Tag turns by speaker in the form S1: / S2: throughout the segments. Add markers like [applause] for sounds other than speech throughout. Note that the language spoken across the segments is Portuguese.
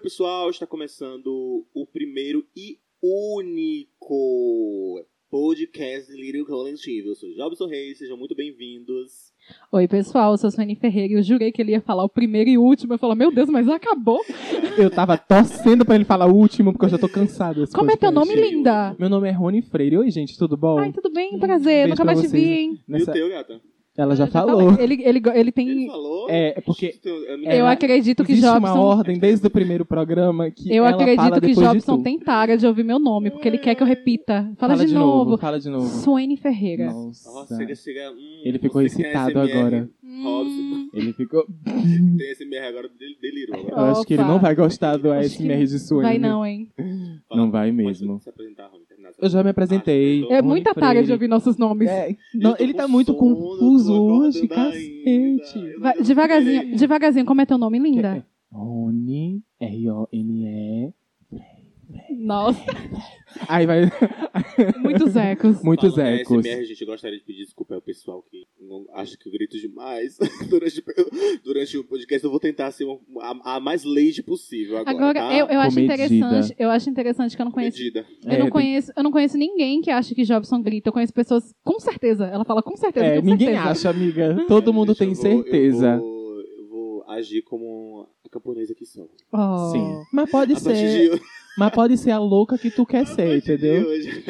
S1: pessoal, está começando o primeiro e único podcast de Little Collective. Eu sou Jobson Reis, sejam muito bem-vindos.
S2: Oi, pessoal, eu sou a Suene Ferreira e eu jurei que ele ia falar o primeiro e último. Eu falo, meu Deus, mas acabou.
S3: Eu tava torcendo pra ele falar o último, porque eu já tô cansado. desse
S2: Como é teu
S3: podcast.
S2: nome, linda?
S3: Meu nome é Rony Freire. Oi, gente, tudo bom?
S2: Ai, tudo bem? Prazer,
S3: Beijo
S2: nunca
S3: pra
S2: mais te
S3: vocês.
S2: vi, hein?
S3: Nessa-
S1: E o teu, gata?
S3: Ela já
S2: Eu
S3: falou.
S2: falei, Ele, ele, ele
S1: Ele
S2: tem...
S1: falou?
S3: É, é porque
S1: Eu, eu me-
S2: Eu
S3: ela-
S2: acredito que
S3: existe uma
S2: Jobson...
S3: ordem desde o primeiro programa que
S2: Eu
S3: ela fala
S2: acredito que
S3: depois de
S2: Jobson
S3: tu.
S2: tem tara de ouvir meu nome, porque ele quer que eu repita. Fala,
S3: Fala de novo. Fala de novo.
S2: Suene Ferreira.
S1: Nossa,
S3: Nossa.
S1: chega, chega. hum,
S3: Ele ficou
S1: você que tem
S3: excitado
S1: ASMR,
S3: agora.
S1: Robson.
S3: Ele ficou...
S1: Tem SMR agora del- delírio
S3: Eu
S1: agora.
S2: Opa.
S3: acho que ele não vai gostar do
S2: Acho que
S3: ASMR de Suene.
S2: Vai não, hein?
S3: Não vai
S1: Pode
S3: mesmo.
S1: se apresentar, Rony, terminar essa-
S3: Eu já me apresentei.
S1: Ah,
S2: É
S3: Rony
S2: muita tara de
S3: Freire.
S2: ouvir nossos nomes.
S3: É, não,
S1: tô
S3: ele
S1: com
S3: tá muito
S1: sono,
S3: confuso
S1: tô
S3: hoje,
S1: acordando ainda.
S3: cacete.
S1: Eu não
S2: Vai,
S1: quero
S2: devagarzinho,
S1: saber.
S2: devagarzinho, como é teu nome,
S3: [laughs]
S2: linda?
S3: Rony, R-O-N-E.
S2: Nossa,
S3: Aí vai [laughs]
S2: muitos ecos.
S3: muitos
S1: Falando em
S3: ecos.
S1: ASMR, gente, eu gostaria de pedir desculpa ao pessoal que não- acha que eu grito demais [laughs] durante, durante o podcast. Eu vou tentar ser uma- a, a mais lady possível agora,
S2: Agora,
S1: tá?
S2: eu, eu acho
S3: Comedida.
S2: interessante, eu acho interessante que eu não conheço.
S1: Medida.
S2: Eu,
S3: É,
S2: não
S3: tem-
S2: conheço eu não conheço ninguém que acha que Jobson grita. Eu conheço pessoas com certeza. Ela fala com certeza.
S3: É,
S2: com
S3: ninguém
S2: certeza.
S3: acha, amiga. Todo mundo
S1: Gente,
S3: tem
S1: eu vou- Eu
S3: certeza.
S1: vou, eu vou agir como a camponesa que sou.
S2: Oh.
S3: Sim. Mas
S1: A
S3: pode
S1: partir
S3: ser.
S1: de hoje-
S3: Mas pode ser a louca que tu quer ser, entendeu?
S1: de hoje.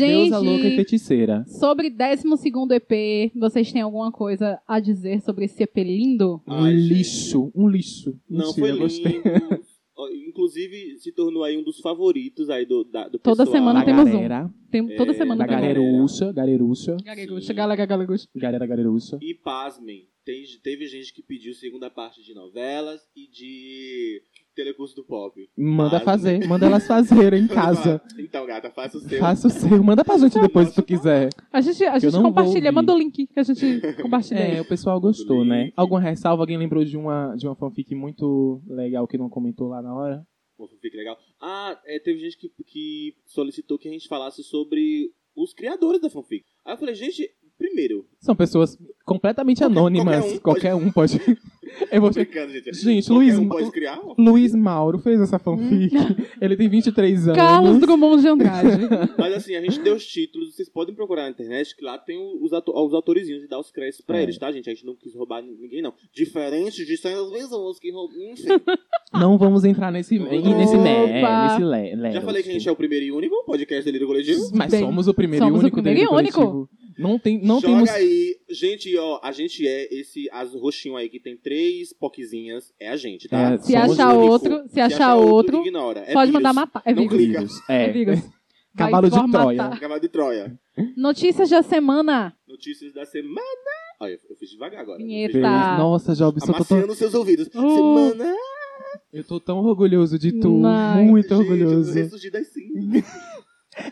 S3: Deusa louca e
S2: Gente,
S3: feiticeira.
S2: sobre 12 EP, vocês têm alguma coisa a dizer sobre esse EP lindo?
S3: Um
S1: Ai, gente.
S3: lixo, um lixo.
S1: Não,
S3: Mentira,
S1: foi
S3: gostei.
S1: lindo. Ó, Inclusive, se tornou aí um dos favoritos aí do, da, do
S2: Toda
S1: pessoal.
S2: semana
S3: Da
S2: temos um.
S3: galera,
S2: Tem, toda
S1: É,
S2: semana
S3: da
S2: tem.
S1: galera.
S3: galerucha, galerucha,
S2: Galegucha, galera, galegucha.
S3: galera galerucha.
S1: E pasmem, tem- teve gente que pediu segunda parte de novelas e de telecurso do pop.
S3: Manda
S1: Quase.
S3: fazer, manda elas fazerem em casa.
S1: Então, gata, faça o seu.
S3: Faça o seu, manda pra gente depois se tu quiser.
S2: A gente, a
S3: Eu
S2: gente
S3: não vou
S2: compartilha,
S3: ouvir.
S2: manda o link que a
S1: [laughs]
S2: gente compartilha.
S3: É, o pessoal gostou, né?
S1: Link.
S3: Alguma ressalva? Alguém lembrou de uma, de uma fanfic muito legal que não comentou lá na hora?
S1: Pô, fica legal. Ah, é, teve gente que, que solicitou que a gente falasse sobre os criadores da fanfic. Aí eu falei, gente, primeiro.
S3: São pessoas completamente
S1: Qualquer-
S3: anônimas.
S1: qualquer
S3: Qualquer um pode. [laughs] Eu vou
S1: Tô brincando, gente.
S3: Gente,
S1: Qualquer
S3: Luiz-
S1: Um pode criar? uma
S3: Luiz Mauro fez essa fanfic. Ele tem 23 anos.
S2: Hum. Carlos Drummond de Andrade.
S3: [laughs]
S1: Mas assim, a gente deu os títulos, vocês podem procurar na internet, que lá tem os, ato os autorizinhos e dar os créditos pra
S3: É.
S1: eles, tá, gente? A gente não quis roubar ninguém, não. Diferente de Sanders Wilson, que roubou. Enfim.
S3: Não vamos entrar nesse,
S1: Opa!
S3: nesse lé, nesse lé, lé.
S1: Já falei que a gente é o primeiro e único podcast Delírio Coletivo?
S3: Mas
S2: Bem,
S3: somos o primeiro
S2: somos o
S3: e único
S2: primeiro
S3: dele
S2: e único.
S3: coletivo. Não tem, não
S1: Joga
S3: temos.
S1: aí. Gente, ó, a gente é esse as roxinho aí que tem três poquezinhas, é a gente, tá?
S3: É,
S2: Se
S3: Somos
S2: achar
S1: único.
S2: outro, se achar
S1: achar
S2: outro,
S1: ignora. É
S2: pode
S1: vírus.
S2: mandar matar. É
S1: Não
S2: vírus.
S1: clica.
S3: vírus.
S2: É
S3: É.
S2: vírus. Vai
S3: Cavalo de
S2: formatar.
S3: Troia.
S1: Cavalo de Troia.
S2: Notícias da semana.
S1: Notícias da semana. Olha, eu fiz devagar agora. né?
S2: Vinheta.
S1: Eu
S2: Tá.
S3: Nossa,
S1: fiz
S3: Jobs, eu tô, tão,
S1: Amaciando seus ouvidos.
S2: Uh,
S1: semana.
S3: eu tô tão orgulhoso de tu.
S2: Ai,
S3: muito
S1: Gente, Eu
S3: orgulhoso.
S1: ressurgi das
S2: [laughs]
S1: cinzas.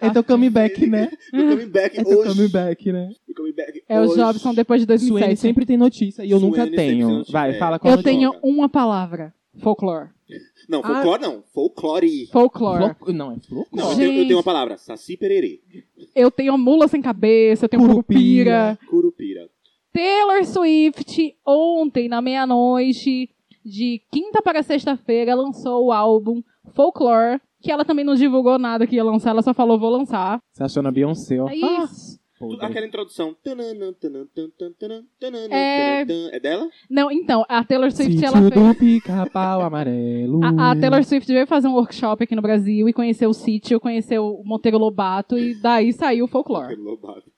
S3: É teu comeback, né?
S1: Meu coming back
S3: É teu
S1: hoje.
S3: comeback, né?
S1: Meu coming back
S2: É o
S1: hoje.
S2: Jobson depois de
S3: Suene
S2: 2007.
S3: sempre tem notícia e eu nunca
S1: Suene sempre tem
S3: tenho.
S1: notícia. é.
S3: Vai, fala qual
S2: Eu
S3: notícia.
S2: tenho uma palavra. Folclore.
S1: Não,
S2: Ah.
S1: folclore não. Folclore.
S2: Folclore.
S3: Floco- Não, é floco?
S1: Não, eu tenho, eu
S2: Gente.
S1: tenho uma palavra. Saci Pererê.
S2: Eu tenho mula sem cabeça, eu tenho curupira.
S1: Curupira.
S3: Curupira.
S2: Taylor Swift, ontem, na meia-noite, de quinta para sexta-feira, lançou o álbum Folklore, que ela também não divulgou nada que ia lançar, ela só falou vou lançar.
S3: Você achou na Beyoncé, ó. Ah!
S2: É isso.
S1: Tu-
S3: podre.
S1: Aquela introdução. Tananã, tananã, tananã, tananã, tananã,
S2: É-
S1: tananã. É dela?
S2: Não, então, a Taylor Swift,
S3: Sítio
S2: ela fez...
S3: do pica-pau amarelo.
S2: A, a Taylor Swift veio fazer um workshop aqui no Brasil e conheceu o Sítio, conheceu o Monteiro Lobato e daí saiu o folclore.
S1: Pelo Lobato.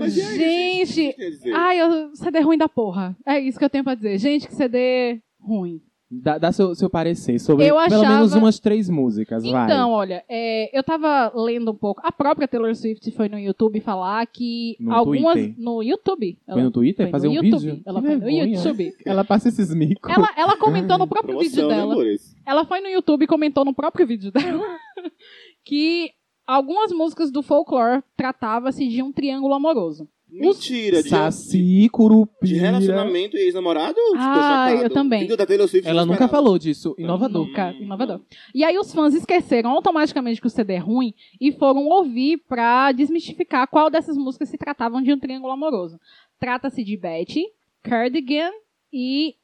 S1: Mas e aí,
S2: Gente,
S1: gente? O que isso quer dizer?
S2: Ai, eu, CD ruim da porra. É isso que eu tenho pra dizer. Gente, que CD ruim.
S3: Dá, dá seu, seu parecer sobre
S2: Eu achava-
S3: pelo menos umas três músicas, vai.
S2: Então, olha, é, eu tava lendo um pouco. A própria Taylor Swift foi no YouTube falar que
S3: No
S2: algumas.
S3: Twitter.
S2: No YouTube.
S3: Foi no Twitter
S2: foi
S3: fazer
S2: no
S3: um
S2: YouTube.
S3: vídeo?
S2: Ela
S3: Que
S2: foi no
S3: vergonha.
S2: YouTube.
S3: Ela passa esses micos.
S2: Ela, ela comentou
S3: [laughs]
S2: no próprio vídeo
S1: Promoção, né,
S2: dela.
S1: amores?
S2: Ela foi no YouTube e comentou no próprio vídeo dela [laughs] que algumas músicas do folclore tratava-se de um triângulo amoroso.
S1: Mentira, de,
S3: Saci,
S1: de
S3: curupira.
S1: relacionamento e ex-namorado? Tô
S2: Ah,
S1: chocado.
S2: eu também.
S1: Entendeu? Da Taylor Swift,
S3: Ela
S1: eu
S3: nunca
S1: esperava.
S3: falou disso.
S1: Hum.
S3: Inovador.
S2: Nunca, inovador. E aí os fãs esqueceram automaticamente que o CD é ruim e foram ouvir pra desmistificar qual dessas músicas se tratavam de um triângulo amoroso. Trata-se de Betty, Cardigan e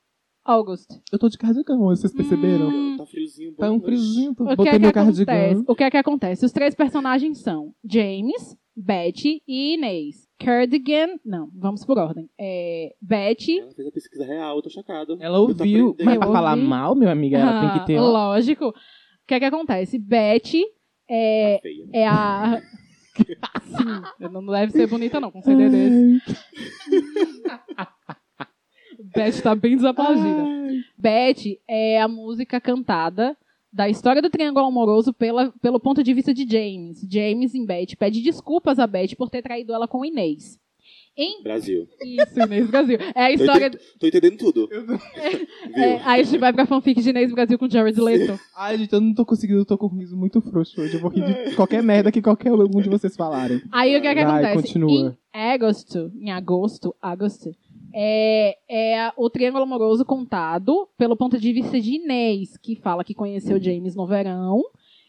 S2: August.
S3: Eu tô de cardigan hoje, vocês perceberam?
S2: Hum.
S1: Tá friozinho.
S3: Tá
S1: bom
S3: um
S1: hoje.
S3: friozinho, tô...
S2: O que,
S3: botei
S2: é que
S3: meu
S2: acontece?
S3: cardigan.
S2: O que é que acontece? Os três personagens são James, Betty e Inês. Cardigan. Não, vamos por ordem. É, Betty.
S1: Ela fez a pesquisa real, eu tô chocado.
S3: Ela ouviu,
S1: Eu tô
S3: mas
S2: Eu
S3: pra falar
S2: ouvi.
S3: mal, meu amigo, ela tem que ter...
S2: Ah, Lógico. O que é que acontece? Betty é,
S1: Tá feia.
S2: é a. Sim, não deve ser bonita, não, com um CD desse. [laughs] Beth tá bem desaplaudida. Beth é a música cantada da história do Triângulo Amoroso pela, pelo ponto de vista de James. James, em Beth, pede desculpas a Beth por ter traído ela com Inês. Em
S1: Brasil.
S2: isso, Inês Brasil. É a história. do-
S1: Tô entendendo tudo.
S3: Eu
S1: [laughs] Viu?
S2: é, aí a gente vai pra fanfic de Inês Brasil com Jared Leto.
S3: Ai, gente, eu não tô conseguindo, eu tô com um riso muito frouxo hoje. Eu vou rir de qualquer merda que qualquer um de vocês falarem.
S1: [laughs]
S2: Aí o que, é que
S3: Vai,
S2: acontece?
S3: continua.
S2: Em agosto, em agosto, agosto, é, é a- o triângulo amoroso contado pelo ponto de vista de Inês, que fala que conheceu James no verão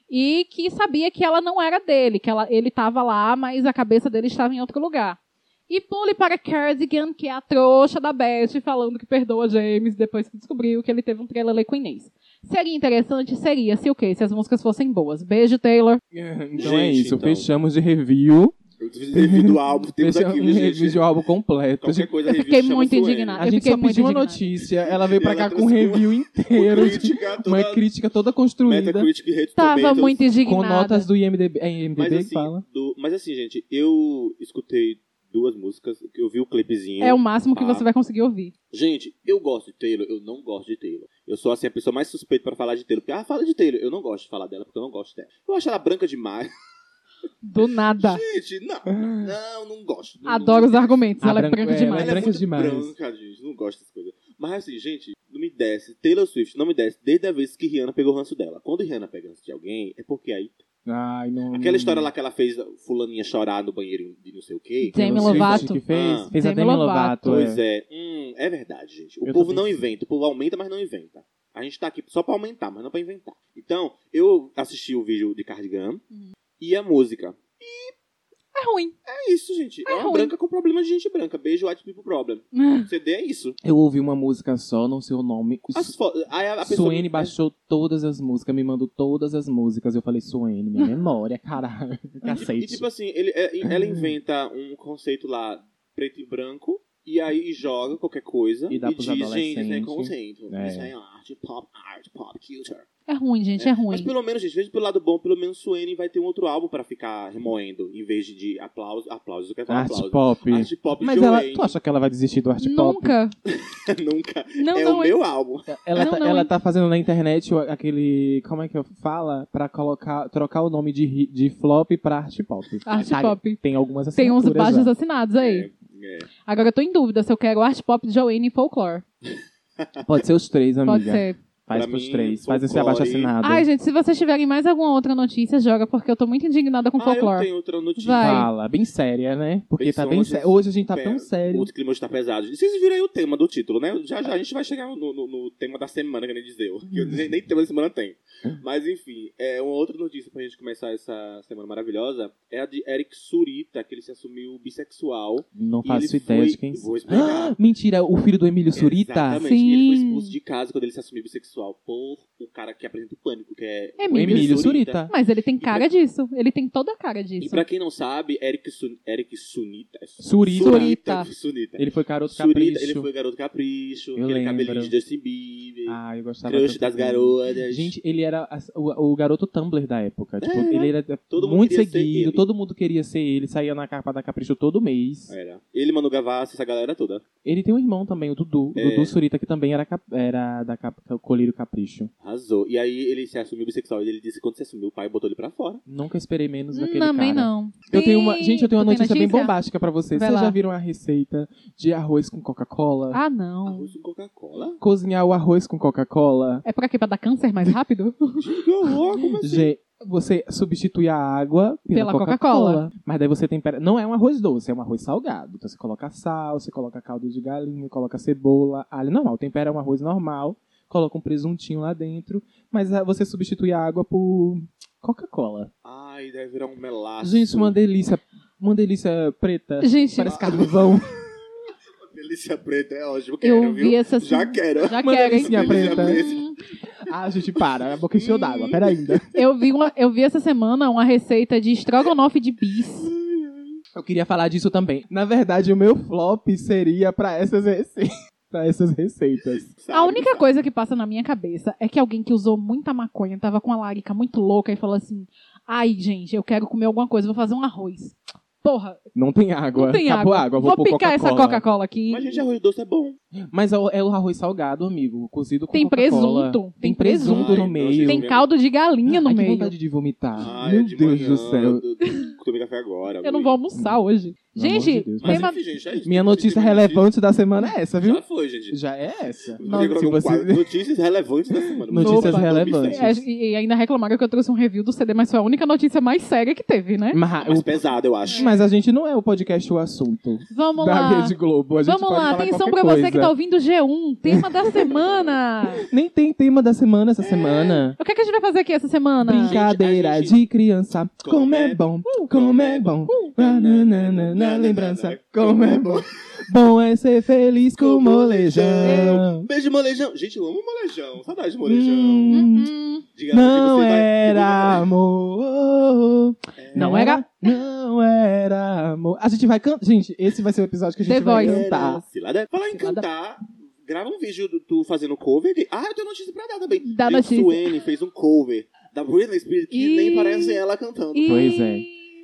S2: e que sabia que ela não era dele, que ela, ele estava lá, mas a cabeça dele estava em outro lugar. E pule para Cardigan, que é a trouxa da Beth, falando que perdoa James depois que descobriu que ele teve um trailer com Inês. Seria interessante? Seria, se o quê? Se as músicas fossem boas. Beijo, Taylor.
S3: Então é
S1: Gente,
S3: isso,
S1: então.
S3: fechamos de review.
S1: Review do álbum, temos
S3: fechamos
S1: aqui,
S3: de
S1: viu,
S3: review de
S1: gente?
S3: um álbum completo.
S1: Qualquer coisa,
S2: Eu
S1: review
S2: fiquei
S1: chama
S2: muito
S1: Suene.
S2: indignada.
S3: A
S2: Eu
S3: gente
S2: fiquei
S3: só
S2: muito
S3: pediu uma
S2: indignada.
S3: notícia, ela veio pra
S1: Ela
S3: cá com um
S1: trouxe [laughs]
S3: review
S1: Com
S3: inteiro, de
S1: Crítica, toda
S3: [laughs] uma crítica toda construída,
S1: Metacritic e Rotten
S2: Tava
S1: Tomatoes.
S2: muito indignada.
S3: com notas do IMDB, é IMDB
S1: mas
S3: que
S1: assim,
S3: fala.
S1: do- mas assim, gente, eu escutei duas músicas, eu vi o clipezinho.
S2: É o máximo que
S1: Tá.
S2: você vai conseguir ouvir.
S1: Gente, eu gosto de Taylor, eu não gosto de Taylor. Eu sou assim a pessoa mais suspeita pra falar de Taylor, porque ah, fala de Taylor, eu não gosto de falar dela porque eu não gosto dela. Eu acho ela branca demais.
S2: Do nada.
S1: [laughs] Gente, não,
S2: [laughs]
S1: não, não gosto. Não-
S2: Adoro
S1: não-
S2: os argumentos.
S3: A
S2: Ela é
S3: branca-
S2: branca
S3: é,
S1: Ela
S2: demais.
S1: é
S3: branca
S1: muito
S3: demais.
S1: branca, gente, não gosto dessas coisas. Mas assim, gente, não me desce. Taylor Swift não me desce desde a vez que Rihanna pegou o ranço dela. Quando Rihanna pega ranço de alguém, é porque aí
S3: Ai, não.
S1: Aquela história lá que ela fez fulaninha chorar no banheiro de não sei o quê.
S3: Pelo
S2: Demi
S3: Swift
S2: Lovato.
S3: Que fez,
S1: Ah.
S3: fez a
S2: Demi
S3: Demi
S2: Lovato.
S3: Lovato.
S1: Pois é. Hum, é verdade, gente. O
S3: Eu
S1: povo não
S3: também sei.
S1: inventa. O povo aumenta, mas não inventa. A gente tá aqui só pra aumentar, mas não pra inventar. Então, eu assisti o vídeo de Cardigan
S2: Uhum.
S1: e a música.
S2: É ruim.
S1: É isso, gente. É,
S2: É
S1: uma
S2: ruim. Uhum.
S1: branca com problema de gente branca. Beijo, white people problem. O CD é isso.
S3: Eu ouvi uma música só, não sei o nome.
S1: As fotos... Aí a, a pessoa...
S3: Suene baixou todas as músicas, me mandou todas as músicas. Eu falei, Suene, minha memória, caralho. [laughs]
S1: E
S3: Cacete.
S1: tipo assim, ele, é-
S3: Uhum.
S1: ela inventa um conceito lá preto e branco e aí joga qualquer coisa
S3: E dá pros
S1: diz, gente, isso é
S3: adolescentes.
S1: conceito.
S3: É.
S1: Isso é arte, pop art, pop culture.
S2: É ruim, gente. É
S1: Mas
S2: ruim.
S1: pelo menos, gente, veja pelo lado bom, pelo menos Suene vai ter um outro álbum pra ficar remoendo, em vez de, de aplausos. Aplausos, eu quero falar
S3: Arte
S1: aplausos.
S3: pop.
S1: Arte pop
S3: Mas
S1: de
S3: ela, tá-
S1: Wayne. [laughs]
S3: tu acha que ela vai desistir do arte pop?
S2: Nunca.
S1: Nunca.
S2: Não,
S1: é
S2: não.
S1: o meu álbum.
S3: Ela,
S2: Não,
S3: tá,
S2: não,
S3: ela
S2: hein?
S3: tá fazendo na internet o- aquele. Como é que eu fala? Pra colocar, trocar o nome de, ri- de flop pra arte pop.
S2: Arte
S3: Tá,
S2: pop.
S3: Tem algumas
S2: Tem uns
S3: assinaturas
S2: baixos
S3: já.
S2: assinados aí.
S1: É, é.
S2: Agora eu tô em dúvida se eu quero arte pop, Joanne e folclore.
S3: Pode ser os três, amiga.
S2: Pode ser.
S3: Faz
S1: Pra
S3: pros
S1: mim,
S3: três. Faz esse
S1: folclore.
S3: abaixo assinado.
S2: Ai, gente, se vocês tiverem mais alguma outra notícia, joga, porque eu tô muito indignada com
S1: Ah, eu
S2: folclore.
S1: tenho outra notícia.
S2: Vai.
S3: Fala, bem séria, né? Porque
S1: Bem
S3: tá bem
S1: sons,
S3: sério. Hoje a gente tá tão
S1: pera,
S3: sério.
S1: O clima hoje tá pesado. E vocês viram aí o tema do título, né? Já já a gente vai chegar no, no- no tema da semana, que eu nem dizer. [laughs] Que eu nem, nem tema da semana tem. Mas enfim, é uma outra notícia pra gente começar essa semana maravilhosa. É a de Eric Surita, que ele se assumiu bissexual.
S3: Não
S1: E
S3: faço
S1: ele
S3: ideia
S1: foi-
S3: de quem.
S1: Vou explicar.
S3: Ah, Mentira, o filho do Emílio Surita.
S1: É, Exatamente. E Ele
S2: Sim.
S1: foi expulso de casa quando ele se assumiu bissexual por o cara que apresenta o pânico, que é
S3: O
S2: Emílio
S3: Emílio Surita.
S2: Mas ele tem
S1: pra-
S2: cara disso. Ele tem toda a cara
S1: E
S2: disso.
S1: pra quem não sabe, Eric, Sun... Eric Sunita. é
S3: Surita.
S1: Sunita.
S3: Ele foi garoto
S1: Surita,
S3: capricho.
S1: ele foi garoto capricho,
S3: Eu
S1: aquele
S3: lembro.
S1: cabelinho de Justin Bieber,
S3: Ah, eu gostava
S1: crush
S3: tanto
S1: das
S3: dele.
S1: garotas.
S3: Gente, ele era as- o, o garoto Tumblr da época. Tipo,
S1: É.
S3: ele era
S1: Todo mundo
S3: muito
S1: queria ser
S3: seguido,
S1: ele.
S3: todo mundo queria ser ele, saía na capa da Capricho todo mês.
S1: Era. Ele, Manu Gavassi, essa galera toda.
S3: Ele tem um irmão também, o Dudu. O
S1: É.
S3: Dudu Surita, que também era, cap- era da cap, Colírio Capricho.
S1: Arrasou. E aí ele se assumiu bissexual. E ele disse que quando se assumiu, o pai botou ele pra fora.
S3: Nunca esperei menos daquele
S2: Hum, Também
S3: cara.
S2: não.
S3: Eu tenho uma, gente, eu tenho uma
S2: Tu tem
S3: notícia, bem bombástica pra vocês.
S2: Vai
S3: vocês
S2: lá.
S3: já viram a receita de arroz com Coca-Cola?
S2: Ah, não.
S1: Arroz com Coca-Cola?
S3: Cozinhar o arroz com Coca-Cola
S2: É pra quê? Pra dar câncer mais
S3: [laughs]
S2: rápido?
S1: Que horror, como assim?
S3: Gente, você substitui a água pela,
S2: Pela
S3: Coca-Cola.
S2: Coca-Cola.
S3: mas daí você tempera. Não é um arroz doce, é um arroz salgado. Então você coloca sal, você coloca caldo de galinha, coloca cebola, alho. Normal, tempera um arroz normal, coloca um presuntinho lá dentro, mas ah, você substitui a água por Coca-Cola.
S1: Ai, deve virar um melaço.
S3: Gente, uma delícia. Uma delícia preta.
S2: Gente,
S3: Parece carvão.
S1: Delícia preta é ótimo, quero,
S2: Eu
S1: viu?
S2: vi essa
S1: Já quero.
S2: Já
S3: Manda
S2: quero, hein?
S3: Delicinha preta.
S2: Hum,
S3: [laughs] Ah, gente, para. A boca encheu d'água. Pera ainda.
S2: eu, vi uma, eu vi essa semana uma receita de estrogonofe de bis.
S3: Eu queria falar disso também. Na verdade, o meu flop seria pra essas receitas. [laughs] pra essas receitas.
S1: Sabe?
S2: A única coisa que passa na minha cabeça é que alguém que usou muita maconha tava com a larica muito louca e falou assim: ai, gente, eu quero comer alguma coisa, vou fazer um arroz. Porra,
S3: Não tem água.
S2: não tem
S3: Acabou
S2: água.
S3: a água. Vou,
S2: Vou,
S3: pôr
S2: picar essa Coca-Cola aqui.
S1: Mas, gente, arroz doce é bom.
S3: Mas é o- é o arroz salgado, amigo. Cozido com
S2: Tem
S3: Coca-Cola.
S2: presunto, tem
S3: Tem presunto
S1: presunto.
S3: no
S1: Ai,
S3: meio.
S2: Tem caldo de galinha no
S3: Ai, que
S2: meio.
S3: vontade de vomitar.
S2: Ah,
S1: Ai, é
S3: Meu
S1: de
S3: Deus
S1: manhã,
S3: do céu.
S1: Eu, eu tomei café agora.
S2: Eu não
S1: amigo.
S2: vou almoçar hoje.
S3: Pelo amor
S2: Gente,
S3: de Deus.
S1: Mas,
S2: Tem
S1: enfim, gente, é isso.
S3: Minha
S1: Tem
S3: notícia
S1: que
S3: relevante da semana é essa, viu?
S1: Já foi, gente.
S3: Já é essa.
S1: Eu queria
S3: se
S1: colocar um
S3: você-
S1: quadro, Notícias relevantes da semana.
S3: Notícias
S1: Opa.
S3: relevantes.
S2: É, e e ainda reclamaram que eu trouxe um review do CD, mas foi a única notícia mais séria que teve, né?
S3: [laughs] Mas,
S1: Mas É pesado, eu
S2: Hum.
S1: acho.
S3: mas a gente não é o podcast O Assunto
S2: Vamos
S3: da
S2: lá.
S3: Rede Globo. A gente
S2: Vamos
S3: pode
S2: lá,
S3: falar
S2: atenção
S3: qualquer
S2: pra você que
S3: coisa.
S2: tá ouvindo o G1, tema da
S3: [laughs]
S2: semana.
S3: Nem tem tema da semana essa semana.
S2: o que, é que a gente vai fazer aqui essa semana?
S1: Brinca-
S3: Brincadeira
S1: a gente-
S3: de criança, como,
S1: Como
S3: é
S1: é
S3: bom, como é bom, na, na, na, na, na lembrança, como é bom. Bom é ser feliz com o
S1: Como
S3: molejão.
S1: Beijo, molejão. Gente, eu amo molejão. Saudade de molejão.
S3: Hum,
S2: Hum,
S1: Diga
S3: não
S1: você vai-
S3: era amor.
S2: Não era-
S3: Não era amor. A gente vai cantar. Gente, esse vai ser o episódio que a gente
S2: The
S3: vai
S1: É,
S2: Voice.
S3: cantar.
S1: Cilada. Falar em
S2: Cilada.
S1: cantar, grava um vídeo do tu fazendo cover. De... Ah, eu tenho notícia pra dar também.
S2: Dá
S1: Gente,
S2: notícia.
S1: Suene fez um cover da Britney Spears que
S2: Ih.
S1: nem parece ela cantando.
S2: e-
S3: Pois é.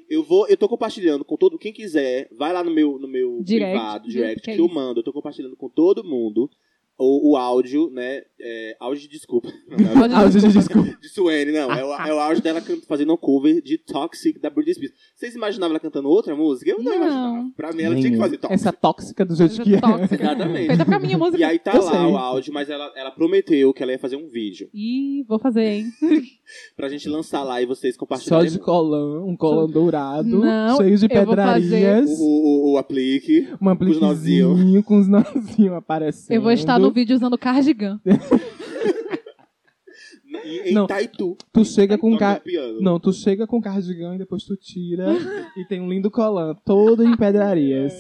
S1: Eu vou, eu tô compartilhando com todo quem quiser. Vai lá no meu, no meu
S2: Direct,
S1: privado,
S2: né?
S1: direct,
S2: Que
S1: que,
S2: é
S1: eu
S2: isso.
S1: mando. Eu tô compartilhando com todo mundo o, o áudio, né? É, áudio de desculpa. [laughs] Não, não é áudio
S3: [laughs] Ah, gente, desculpa.
S1: de Suene, não. É o, é o áudio dela can- fazendo um cover de Toxic da Britney Spears. Vocês imaginavam ela cantando outra música? Eu não,
S2: Não.
S1: imaginava. Pra mim, ela tinha que
S3: Nenhum.
S1: fazer Toxic.
S3: Essa tóxica do jeito que é.
S2: Tóxica.
S1: Exatamente.
S2: Feita pra mim a
S3: [laughs]
S2: música.
S1: E aí tá
S3: Eu
S1: lá
S3: sei.
S1: o áudio, mas ela, ela prometeu que ela ia fazer um vídeo
S2: Ih, vou fazer, hein?
S1: pra gente lançar lá e vocês
S3: Só
S1: compartilharem
S3: de colão, um colão dourado,
S2: Não,
S3: cheio de
S2: eu vou
S1: o,
S3: pedrarias,
S1: o, o aplique.
S3: uma amplifizinho com os [laughs] nozinhos aparecendo.
S2: Eu vou estar no vídeo usando
S3: [laughs]
S2: cardigan.
S1: Em, em
S3: Não.
S1: Taitu.
S3: Tu chega com
S1: toca
S3: ca...
S1: no piano.
S3: Não, tu chega com cardigan e depois tu tira e tem um lindo colã todo em pedrarias.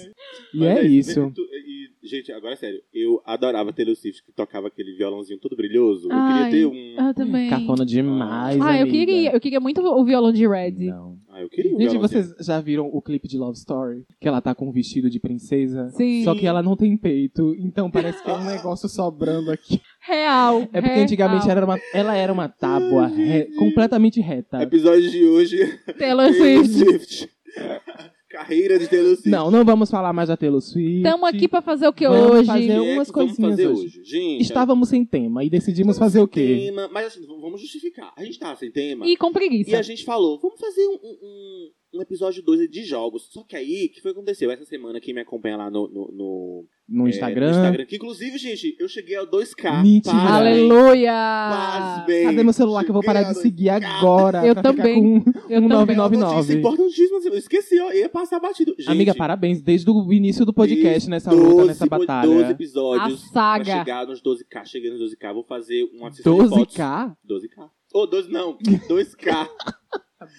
S3: E
S1: Mas
S3: é isso.
S1: tu- e- e, gente, agora é sério. Eu adorava Taylor Swift, que tocava aquele violãozinho todo brilhoso.
S2: Ai.
S1: Eu queria ter
S2: Eu
S1: um...
S2: Ah, também.
S3: Cafona demais,
S2: Ah, eu
S3: amiga.
S2: queria, eu queria muito o violão de Red.
S3: Não.
S1: Ah, eu queria um
S3: Gente,
S1: violãozinho.
S3: vocês já viram o clipe de Love Story? Que ela tá com um vestido de princesa?
S2: Sim.
S3: Só que ela não tem peito, então parece que é um negócio sobrando aqui.
S2: Real.
S3: É porque antigamente era uma, ela era uma tábua re- completamente reta.
S1: Episódio de hoje,
S2: Taylor
S1: Taylor
S2: Swift.
S1: Swift. Carreira de Taylor Swift.
S3: Não, não vamos falar mais da Taylor Swift.
S2: Tamo aqui pra fazer o que
S3: Vamos
S2: hoje?
S1: O que
S3: fazer-
S1: é que
S3: algumas
S1: vamos
S3: coisinhas
S1: fazer
S3: hoje.
S1: hoje. Gente,
S3: Estávamos sem tema e decidimos fazer o quê?
S1: tema... Mas assim, v- vamos justificar. A gente tava sem tema.
S2: E com
S1: E
S2: preguiça.
S1: a gente falou, vamos fazer um, um- um- um episódio 2 de jogos. Só que aí, o que foi que aconteceu? Essa semana, quem me acompanha lá no, no- no,
S3: No
S1: é,
S3: Instagram.
S1: no Instagram, que inclusive, gente, eu cheguei a 2K.
S3: Mentira.
S1: Parabéns.
S2: Aleluia!
S1: Paz bem.
S3: Cadê meu celular que eu vou parar de
S1: Cheguei a
S3: seguir agora?
S2: Eu
S3: pra ficar
S2: também.
S3: com
S2: Eu
S3: um
S2: também.
S1: É uma
S3: 999.
S1: notícia importantíssima, eu esqueci, ó, ia passar batido. Gente,
S3: Amiga, parabéns desde o início do podcast nessa
S1: 12
S3: luta, nessa
S1: po- 12
S3: batalha.
S2: A
S1: episódios pra
S2: saga.
S1: chegar nos 12K. Cheguei nos 12K, vou fazer uma sessão de fotos.
S3: 12k?
S1: 12K. Ô, 12 não, 2K.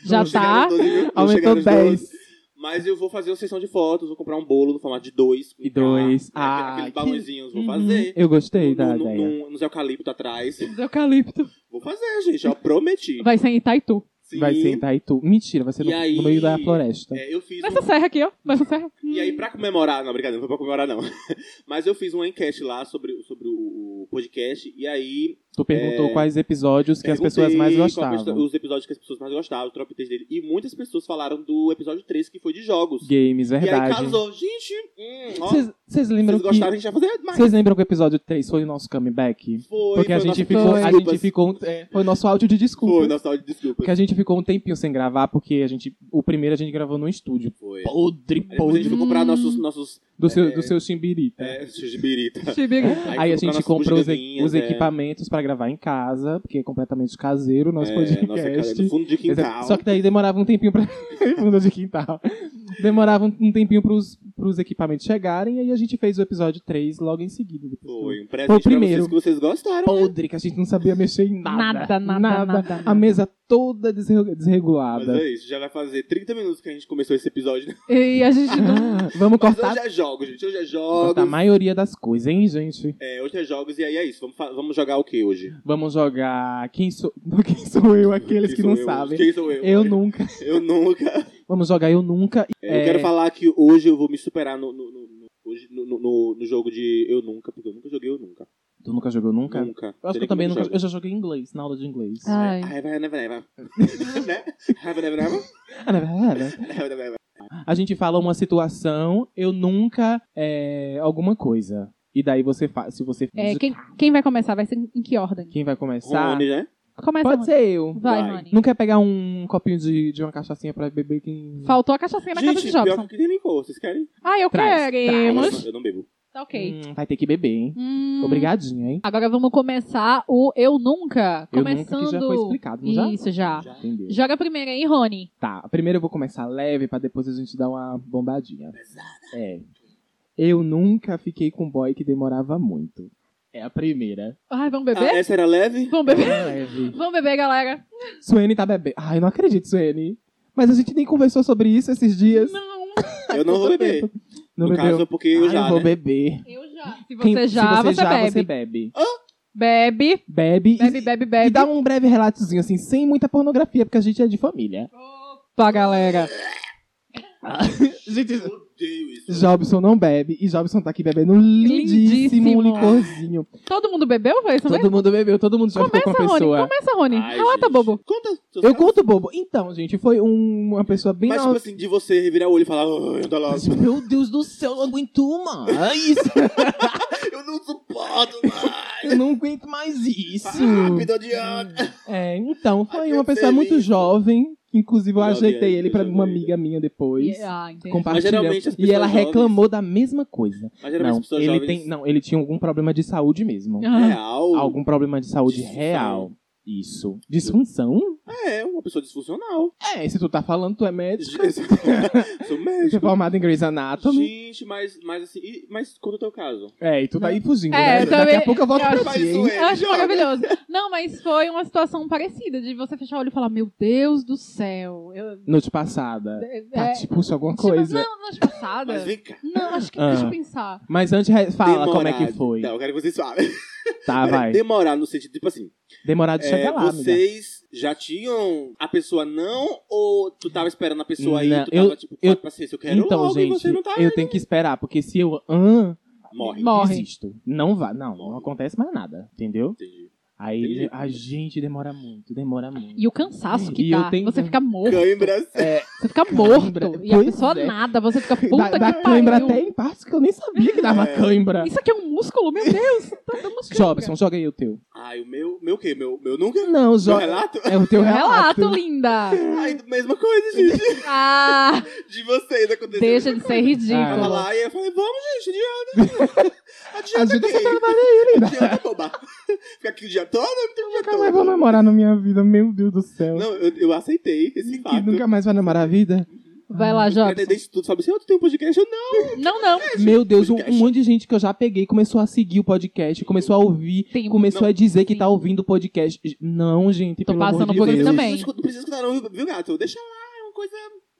S2: Já
S1: Vou
S2: tá.
S1: chegar nos 12 mil, vou chegar
S3: Aumentou
S1: nos 12.
S3: 10.
S1: Mas eu vou fazer uma sessão de fotos, vou comprar um bolo no formato de dois. com
S3: E dois.
S1: K, né,
S3: Ah,
S1: aqueles
S3: que-
S1: balãozinhos, vou
S3: Uhum.
S1: fazer.
S3: Eu gostei da
S1: no, no,
S3: ideia.
S1: no, nos eucalipto atrás.
S2: Eucalipto.
S1: Vou fazer, gente, eu prometi.
S2: Vai ser em Itaitu.
S1: Sim.
S3: Vai ser em Taitu. Mentira, vai ser no,
S1: E aí-
S3: no meio da floresta.
S1: É, eu fiz.
S2: Nessa
S1: um-
S2: serra tá aqui, ó. Nessa serra.
S1: E aí, pra comemorar, não, brincadeira, não foi pra comemorar, não. [laughs] Mas eu fiz uma enquete lá sobre, sobre o, o podcast. E aí.
S3: Tu perguntou
S1: É.
S3: quais episódios que as pessoas
S1: perguntei
S3: mais
S1: qual
S3: gostavam.
S1: episo- Os episódios que as pessoas mais gostavam, o top 3 dele. E muitas pessoas falaram do episódio 3, que foi de jogos.
S3: Games,
S1: E aí
S3: verdade.
S1: casou. Gente, hum, ó,
S3: Vocês- Vocês lembram
S1: vocês gostaram,
S3: que.
S1: a gente vai fazer mais.
S3: Vocês lembram que o episódio 3 foi o nosso comeback?
S1: Foi,
S3: Porque a
S1: foi
S3: gente
S1: nosso-
S3: ficou. A gente
S1: desculpas.
S3: ficou. é, foi o nosso áudio de
S1: Foi,
S3: desculpa.
S1: nossa áudio de desculpas.
S3: Porque a gente ficou um tempinho sem gravar, porque a gente. O primeiro a gente gravou no estúdio.
S1: Foi. Aí
S3: Podre,
S1: Depois a gente
S3: podre.
S1: foi comprar nossos, nossos
S3: Do seu,
S1: é,
S3: do seu chimbirita.
S1: é, jibirita.
S2: Chibiru.
S3: Aí a gente comprou os, e- os
S1: é,
S3: equipamentos pra gravar em casa, porque é completamente caseiro o nosso
S1: é, nossa,
S3: podcast.
S1: cara, no fundo de
S3: Exato.
S1: quintal.
S3: [laughs] Só que daí demorava um tempinho pra. Fundo de quintal. Demorava um- um tempinho pros, pros equipamentos chegarem, e aí a gente fez o episódio 3 logo em seguida. depois do-
S1: Foi um presente
S3: Foi o
S1: pra
S3: primeiro.
S1: vocês que vocês gostaram.
S3: Podre, que a gente não sabia mexer em nada.
S2: Nada, nada, nada,
S3: A
S2: nada.
S3: mesa toda desre-
S1: Mas
S3: desregulada.
S1: é isso, já vai fazer 30 minutos que a gente começou esse episódio. né?
S2: E a
S1: [laughs]
S2: gente não.
S3: Ah, Vamos
S1: Mas
S3: cortar,
S1: hoje é jogo, gente. Hoje é
S3: cortar a
S1: jogos.
S3: maioria das coisas, hein, gente?
S1: É, hoje é jogos e aí é isso. Vamos, fa- vamos jogar o que hoje?
S3: Vamos jogar Quem Sou, quem sou Eu, aqueles
S1: Quem
S3: que
S1: sou
S3: não
S1: eu?
S3: sabem.
S1: Quem sou eu?
S3: Eu nunca.
S1: Eu nunca.
S3: Vamos jogar Eu Nunca. e-
S1: É,
S3: é,
S1: Eu quero falar que hoje eu vou me superar no, no, no, no- hoje, no, no- no- no jogo de Eu Nunca, porque eu nunca joguei Eu Nunca.
S3: Tu nunca jogou Nunca?
S1: Nunca.
S3: Eu acho que eu também nunca. Eu já joguei inglês, na aula de inglês.
S2: Ah.
S1: Ai,
S2: Ai.
S1: vai, never,
S3: [laughs]
S1: never. Né? Never, never, never.
S3: Ah,
S1: [laughs]
S3: na verdade.
S1: Never, never, never.
S3: A gente fala uma situação, eu nunca. É, alguma coisa. E daí você faz. Se você.
S2: É, quem, quem vai começar? Vai ser em que ordem?
S3: Quem vai começar?
S1: Rony, né?
S2: Começa.
S3: Pode
S2: Rony.
S3: ser eu.
S2: Vai,
S1: Vai.
S2: Rony.
S3: Não quer pegar um copinho de, de uma cachaçinha pra beber quem.
S2: Faltou a cachaçinha na casa
S1: Gente,
S2: de
S1: pior
S2: Jobson.
S1: que nem licor, vocês querem?
S2: Ah, eu
S3: Traz,
S2: queremos.
S1: Eu não bebo.
S2: Tá ok.
S3: Hum, vai ter que beber, hein?
S2: Hum,
S3: Obrigadinho, hein?
S2: Agora vamos começar o Eu Nunca.
S3: Eu Nunca,
S2: Começando.
S3: que já foi explicado, não já?
S2: Isso, já.
S3: Entendeu?
S2: Joga primeiro aí, Rony.
S3: Tá, primeiro eu vou começar leve pra depois a gente dar uma bombadinha. É. Eu nunca fiquei com um boy que demorava muito. É
S2: [laughs]
S3: a primeira.
S2: Ai, vamos
S1: Ah,
S2: beber?
S1: essa era leve?
S2: Vamos beber?
S3: leve.
S2: Vamos beber, galera.
S3: Suene tá bebendo. Ai, eu não acredito, Suene. Mas a gente nem conversou sobre isso esses dias.
S2: Não,
S1: Eu não vou
S3: Quanto
S1: beber.
S3: tempo? Não
S1: no
S3: bebeu?
S1: caso, porque eu
S3: Ai,
S1: já,
S3: vou
S1: né?
S3: beber.
S2: eu já. Se você
S3: Quem-
S2: já,
S3: se
S2: você,
S3: já,
S2: bebe.
S3: você bebe.
S2: Bebe,
S3: Bebe. e-
S2: bebe, bebe,
S3: E,
S2: bebe.
S3: dá um breve relatozinho, assim, sem muita pornografia, porque a gente é de família.
S2: Opa, galera.
S3: gente,
S1: Eu odeio isso.
S3: Jobson não bebe. E Jobson tá aqui bebendo um lindíssimo,
S2: Lindíssimo.
S3: licorzinho.
S2: Todo mundo bebeu? Foi isso mesmo?
S3: Todo mundo bebeu, todo mundo já ficou com
S2: Começa,
S3: a
S2: Rony.
S3: pessoa.
S2: Começa, Rony.
S1: Ai,
S2: Relata,
S1: gente.
S2: bobo.
S1: Conta. seus
S3: né? Eu
S1: casos.
S3: conto bobo. Então, gente, foi um- uma pessoa bem
S1: Mas, tipo assim, de você revirar o olho e falar, "Oh, anda logo.
S3: alta. Meu Deus do céu, eu não aguento [laughs] mais.
S1: [laughs] Eu não suporto mais.
S3: eu não aguento mais isso. Ah,
S1: Rápido, adianta.
S3: É, então, foi
S1: Ai,
S3: uma
S1: que
S3: pessoa muito
S1: delícia.
S3: jovem. Inclusive, eu
S1: Joguei,
S3: ajeitei ele pra
S1: joguei.
S3: uma amiga minha depois.
S2: E- Ah, entendi.
S1: geralmente
S3: Compartilhamos.
S1: as
S3: E ela
S1: pessoas
S3: reclamou da mesma coisa.
S1: Mas geralmente
S3: Não
S1: as pessoas
S3: ele,
S1: jovens... É
S3: tem, não, ele tinha algum problema de saúde mesmo.
S2: Ah,
S1: Real.
S3: Algum problema de saúde
S1: Disfunção.
S3: real. Isso. Disfunção?
S1: É, uma pessoa
S3: [laughs]
S1: disfuncional.
S3: É, se tu tá falando, tu é médico.
S1: Sou
S3: Tu é
S1: médico.
S3: formado em Grey's Anatomy.
S1: Gente, mas, mas assim, e- mas conta o teu caso.
S3: É, e tu tá aí fugindo,
S2: É,
S3: né?
S2: eu
S3: Daqui a
S2: também-
S3: pouco eu volto
S2: eu
S3: pra
S1: acho-
S3: ti, hein?
S1: Mas
S2: Eu acho
S1: Joga.
S2: maravilhoso. Não, mas foi uma situação parecida, de você fechar o olho e falar, meu Deus do céu. Eu,
S3: Noite passada. Tá,
S2: é,
S3: te puxa alguma
S2: tipo,
S3: coisa.
S2: não, noite passada.
S1: Mas vem cá.
S2: Não, acho que
S3: Ah.
S2: deixa eu pensar.
S3: Mas antes, re- fala
S1: Demorar-
S3: como é que foi.
S1: Não, eu quero que vocês falem.
S3: Tá,
S1: [laughs]
S3: vai.
S1: Demorar no sentido, tipo assim,
S3: Demorar de chegar
S1: é,
S3: lá, amiga.
S1: vocês já tinham a pessoa não ou tu tava esperando a pessoa aí?
S3: Não,
S1: tu tava
S3: eu-
S1: tipo,
S3: eu-
S1: paciência, eu quero
S3: Então,
S1: logo e
S3: gente,
S1: você não tá...
S3: eu tenho que esperar, porque se eu ah,
S1: Morre.
S2: Morre.
S3: desisto. Não vai, não, não acontece mais nada, entendeu?
S1: Entendi.
S3: Aí
S1: Entendi.
S3: a gente demora muito, demora muito.
S2: E o cansaço que
S3: E eu
S2: dá.
S3: tenho-
S2: Você fica morto.
S1: Cãibras.
S2: Você fica
S3: Cãibra.
S2: morto. E a
S3: Pois
S2: pessoa
S3: é.
S2: nada. Você fica puta
S3: dá dá
S2: que
S3: cãibra
S2: pariu.
S3: até em partes que eu nem sabia que dava
S1: É.
S3: cãibra.
S2: Isso aqui é um músculo, meu Deus. [laughs] Tá dando uma cãibra.
S3: Jobson, joga aí o teu.
S1: Ai, o meu, meu quê? Meu, meu nunca?
S3: Não,
S1: Meu
S3: joga.
S1: relato?
S3: É o teu relato.
S2: Relato, linda.
S1: Ai, mesma coisa,
S3: [laughs]
S1: gente.
S2: Ah,
S1: De vocês acontecendo.
S2: deixa de ser
S1: Tava
S3: Ah.
S2: ridículo.
S1: lá e eu falei, vamos, gente, adianta.
S3: [laughs]
S1: adianta
S3: Ajuda
S1: aqui. [laughs]
S3: essa trabalho
S1: Adianta, boba. Fica aqui o dia todo, não tem o dia
S3: Nunca mais
S1: todo.
S3: vou namorar na minha vida, meu Deus do céu.
S1: Não, eu, eu aceitei esse
S3: que
S1: fato.
S3: nunca mais vai namorar a vida?
S2: Vai lá,
S1: Eu
S2: Jobson.
S1: tentei isso tudo, sabe? Se eu tenho um podcast, eu não.
S2: Não, não.
S3: Meu Deus, um,
S1: É, podcast.
S3: um monte de gente que eu já peguei começou a seguir o podcast, começou a ouvir,
S2: Tem-
S3: começou
S1: Não,
S3: a dizer que
S2: sim.
S3: tá ouvindo o podcast. Não, gente,
S2: Tô
S3: pelo
S2: passando
S3: amor de
S2: por isso
S3: Deus.
S2: também.
S1: Não escuta- Não precisa escutar, não, viu, viu, gato? Deixa lá, é uma coisa.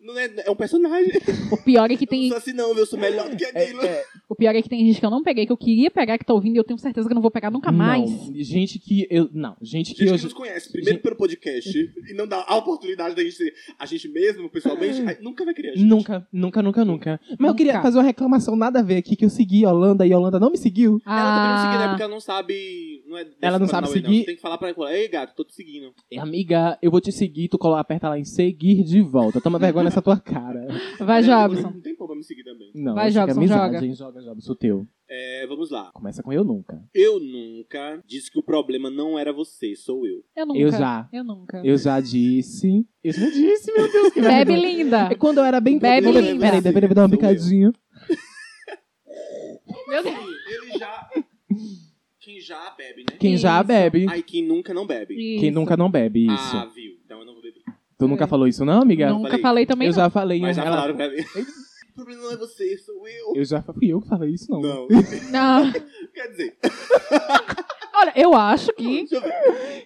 S1: Não é, é um personagem.
S2: O pior é que
S1: Eu não
S2: tem,
S1: sou assim, não, viu? Eu sou melhor do que aquilo.
S3: É, é,
S2: o pior é que tem gente que eu não peguei, que eu queria pegar, que tá ouvindo, e eu tenho certeza que eu não vou pegar nunca mais.
S3: Não, gente que eu... Não, gente que
S1: Gente
S3: eu...
S1: que nos conhece, primeiro
S3: Gente-
S1: pelo podcast, e não dá a oportunidade da gente ser a gente mesmo, pessoalmente, aí nunca vai querer a gente.
S3: Ah. Nunca, nunca, nunca, nunca. Mas eu queria
S2: Nunca.
S3: fazer uma reclamação nada a ver aqui, que eu segui Holanda e Holanda não me seguiu.
S1: Ela também não
S2: Ah,
S1: seguir, né? Porque ela não sabe. Não é desse
S3: Ela não sabe
S1: Paranauê,
S3: seguir.
S1: Você tem que falar pra ela: Ei, gato, tô te seguindo.
S3: E, Amiga, eu vou te seguir, tu cola, aperta lá em seguir de volta. Toma vergonha nessa tua cara.
S2: vai,
S1: Mas aí depois
S2: Jobson.
S1: Não Né, tem como pra me seguir também.
S3: Não,
S2: Vai,
S3: isso aqui é
S2: Jobson,
S3: amizade,
S2: joga.
S3: hein? Joga, Jobson, o teu.
S1: É, vamos lá.
S3: Começa com eu nunca.
S1: Eu nunca disse que o problema não era você, sou eu.
S2: Eu nunca.
S3: Eu já.
S2: Eu nunca.
S3: Eu já disse. Eu já disse, meu Deus, que
S2: Bebe
S3: vergonha.
S2: linda.
S3: [laughs] É Quando eu era bem
S2: Bebe
S3: quando eu-
S2: linda.
S3: Peraí, peraí, peraí, dar uma
S1: Sou eu.
S3: bicadinha.
S2: Meu Deus.
S1: Ele já. Quem já bebe, né?
S3: Quem já
S2: Isso.
S3: bebe.
S1: Aí quem nunca não bebe.
S3: Quem nunca não bebe, isso.
S1: Ah, viu? Então eu não vou beber.
S3: Tu nunca falou isso, não, amiga?
S2: Nunca
S1: falei.
S2: falei também.
S3: eu
S2: não.
S3: já falei.
S1: Mas já
S3: ela-
S1: falaram pra mim. O problema não é você, sou eu.
S3: Eu já fui eu que falei isso, não.
S1: Não,
S2: [laughs] Não.
S1: quer dizer,
S2: Olha, eu acho que.
S1: deixa eu ver.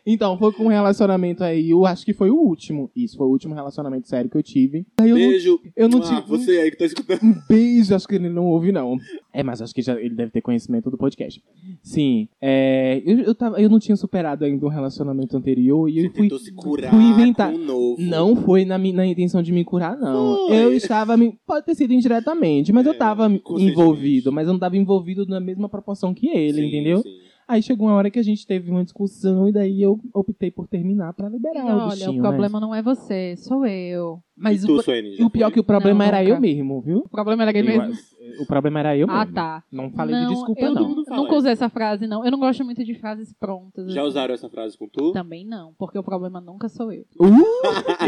S3: Então, foi com um relacionamento aí, eu acho que foi o último. Isso, foi o último relacionamento sério que eu tive. Aí eu, não,
S1: Beijo.
S3: eu não
S1: ah,
S3: tive
S1: você aí que tá escutando.
S3: um beijo, acho que ele não ouve, não. É, mas acho que já, ele deve ter conhecimento do podcast. Sim, é, eu, eu, tava, eu não tinha superado ainda um relacionamento anterior e eu fui...
S1: Tentou se curar
S3: fui inventar.
S1: com um novo.
S3: Não foi na, mi- na intenção de me curar, não.
S1: Foi.
S3: Eu estava. me- Pode ter sido indiretamente, mas eu
S1: É,
S3: estava
S1: conscientemente.
S3: envolvido, mas eu não estava envolvido na mesma proporção que ele,
S1: Sim,
S3: entendeu?
S1: sim.
S3: Aí chegou uma hora que a gente teve uma discussão e daí eu optei por terminar pra liberar o
S2: Olha,
S3: bichinho,
S2: o problema não é você, sou eu. Mas
S1: e
S2: o,
S1: tu,
S2: pro-
S1: Suene,
S3: né?
S1: já
S3: E o pior é
S1: foi?
S3: que o problema
S2: Não,
S3: era
S2: nunca.
S3: eu mesmo, viu?
S2: o problema era ele
S1: Eu
S2: mesmo.
S3: O problema era eu mesmo.
S2: Ah, tá.
S3: Não falei
S2: Não,
S3: de desculpa,
S2: eu
S3: não.
S1: Todo mundo fala
S2: Nunca
S1: isso.
S2: usei essa frase, não. Eu não gosto muito de frases prontas.
S1: Já
S2: assim.
S1: usaram essa frase com tu?
S2: Também não, porque o problema nunca sou eu.
S3: Uh!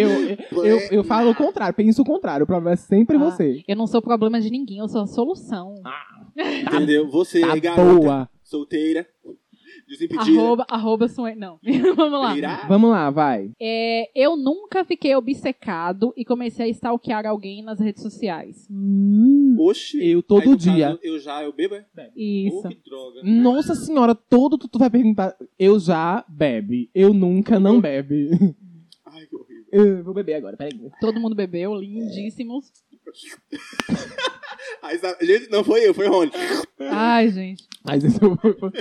S3: eu, eu, eu falo o contrário, penso o contrário. O problema é sempre
S2: Ah.
S3: você.
S2: Eu não sou problema de ninguém, eu sou a solução.
S1: Entendeu? Você
S3: Tá
S1: aí, garota,
S3: boa.
S1: solteira, desimpedida.
S2: Arroba, arroba Suen- Não, [laughs] vamos lá.
S1: pirá.
S3: Vamos lá, vai.
S2: É, eu nunca fiquei obcecado e comecei a stalkear alguém nas redes sociais. Hum,
S1: Oxi.
S3: Eu
S1: Aí,
S3: todo
S1: no
S3: dia. Hum?
S1: caso, eu já, eu bebo, é?
S2: Isso.
S1: Oh, que droga.
S3: Nossa senhora, todo tu, tu vai perguntar. Eu já bebe. Eu nunca não bebe. [laughs]
S1: Ai, que horrível.
S3: Eu vou beber agora, peraí.
S2: Todo mundo bebeu, lindíssimos.
S1: Ai, sabe- Gente, não foi eu, foi o Rony.
S2: Ai, gente.
S3: Mas isso eu, vou-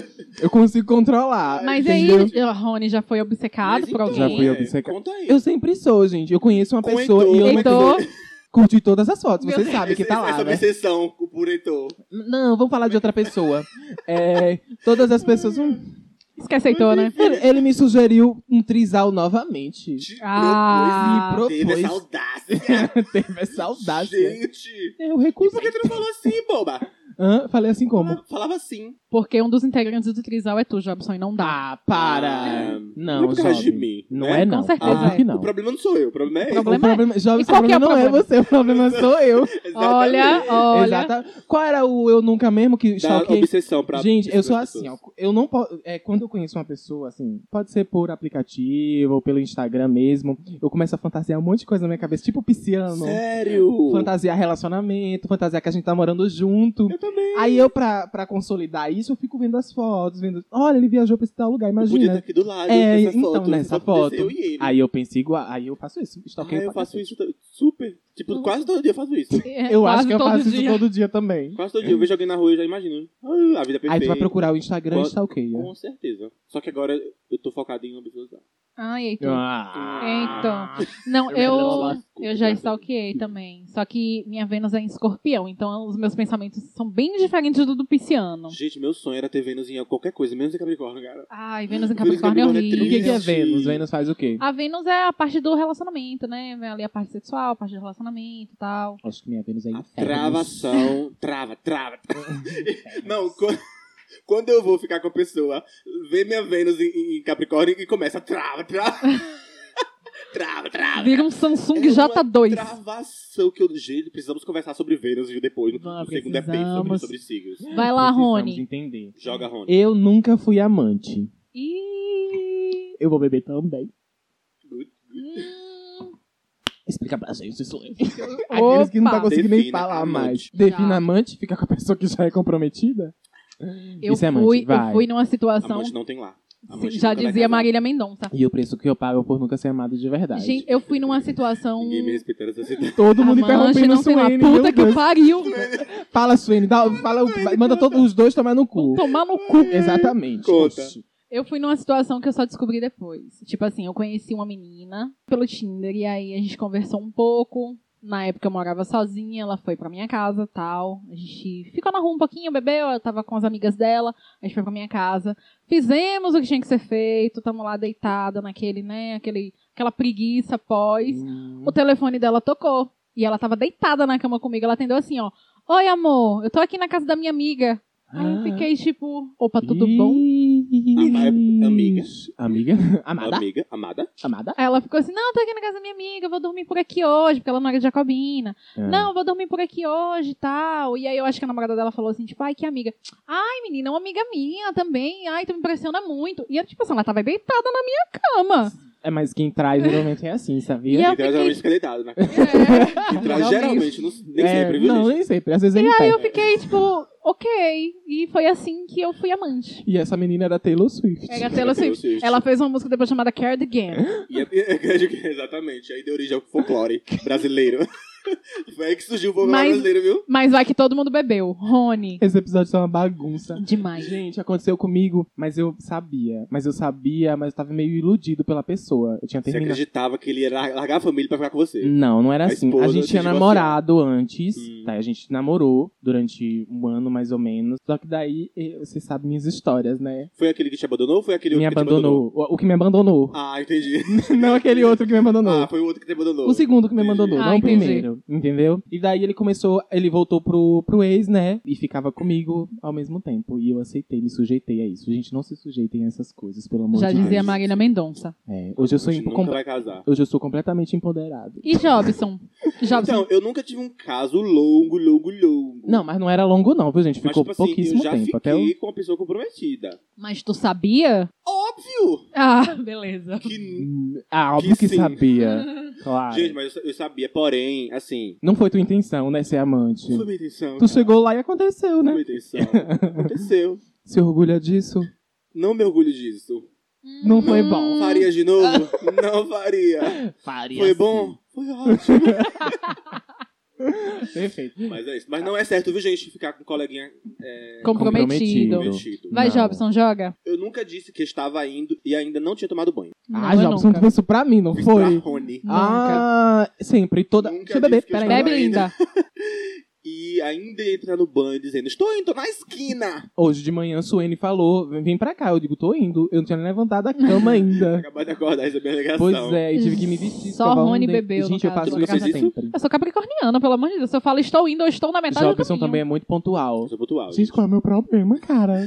S3: eu consigo controlar.
S2: Mas é aí,
S3: entendeu?
S2: a Rony já foi obcecado
S1: Mas
S2: por
S1: então,
S2: alguém.
S3: Já fui
S1: é,
S3: obcecado.
S1: Conta aí.
S3: Eu sempre sou, gente. Eu conheço uma
S1: Com
S3: pessoa
S1: Heitor,
S3: e eu
S1: como é que
S2: Heitor.
S1: foi?
S3: curti todas as fotos.
S2: Meu
S3: Você
S2: Deus.
S3: sabe que tá
S1: Esse- é
S3: lá,
S1: Essa
S3: né?
S1: obsessão com o Puretor.
S3: Não, vamos falar de outra pessoa. É, todas as pessoas... Hum,
S2: Esqueceitou, né?
S3: Ele, ele me sugeriu um trisal novamente. [laughs]
S1: Te
S2: Ah,
S1: propôs e
S3: propôs.
S1: teve essa audácia.
S3: Teve essa audácia.
S1: Gente.
S3: Eu
S1: E por
S3: recusei.
S1: que tu não falou assim, boba?
S3: Hã? Falei assim como?
S1: Falava- Falava assim.
S2: Porque um dos integrantes do Trisal é tu, Jobson, e não dá.
S3: Ah, para.
S1: Ah,
S3: não,
S1: não é por causa
S3: jovem.
S1: de mim,
S3: Não
S1: né?
S3: é, não.
S2: Com certeza
S3: Óbvio
S2: é.
S3: que não.
S1: O problema não sou eu, o problema é
S2: O
S1: ele.
S2: problema
S3: O problema- jovem,
S2: E
S3: o
S2: qual que é
S3: problema
S2: o
S3: não é
S2: problema?
S3: você, o problema sou eu.
S2: Olha, [laughs] olha.
S3: Exata. Qual era o eu nunca mesmo que
S1: Da
S3: choquei?
S1: obsessão pra
S3: Gente, eu sou
S1: das
S3: assim, ó.
S1: pessoas.
S3: Eu não posso. É, quando eu conheço uma pessoa, assim, pode ser por aplicativo ou pelo Instagram mesmo. Eu começo a fantasiar um monte de coisa na minha cabeça, tipo pisciano.
S1: Sério?
S3: Fantasiar relacionamento, fantasiar que a gente tá morando junto.
S1: Eu também.
S3: Aí eu, pra, pra consolidar isso, eu fico vendo as fotos, vendo. Olha, ele viajou pra esse tal lugar,
S1: Eu Podia estar
S3: imagina.
S1: aqui do lado.
S3: É,
S1: nessa
S3: então,
S1: foto,
S3: nessa
S1: só podia
S3: foto.
S1: ser Eu e ele.
S3: Aí eu penso igual. Aí eu faço isso. Uhum.
S1: Ah,
S3: stalkeio
S1: eu
S3: pra
S1: faço isso t- super. Tipo, quase todo dia eu faço isso.
S2: É,
S3: Eu
S2: quase
S3: acho que eu
S2: todo
S3: faço isso
S2: dia.
S3: todo dia também.
S1: Quase todo dia. Eu vejo alguém na rua e eu já imagino. Ah, a vida perfeita.
S3: Uhum. Aí tu vai procurar o Instagram e
S1: Quando-
S3: stalkeia.
S1: Com certeza. Só que agora eu tô focado em obsessão.
S2: Ai, Heitor. Então.
S3: Ah.
S2: Não,
S3: Eu
S2: eu,
S3: já-
S2: eu já stalkeei também. Só que minha Vênus é em escorpião, então os meus pensamentos são bem diferentes do do pisciano.
S1: Gente, meu sonho era ter Vênus em qualquer coisa, menos em Capricórnio, cara.
S2: Ai, Vênus em
S1: Vênus em
S2: Capricórnio é
S1: Capricórnio é
S3: E o que, que é
S1: Gente.
S2: horrível.
S3: Vênus? Vênus faz o quê?
S2: A Vênus é a parte do relacionamento, né? Vem ali a parte sexual, a parte do relacionamento e tal.
S3: Acho que minha Vênus é
S1: A
S3: inferno. É,
S1: travação. Trava,
S3: [laughs]
S1: trava. Não, quando, quando eu vou ficar com a pessoa, vê minha Vênus em, em Capricórnio e começa trava,
S3: [laughs]
S1: trava. trava, trava.
S2: Vira um Samsung
S1: É uma
S2: J2.
S1: Travação que eu. Gente, precisamos conversar sobre Vênus e depois no,
S2: Vamos,
S1: no segundo EP sobre,
S2: precisamos.
S1: sobre signos.
S2: Vai lá,
S3: Precisamos
S2: Rony.
S3: entender.
S1: Joga, Rony.
S3: Eu nunca fui amante.
S2: Ih.
S3: Eu vou beber também.
S2: hum,
S3: Explica pra gente isso.
S2: [laughs]
S3: Aqueles que não tá
S2: opa.
S3: conseguindo nem
S1: Defina
S3: falar
S1: amante.
S3: mais. Defina
S2: Já.
S3: amante, fica com a pessoa que já é comprometida.
S2: Eu
S3: Isso é amante,
S2: fui, eu
S3: vai.
S2: fui numa situação.
S1: Amante não tem lá. Amante
S2: Sim, já
S1: nunca vai
S2: dizia
S1: casar.
S2: Marília Mendonça.
S3: E o preço que eu pago por nunca ser amado de verdade.
S2: Gente, eu fui numa situação.
S1: Ninguém me respeitando essa cidade.
S3: Todo mundo
S2: amante,
S3: interrompendo a
S2: não sei lá,
S3: Suene.
S2: Puta
S3: meu
S2: que
S3: Deus.
S2: pariu.
S3: Fala, Suene. Dá, fala, manda todos os dois tomar no cu.
S2: Tomar no cu.
S3: [laughs] Exatamente.
S1: Conta.
S3: Oxe.
S2: Eu fui numa situação que eu só descobri depois. Tipo assim, eu conheci uma menina pelo Tinder e aí a gente conversou um pouco. Na época eu morava sozinha, ela foi pra minha casa tal. A gente ficou na rua um pouquinho, bebeu, eu tava com as amigas dela, a gente foi pra minha casa. Fizemos o que tinha que ser feito, tamo lá deitada naquele, né, aquele, aquela preguiça pós.
S3: Hum.
S2: O telefone dela tocou. E ela tava deitada na cama comigo. Ela atendeu assim, ó. Oi, amor, eu tô aqui na casa da minha amiga. Aí
S3: Ah,
S2: eu fiquei tipo, opa, tudo bom?
S1: Amada- amiga.
S3: Amiga? [laughs] Amada?
S1: Amiga, amada.
S3: Amada?
S2: Aí ela ficou assim, não, tô aqui na casa da minha amiga, vou dormir por aqui hoje, porque ela não era jacobina.
S3: É.
S2: Não, vou dormir por aqui hoje e tal. E aí eu acho que a namorada dela falou assim, tipo, ai, que amiga. Ai, menina, é uma amiga minha também. Ai, tu me impressiona muito. E eu, tipo assim, ela tava deitada na minha cama.
S3: É, mas quem traz normalmente é assim, sabia?
S2: E eu
S1: Então,
S2: fiquei-
S1: geralmente fica deitado, né?
S2: É. [laughs]
S1: Que traz geralmente, não, nem
S3: É,
S1: sempre, viu,
S3: Não,
S1: gente?
S3: nem sempre. Às vezes ele
S2: Aí
S3: pega.
S2: eu fiquei, tipo, ok. E foi assim que eu fui amante.
S3: E essa menina era Taylor Swift.
S2: Era Taylor Swift. Ela fez uma música depois chamada Cared Again.
S1: um E é- [laughs] é- é- exatamente, aí deu origem ao folclore brasileiro. [laughs] Foi aí que surgiu o folclore
S2: Mas-
S1: brasileiro, viu?
S2: Mas vai que todo mundo bebeu. Rony.
S3: Esse episódio tá uma bagunça.
S2: Demais.
S3: Gente, aconteceu comigo, mas eu sabia. Mas eu sabia, mas eu tava meio iludido pela pessoa. Eu tinha
S1: Você
S3: terminado.
S1: acreditava que ele ia lar- largar a família pra ficar com você.
S3: Não, não era
S1: A
S3: assim. A
S1: esposa
S3: gente
S1: te
S3: tinha
S1: divorciou.
S3: namorado antes,
S1: Hum.
S3: tá? A gente namorou durante um ano mais ou menos. Só que daí, eh, você sabe minhas histórias, né?
S1: Foi aquele que te abandonou ou foi aquele
S3: me
S1: outro que te
S3: abandonou. O, o que me abandonou. [laughs]
S1: abandonou? Ah, entendi.
S3: não aquele outro que me abandonou.
S1: Ah, foi o outro que te abandonou.
S3: O segundo que me abandonou,
S2: Ah,
S3: não
S2: entendi.
S3: o primeiro, entendeu? E daí ele começou, ele voltou pro, pro ex, né? E ficava comigo ao mesmo tempo. E eu aceitei, me sujeitei a isso. Gente, não se sujeitem a essas coisas, pelo amor
S2: Já
S3: de
S2: dizia
S3: Deus.
S2: Marina Mendonça.
S3: É, hoje eu sou
S1: A gente
S3: impo-
S1: nunca
S3: com-
S1: vai casar.
S3: hoje eu sou completamente empoderado.
S2: E Jobson? Jobson.
S1: Então, eu nunca tive um caso longo, longo, longo.
S3: Não, mas não era longo não, viu, gente? Ficou
S1: mas, tipo
S3: pouquíssimo
S1: assim, eu já
S3: tempo.
S1: fiquei
S3: Até o...
S1: com uma pessoa comprometida.
S2: Mas tu sabia?
S1: Óbvio!
S2: Ah, [laughs] beleza.
S1: Que...
S3: Hum, Ah, óbvio
S1: Que
S3: que,
S1: sim. [laughs]
S3: sabia. Claro.
S1: Gente, mas eu, eu sabia, porém, assim...
S3: Não foi tua intenção, né, ser amante.
S1: Não foi minha intenção.
S3: Tu
S1: cara.
S3: chegou lá e aconteceu,
S1: Não
S3: né?
S1: foi minha intenção. Aconteceu.
S3: Se orgulha disso?
S1: Não me orgulho disso.
S3: Não foi bom.
S1: Faria de
S3: [laughs]
S1: novo? Não faria.
S3: Faria assim.
S1: Foi bom? Foi
S3: [laughs]
S1: ótimo.
S3: Perfeito.
S1: Mas é isso. Mas não é certo, viu, gente, ficar com coleguinha
S2: Comprometido.
S3: Comprometido.
S1: metido.
S2: Vai,
S3: Não.
S2: Jobson, joga.
S1: Eu nunca disse que estava indo e ainda não é tinha tomado banho.
S2: Não,
S3: Ah,
S2: eu
S3: Jobson,
S2: nunca.
S3: tu fez isso pra mim, não
S1: Fiz
S3: foi?
S1: pra Rony.
S2: Nunca.
S3: Ah, sempre. Toda...
S1: Nunca
S3: Deixa eu beber,
S1: disse que eu
S3: peraí.
S1: estava
S2: Bebe
S1: não ainda.
S2: ainda.
S1: E ainda entrar no banho dizendo, estou indo, tô na esquina. [laughs]
S3: Hoje de manhã, Suene falou, "Vem- vem pra cá. Eu digo, tô indo. Eu não tinha nem levantado
S2: [laughs]
S3: a cama ainda.
S1: Acabar de acordar, receber a ligação.
S3: pois é, e tive que me vestir.
S2: Só
S3: escovar um
S2: Rony
S3: dente.
S2: bebeu,
S3: Gente,
S2: no caso,
S3: eu
S2: É,
S3: faço
S1: no
S3: isso
S1: caso.
S3: sempre.
S2: Eu sou capricorniano, pelo amor de Deus. Se eu falo estou indo, eu estou na metade
S3: Jobson
S2: do caminho.
S3: também é muito pontual.
S1: Eu sou pontual.
S3: Gente, qual é o meu problema, cara?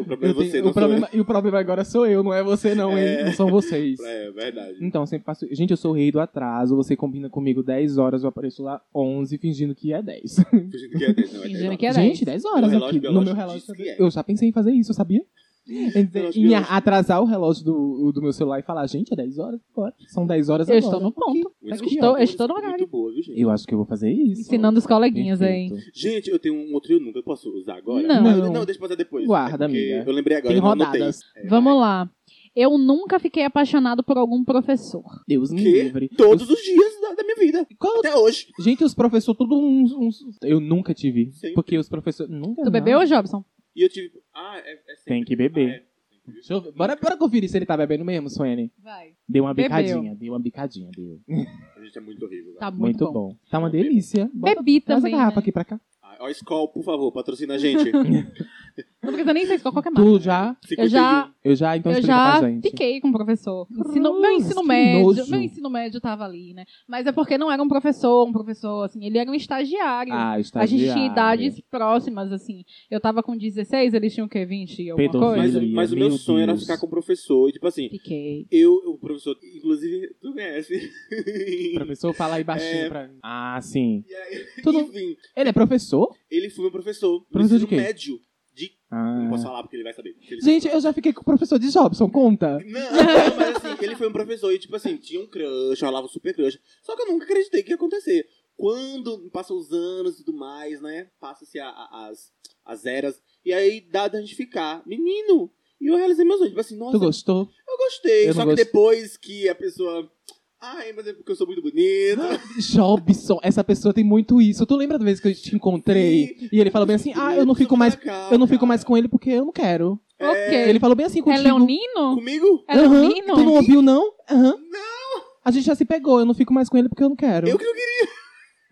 S1: O problema é
S3: Eu
S1: você,
S3: tenho-
S1: não
S3: o
S1: sou
S3: problema... E o problema agora sou eu, não é você não, hein?
S1: É.
S3: Não são vocês.
S1: eu. É verdade.
S3: Então, eu sempre faço. Gente, eu sou o rei do atraso. Você combina comigo 10 horas, eu apareço lá 11, fingindo que é 10.
S1: Fingindo que é dez, não é
S2: Fingindo
S1: dez,
S2: que é
S3: Gente,
S2: 10.
S3: 10 horas
S1: O relógio
S3: aqui no meu
S1: biológico
S3: relógio.
S1: diz que é.
S3: Eu já pensei em fazer isso,
S1: [laughs]
S3: sabia? Em dizer-
S1: Relógio
S3: em
S1: biológico.
S3: atrasar o relógio do, do meu celular e falar, gente, é 10 horas agora. São 10 horas
S2: Eu
S3: agora.
S2: estou no ponto.
S1: não. Isso
S3: Aqui,
S1: é
S2: estou-
S1: uma
S2: eu estou no
S1: coisa
S2: horário.
S1: Muito boa, viu, gente?
S3: Eu acho que eu vou fazer isso.
S2: Ensinando os coleguinhas aí.
S3: Perfeito.
S1: Gente, eu tenho um outro eu nunca posso usar agora.
S2: Não.
S1: Ah, eu- não deixa eu passar depois.
S3: Guarda,
S1: É porque
S3: amiga.
S1: Eu lembrei agora,
S3: Tem
S1: eu não anotei.
S3: rodadas.
S1: É,
S2: Vamos
S1: vai.
S2: lá. Eu nunca fiquei apaixonado por algum professor.
S3: Deus me
S1: Que?
S3: livre.
S1: Todos os dias da, da minha vida.
S3: Os- qual-
S1: Até hoje.
S3: Gente, os professores, tudo uns, uns- Eu nunca tive.
S1: Sempre.
S3: Porque os professores. Nunca.
S2: Tu
S3: não.
S2: bebeu, Jobson?
S1: E eu tive. Ah, é, é sempre.
S3: Tem que beber.
S1: Ah, é.
S3: Deixa eu ver. Bora, bora conferir se ele tá bebendo mesmo, Suene.
S2: Vai.
S3: Deu uma
S2: Bebeu.
S3: bicadinha, deu uma bicadinha, deu.
S1: A gente é muito horrível. velho.
S2: Tá muito,
S3: Muito,
S2: bom.
S3: bom. Tá uma delícia. Bota-
S2: Bebi
S3: traz
S2: também.
S3: a garrafa
S2: né?
S3: aqui pra cá.
S1: Ah, Ó, Skol, por favor, patrocina a gente.
S2: Não precisa nem ser qual qualquer marca.
S3: Tu já.
S1: 51.
S2: Eu já,
S3: Eu já, então
S2: eu
S3: explica
S2: já
S3: pra gente.
S2: fiquei com o professor. Ensino-
S3: Cruz,
S2: meu ensino
S3: que
S2: médio,
S3: nojo.
S2: meu ensino médio tava ali, né? Mas é porque não era um professor, um professor, assim, ele era um estagiário.
S3: Ah,
S2: A
S3: estagiário.
S2: gente tinha idades próximas, assim. Eu tava com 16, eles tinham o quê? 20 e alguma
S3: Pedofilia.
S1: Mas,
S2: coisa?
S1: mas o meu
S3: Meu
S1: sonho era
S3: Deus.
S1: ficar com o professor. E, tipo assim,
S2: Fiquei.
S1: eu, o professor, inclusive, tu conhece. [laughs]
S3: Professor, fala aí baixinho
S1: É.
S3: pra mim. Ah, sim.
S1: e aí,
S3: Tu não-
S1: enfim,
S3: Ele é professor?
S1: ele foi meu professor. do
S3: Professor de
S1: ensino
S3: quê?
S1: médio. De... Não
S3: Ah.
S1: posso falar porque ele vai saber. Se ele-
S3: Gente, eu já fiquei com o professor de Jobson, conta.
S1: Não, não, mas assim, ele foi um professor e, tipo assim, tinha um crush, eu falava super crush. Só que eu nunca acreditei que ia acontecer. Quando passam os anos e tudo mais, né? Passa-se a- a- as, as eras. E aí dá da gente ficar. Menino! E eu realizei meus sonhos. Tipo assim, nossa,
S3: Tu gostou?
S1: eu gostei.
S3: Eu
S1: só
S3: não
S1: que
S3: gost-
S1: depois que a pessoa. Ai, mas é porque eu sou muito bonita.
S3: Jobson, essa pessoa tem muito isso. Tu lembra da vez que eu te encontrei? E ele falou bem assim: Ah, eu não fico mais. Eu não fico mais com ele porque eu não quero.
S2: ok.
S3: Ele falou bem assim
S2: É
S3: contigo.
S2: leonino?
S1: Comigo?
S2: É
S3: Aham.
S2: leonino?
S3: Tu não ouviu, não? Aham. Não! A gente já se pegou, eu não fico mais com ele porque eu não quero.
S1: Eu que não queria,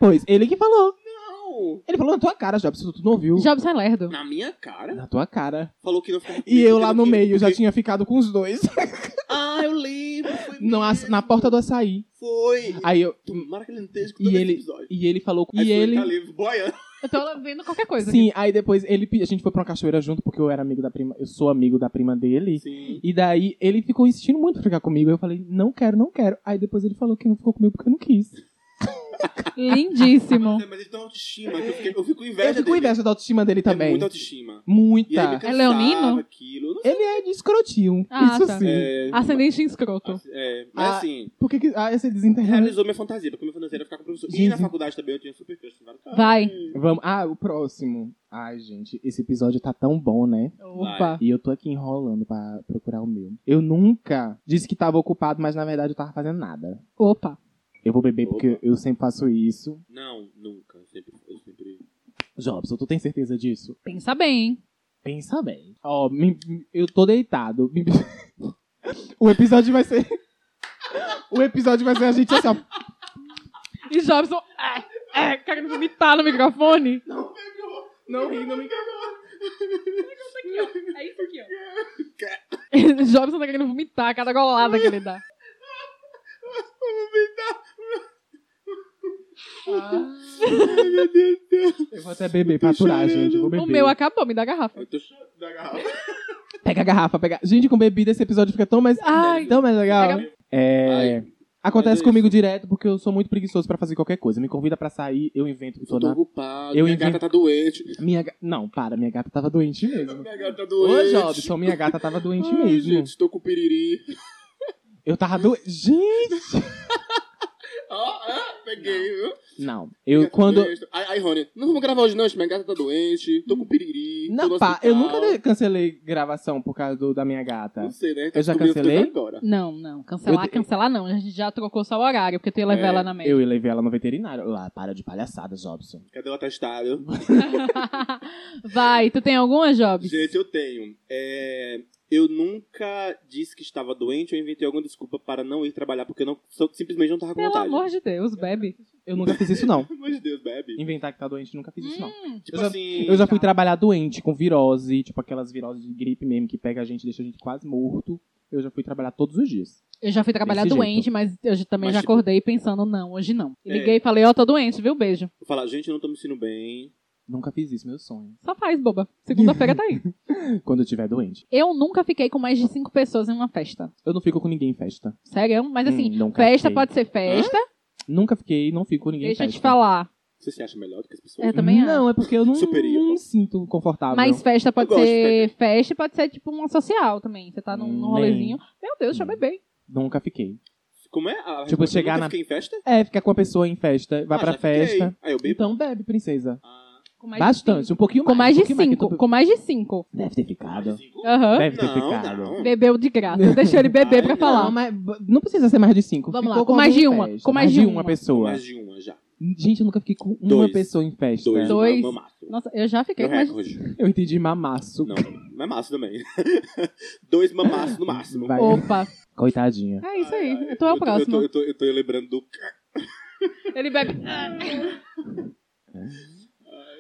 S3: Pois, ele que falou.
S1: não.
S3: Ele falou na tua cara, Jobson, tu não ouviu.
S2: Jobson é lerdo.
S1: Na minha cara?
S3: Na tua cara.
S1: Falou que não ficava
S3: E
S1: comigo,
S3: eu
S1: que
S3: lá
S1: não
S3: no
S1: queria,
S3: meio já
S1: porque-
S3: tinha ficado com os dois.
S1: Ah, eu lembro. Foi
S3: [laughs] No aç- na porta do açaí.
S1: Foi.
S3: Aí eu.
S1: Tomara que ele não esteja
S3: E
S1: escutando esse
S3: ele-
S1: episódio.
S3: E ele falou.
S1: Aí
S3: E
S1: foi,
S3: ele.
S1: Tá ali, boiando.
S2: Eu tô vendo qualquer coisa. aqui.
S3: Sim, aí depois ele, pe- a gente foi pra uma cachoeira junto, porque eu era amigo da prima, eu sou amigo da prima dele.
S1: Sim.
S3: E daí ele ficou insistindo muito pra ficar comigo. Eu falei, não quero, não quero. Aí depois ele falou que não ficou comigo porque eu não quis.
S2: Lindíssimo.
S1: Mas, é- mas ele tem uma autoestima. que eu, fiquei, eu fico com inveja
S3: Eu fico com
S1: dele.
S3: inveja da autoestima dele
S1: É
S3: também. Tá. É
S1: muita autoestima. E ele me
S3: Muita.
S1: cansava,
S2: leonino?
S1: Aquilo. eu não sei.
S3: Ele é de escrotinho.
S2: Ah,
S3: isso
S2: tá.
S3: sim.
S1: É,
S2: Ascendente em escroto.
S1: assim, é, mas
S3: Ah.
S1: assim,
S3: Por que que. Ah, esse desinternet.
S1: realizou minha fantasia. Porque minha fantasia era ficar com o professor. E
S3: Gente.
S1: na faculdade também eu tinha super crush. com vários caras.
S2: Vai.
S1: É.
S3: Vamos. Ah, o próximo. Ai, gente, esse episódio tá tão bom, né?
S2: Opa.
S3: E eu tô aqui enrolando pra procurar o meu. Eu nunca disse que tava ocupado, mas na verdade eu tava fazendo nada.
S2: Opa.
S3: Eu vou beber
S1: Opa.
S3: porque eu sempre faço isso.
S1: Não, nunca. Eu sempre, eu sempre...
S3: Jobson, tu tem certeza disso?
S2: Pensa bem, hein?
S3: Pensa bem. Ó, me- me- eu tô deitado. Me- [laughs] o episódio vai ser. [laughs] o episódio vai ser a gente assim, ó.
S2: E Jobson, é, é, querendo vomitar no microfone.
S3: Não ri,
S1: [laughs]
S3: não me
S2: É isso aqui, ó. Jobson tá querendo vomitar a cada golada que ele dá. Ah.
S3: Eu vou até beber pra aturar,
S1: chorando.
S3: gente. Eu vou beber.
S2: O meu acabou, me dá a garrafa.
S1: Eu tô chorando da garrafa.
S3: Pega a garrafa, pega. Gente, com bebida esse episódio fica tão mais.
S2: Ai,
S3: tão mais legal.
S2: Pega-
S3: É.
S1: mas
S3: Acontece
S1: é
S3: comigo direto porque eu sou muito preguiçoso pra fazer qualquer coisa. Me convida pra sair, eu invento que
S1: Eu
S3: tô
S1: tô
S3: na.
S1: ocupado.
S3: Eu
S1: minha
S3: invento-
S1: gata tá doente.
S3: Minha ga- Não, para, minha gata tava doente mesmo.
S1: Minha gata tá
S3: Ô,
S1: doente.
S3: Jobson, minha gata tava doente
S1: Ai,
S3: mesmo.
S1: gente, estou com piriri.
S3: Eu tava doente. Gente!
S1: Ó, ah, peguei, viu?
S3: Não, eu
S1: Gata tá
S3: quando.
S1: doente. Ai, ai, Rony, não vamos gravar hoje não, gente. minha gata tá doente. Tô com piriri. tô
S3: Não,
S1: no
S3: pá, eu nunca
S1: hospital.
S3: de- cancelei gravação por causa do- da minha gata.
S1: Não sei, né?
S3: Eu já
S1: descobrindo
S3: cancelei?
S1: tudo Agora.
S2: Não, não. Cancelar,
S3: Eu-
S2: cancelar não. A gente já trocou só o horário, porque tu ia levar
S1: É,
S2: ela na média.
S3: Eu levei ela no veterinário. Lá, para de palhaçada, Jobson.
S1: Cadê o atestado?
S2: [laughs]
S3: Um
S2: Vai, tu tem alguma, Jobs?
S1: Gente, eu tenho. É, Eu nunca disse que estava doente ou inventei alguma desculpa para não ir trabalhar, porque eu não, só- simplesmente não tava com
S2: Pelo
S1: vontade.
S2: amor de Deus, bebe.
S3: Eu nunca fiz
S1: [laughs]
S3: isso, não.
S1: Pelo amor de Deus, bebe.
S3: Inventar que tá doente, nunca fiz isso, não.
S1: Tipo
S3: Hum. eu já-
S1: assim.
S3: Eu já fui
S2: Tá.
S3: trabalhar doente, com virose, tipo aquelas viroses de gripe mesmo que pega a gente e deixa a gente quase morto. Eu já fui trabalhar todos os dias.
S2: Eu já fui trabalhar
S3: Desse
S2: doente, mas eu já- também
S1: Mas,
S2: já
S1: tipo-
S2: acordei pensando, não, hoje não. E
S1: É.
S2: Liguei e falei, ó, tô doente, viu? Beijo.
S1: Vou falar, gente, eu não tô me sentindo bem.
S3: Nunca fiz isso, meu sonho.
S2: Só faz, boba. Segunda-feira tá aí.
S3: Quando eu estiver doente.
S2: Eu nunca fiquei com mais de cinco pessoas em uma festa.
S3: Eu não fico com ninguém em festa.
S2: Sério? Mas assim,
S3: Hum, nunca
S2: festa
S3: fiquei.
S2: pode ser festa.
S3: Nunca fiquei, não fico com ninguém
S2: Deixa
S3: em
S2: eu
S3: festa.
S2: te falar.
S1: Você se acha melhor do que as pessoas?
S2: É, também
S3: Não, é porque eu não,
S1: Superior.
S3: não me sinto confortável.
S2: Mas festa pode
S1: gosto de
S2: ser festa e pode ser tipo uma social também. Você tá num, num
S3: Nem.
S2: rolezinho. Meu Deus, deixa eu beber.
S3: Nunca fiquei.
S1: Como é? A
S3: Tipo,
S1: resposta,
S3: chegar
S1: nunca
S3: na-
S1: fiquei em festa?
S3: É, ficar com a pessoa em festa, vai
S1: Ah,
S3: pra
S1: já fiquei.
S3: festa.
S1: Aí eu bebo.
S3: Então bebe, princesa.
S1: Ah,
S2: Com mais de
S3: Bastante,
S2: cinco.
S3: um pouquinho
S2: Com mais
S3: um
S2: de
S3: pouquinho
S2: cinco.
S3: que eu tô-
S2: Com mais de cinco.
S3: Deve ter
S1: mais
S3: ficado.
S1: Ah, cinco?
S2: Aham.
S3: Deve ter
S1: Não,
S3: ficado.
S1: não.
S2: Bebeu de graça. Eu deixei ele beber pra
S1: Ai,
S2: falar.
S3: Não, mas b- não precisa ser mais de cinco.
S2: Vamos lá,
S3: Ficou
S2: com mais de
S3: alguém em
S2: uma,
S3: festa.
S2: com mais de
S3: de
S2: uma.
S3: uma pessoa.
S1: Mais de uma já.
S3: Gente, eu nunca fiquei com uma
S1: Dois.
S3: pessoa em festa.
S1: Dois,
S2: Dois.
S1: Uma, mamaço.
S2: Nossa, eu já fiquei
S1: Meu
S2: com mais de
S1: recorde.
S3: Eu entendi mamaço.
S1: Não, mamaço também. [laughs] Dois mamaços no máximo.
S3: Vai.
S2: Opa.
S3: Coitadinha.
S2: É isso
S1: Ai,
S2: aí.
S1: ai,
S2: Eu tô ao
S1: eu tô-
S2: próximo.
S1: Eu tô, eu, tô, eu tô lembrando do.
S2: Ele bebe.
S3: Ah.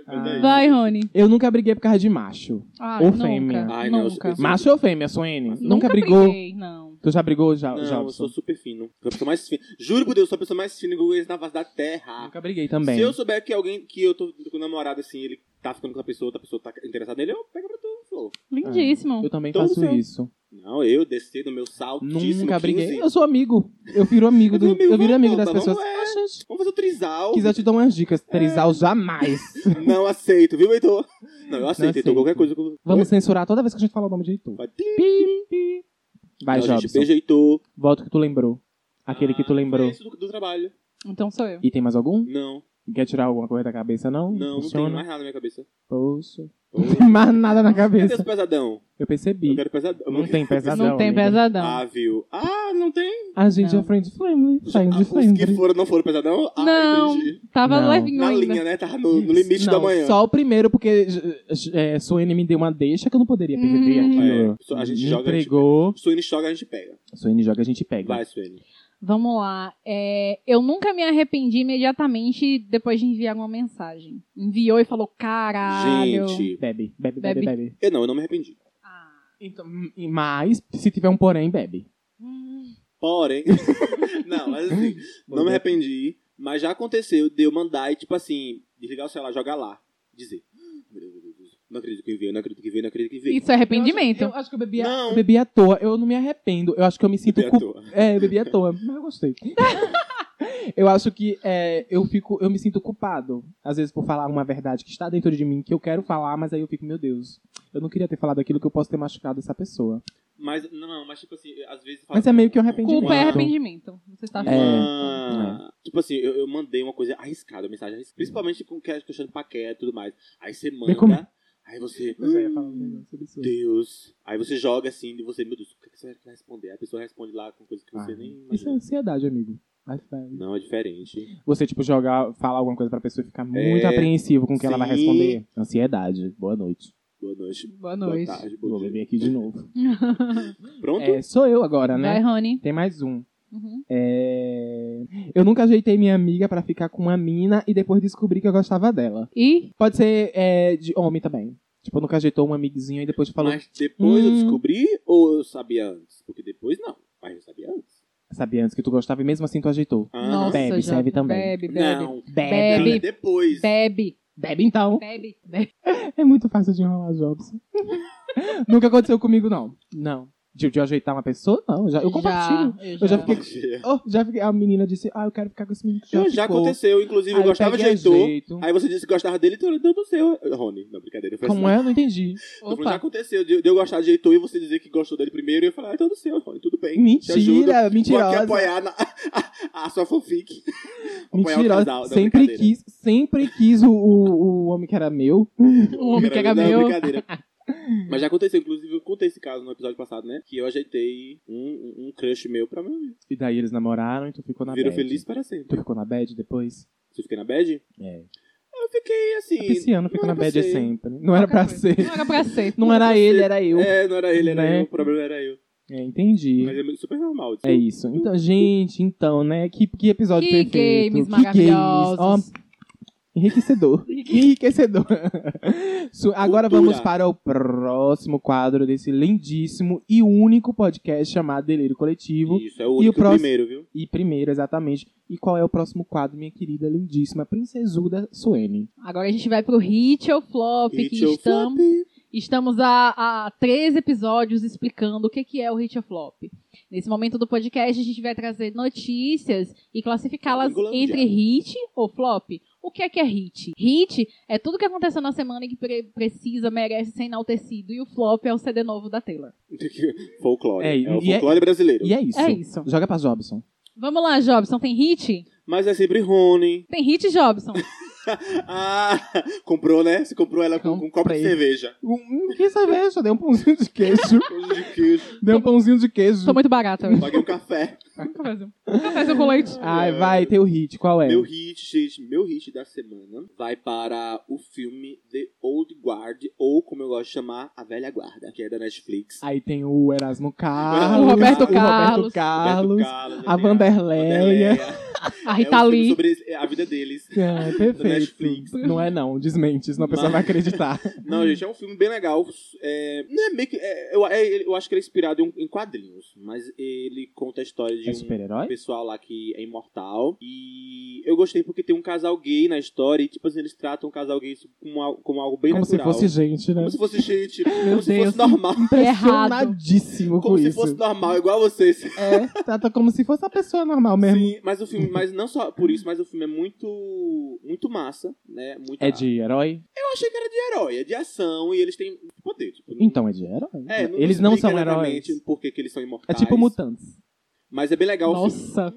S1: Mas é
S2: Vai,
S1: isso.
S2: Rony.
S3: Eu nunca briguei por causa de macho.
S2: Ah,
S3: Ou
S2: nunca.
S3: fêmea.
S1: Ai, não, eu sou
S2: nunca.
S1: pessoa-
S3: Macho ou fêmea, Suene? Nunca, brigou?
S2: briguei, não.
S3: Tu já brigou, já,
S1: Não, eu
S3: Jobson?
S1: sou super fino. Sou a pessoa mais fina. Juro por Deus, sou a pessoa mais fina que eu conheço na face da terra.
S3: Nunca briguei também.
S1: Se eu souber que alguém que eu tô com um namorado assim, ele tá ficando com a pessoa, outra pessoa tá interessada nele, eu pego pra tu, flor.
S2: Lindíssimo.
S3: Eu também
S1: Todo
S3: faço
S1: seu.
S3: isso.
S1: Não, eu desci do meu salto. assim.
S3: Nunca briguei. Eu sou amigo. Eu viro amigo
S1: Eu
S3: do,
S1: viro amigo,
S3: eu viro
S1: vamos,
S3: amigo das
S1: vamos,
S3: pessoas.
S1: é.
S3: Ah, gente,
S1: Vamos fazer o trisal.
S3: Quiser eu te dar umas dicas.
S1: É. [laughs]
S3: Trisal jamais.
S1: Não aceito, viu, Heitor? Não, eu aceito, Heitor.
S3: aceito.
S1: Qualquer coisa que eu.
S3: Vamos censurar toda vez que a gente falar o nome de Heitor.
S1: Vai, tim.
S3: Pi, pi. Vai,
S1: Não, gente,
S3: Jobson.
S1: beijo, Heitor.
S3: Volta o que tu lembrou. Aquele que tu
S1: Ah,
S3: lembrou.
S1: foi Isso do, do trabalho.
S2: Então sou eu.
S3: E tem mais algum?
S1: Não,
S3: Quer tirar alguma coisa da cabeça, não?
S1: não, não
S3: Funciona?
S1: tem mais nada na minha
S3: [laughs]
S1: cabeça.
S3: Poxa.
S1: Ô,
S3: Não tem mais nada na
S1: Cadê os
S3: cabeça.
S1: pesadão?
S3: Eu
S1: Eu
S3: percebi.
S1: quero pesadão.
S3: Não tem pesadão.
S2: não tem
S3: amiga.
S2: pesadão.
S1: [laughs] Ah, viu? Ah, não tem?
S3: A gente
S2: Não.
S3: é friend friendly. Saiu de
S1: Ah, Os que
S3: friendly.
S1: foram não foram pesadão? Ah,
S2: Não.
S1: entendi.
S2: Tava
S3: Não.
S2: levinho
S1: Na
S2: ainda.
S1: linha, né? Tava no, no limite
S3: não,
S1: da manhã.
S3: Só o primeiro, porque é, Suene me deu uma deixa que eu não poderia perder
S2: Hum.
S3: aquilo.
S1: É, a gente
S3: me
S1: joga, a gente-
S3: entregou.
S1: Suene joga, a gente pega.
S3: Suene joga, a gente pega.
S1: Vai, Suene.
S2: Vamos lá. É, eu nunca me arrependi imediatamente depois de enviar uma mensagem. Enviou e falou, caralho.
S1: Gente,
S3: Bebe, bebe,
S2: Bebe.
S3: bebe, bebe.
S1: eu não, eu não me arrependi.
S2: Ah.
S3: Então, e- mas, se tiver um porém, bebe.
S2: Hum.
S1: Porém, [laughs] não, mas assim, não me arrependi, mas já aconteceu de eu mandar e, tipo assim, desligar o celular, jogar lá. dizer. Meu Deus, meu Deus, meu Deus. Não acredito que veio, não acredito que veio, não acredito que veio.
S2: Isso é arrependimento.
S3: Eu acho, eu acho que eu bebi, a-
S1: Não.
S3: eu bebi à toa. Eu não me arrependo. Eu acho que eu me sinto
S1: Bebi à
S3: culpado.
S1: toa.
S3: É, eu bebi à toa, mas
S1: [laughs]
S3: eu gostei. Eu acho que é, eu fico, eu me sinto culpado, às vezes, por falar uma verdade que está dentro de mim, que eu quero falar, mas aí eu fico, meu Deus, eu não queria ter falado aquilo que eu posso ter machucado essa pessoa.
S1: Mas, não, mas tipo assim, às vezes...
S3: Mas é meio que um arrependimento.
S2: Culpa é
S1: Uma-
S2: arrependimento. Você tá está
S3: É.
S1: Uma- Tipo assim, eu, eu mandei uma coisa arriscada, uma mensagem arriscada, principalmente com que- questão de paquera e tudo mais. Aí você manda,
S3: como-
S1: aí você.
S3: Eu já ia falar um negócio
S1: Hum.
S3: absurdo.
S1: Deus. Aí você joga assim e você, meu Deus, o que que você vai responder? A pessoa responde lá com coisa que você
S3: Ah,
S1: nem
S3: Isso é
S1: imagina.
S3: ansiedade, amigo. Mas, vai.
S1: Não, é diferente.
S3: Você, tipo, jogar, falar alguma coisa pra pessoa e ficar muito
S1: É,
S3: apreensivo com o que ela vai
S1: sim.
S3: responder. Ansiedade. Boa noite.
S1: Boa noite.
S2: Boa
S1: Boa
S2: noite.
S1: tarde,
S3: Vou
S1: bom dia.
S3: beber aqui de novo.
S1: Pronto?
S3: É, sou eu agora, né?
S2: Vai, Rony.
S3: Tem mais um.
S2: Uhum.
S3: É... Eu nunca ajeitei minha amiga pra ficar com uma mina e depois descobri que eu gostava dela.
S2: E
S3: Pode ser é, de homem também. Tipo, eu nunca ajeitou um amiguinho e depois falou.
S1: Mas depois eu
S3: Hum.
S1: descobri ou eu sabia antes? Porque depois não. Mas eu sabia antes.
S3: Sabia antes que tu gostava e mesmo assim tu ajeitou.
S1: Ah,
S2: Nossa,
S3: Bebe,
S2: já-
S3: serve também.
S2: Bebe, bebe.
S1: não.
S2: Bebe.
S1: Cara, Depois.
S2: Bebe,
S3: Bebe então.
S2: bebe, bebe.
S3: É muito fácil de enrolar, Jobson. [laughs] nunca aconteceu comigo, não. Não. De, de eu ajeitar uma pessoa, não. Já, eu compartilho.
S2: Eu
S3: já fiquei-
S1: Porque-
S3: Oh, já fiquei- a menina disse, ah, eu quero ficar com esse menino que já
S1: Já,
S3: ficou.
S1: aconteceu, inclusive, eu
S3: Aí
S1: gostava de
S3: peguei
S1: Heitor.
S3: jeito.
S1: Aí você disse que gostava dele, então deu do seu. Rony, não, brincadeira. Foi
S3: Como
S1: assim.
S3: é? Eu não entendi.
S1: Eu falei,
S2: Opa.
S1: Já aconteceu de de eu gostar de Heitor e você dizer que gostou dele primeiro e eu falar, ah, então do seu, Rony, tudo bem. Te ajudo. Vou
S3: Mentira,
S1: aqui
S3: mentirosa.
S1: apoiar na- [laughs] a, sua fanfic. Apoiar o casal,
S3: Mentirosa.
S1: não,
S3: Sempre
S1: brincadeira.
S3: quis, sempre quis o, o, o homem que era meu.
S2: O homem que é era
S1: Não,
S2: meu.
S3: [laughs]
S1: brincadeira. Mas já aconteceu, inclusive, eu contei esse caso no episódio passado, né? Que eu ajeitei um, um- um crush meu pra mim.
S3: E daí eles namoraram e tu ficou na
S1: Virou
S3: bad.
S1: feliz para sempre.
S3: Tu ficou na bad depois?
S1: Você fiquei na bad?
S3: É.
S1: Eu fiquei assim.
S3: Esse ano ficou
S1: não
S3: na
S1: era pra
S3: bad
S1: ser.
S3: sempre. Não
S1: é
S3: era pra
S2: Qualquer coisa.
S3: ser.
S2: Não era pra ser.
S3: Não era
S1: pra
S3: ele,
S1: ser.
S3: era eu. É,
S1: É, não era ele, era
S3: Né?
S1: eu. O problema era eu.
S3: entendi.
S1: Mas é super normal. isso.
S3: É isso. Então, gente, então, né? Que, que episódio
S2: Que
S3: perfeito.
S2: games
S3: games.
S2: maravilhosos.
S3: Ó, enriquecedor.
S2: [laughs]
S3: enriquecedor. Su- Agora
S1: Cultura.
S3: vamos para o próximo quadro desse lindíssimo e único podcast chamado Delírio Coletivo.
S1: Isso, é o único
S3: próximo-
S1: primeiro, viu?
S3: E primeiro, exatamente. E qual é o próximo quadro, minha querida, lindíssima, princesuda Suene?
S2: Agora a gente vai pro Hit ou Flop, que
S1: Hit ou
S2: estamos,
S1: flop?
S2: estamos há, há três episódios explicando o que, que é o Hit ou Flop. Nesse momento do podcast, a gente vai trazer notícias e classificá-las
S1: Gringolândia.
S2: entre Hit ou Flop. O que é que é Hit? Hit é tudo que aconteceu na semana e que pre- precisa, merece ser enaltecido. E o Flop é o CD novo da Taylor.
S1: Folclore.
S3: É,
S1: É, o
S3: e é-
S1: folclore brasileiro.
S3: E é isso.
S2: É isso.
S3: Joga pra Jobson.
S2: Vamos lá, Jobson. Tem Hit?
S1: Mas é sempre Rony. [laughs]
S2: Tem Hit, [laughs] Jobson?
S1: Ah, comprou, né? Você comprou ela com, com um copo de
S3: Comprei.
S1: cerveja.
S3: Hum, que cerveja? Deu um pãozinho de
S2: [laughs]
S3: queijo.
S1: Coisa de queijo.
S3: Deu um pãozinho de queijo.
S2: Tô muito barata hoje.
S1: Paguei um café.
S2: Nunca faz um- nunca faz um com leite.
S3: Ai, vai, teu hit, qual é?
S1: Meu hit, gente, meu hit da semana vai para o filme The Old Guard, ou como eu gosto de chamar, A Velha Guarda, que é da Netflix.
S3: Aí tem o Erasmo Carlos.
S1: O Roberto
S3: o Roberto
S2: Carlos.
S3: Carlos.
S1: Roberto Carlos, né?
S3: a
S1: Daniel,
S3: Vanderleia.
S2: A
S1: É um
S3: tá
S2: Rita
S1: filme
S2: Lee.
S1: sobre eles- a vida deles.
S3: Ai, É, perfeito.
S1: Netflix.
S3: Não é não, desmente, senão a pessoa
S1: Mas- [laughs]
S3: vai acreditar.
S1: Não, gente, é um filme bem legal. É, não é meio que, é, eu, é- eu acho que ele é inspirado em, em quadrinhos, mas ele conta a história de
S3: É
S1: um
S3: super-herói?
S1: pessoal lá que é imortal. E eu gostei porque tem um casal gay na história e, tipo assim, eles tratam o casal gay como, al- como algo bem
S3: Como se
S1: natural.
S3: fosse gente, né?
S1: Como se fosse gente,
S3: [laughs] Meu
S1: como se
S3: Deus.
S1: fosse normal.
S3: Impressionadíssimo
S1: Como
S3: com
S1: se
S3: isso.
S1: fosse normal, igual a vocês.
S3: É, trata como se fosse uma pessoa normal mesmo.
S1: Sim, mas o filme, mas não só por isso, mas o filme é muito, muito massa, né? Muito,
S3: É de herói?
S1: Eu achei que era de herói, é de ação e eles têm poder. Tipo, não-
S3: Então é de herói.
S1: É,
S3: Eles não
S1: explica
S3: são heróis.
S1: exatamente Por que que eles são
S3: É
S1: imortais.
S3: tipo mutantes.
S1: Mas é bem legal o filme.
S2: Nossa.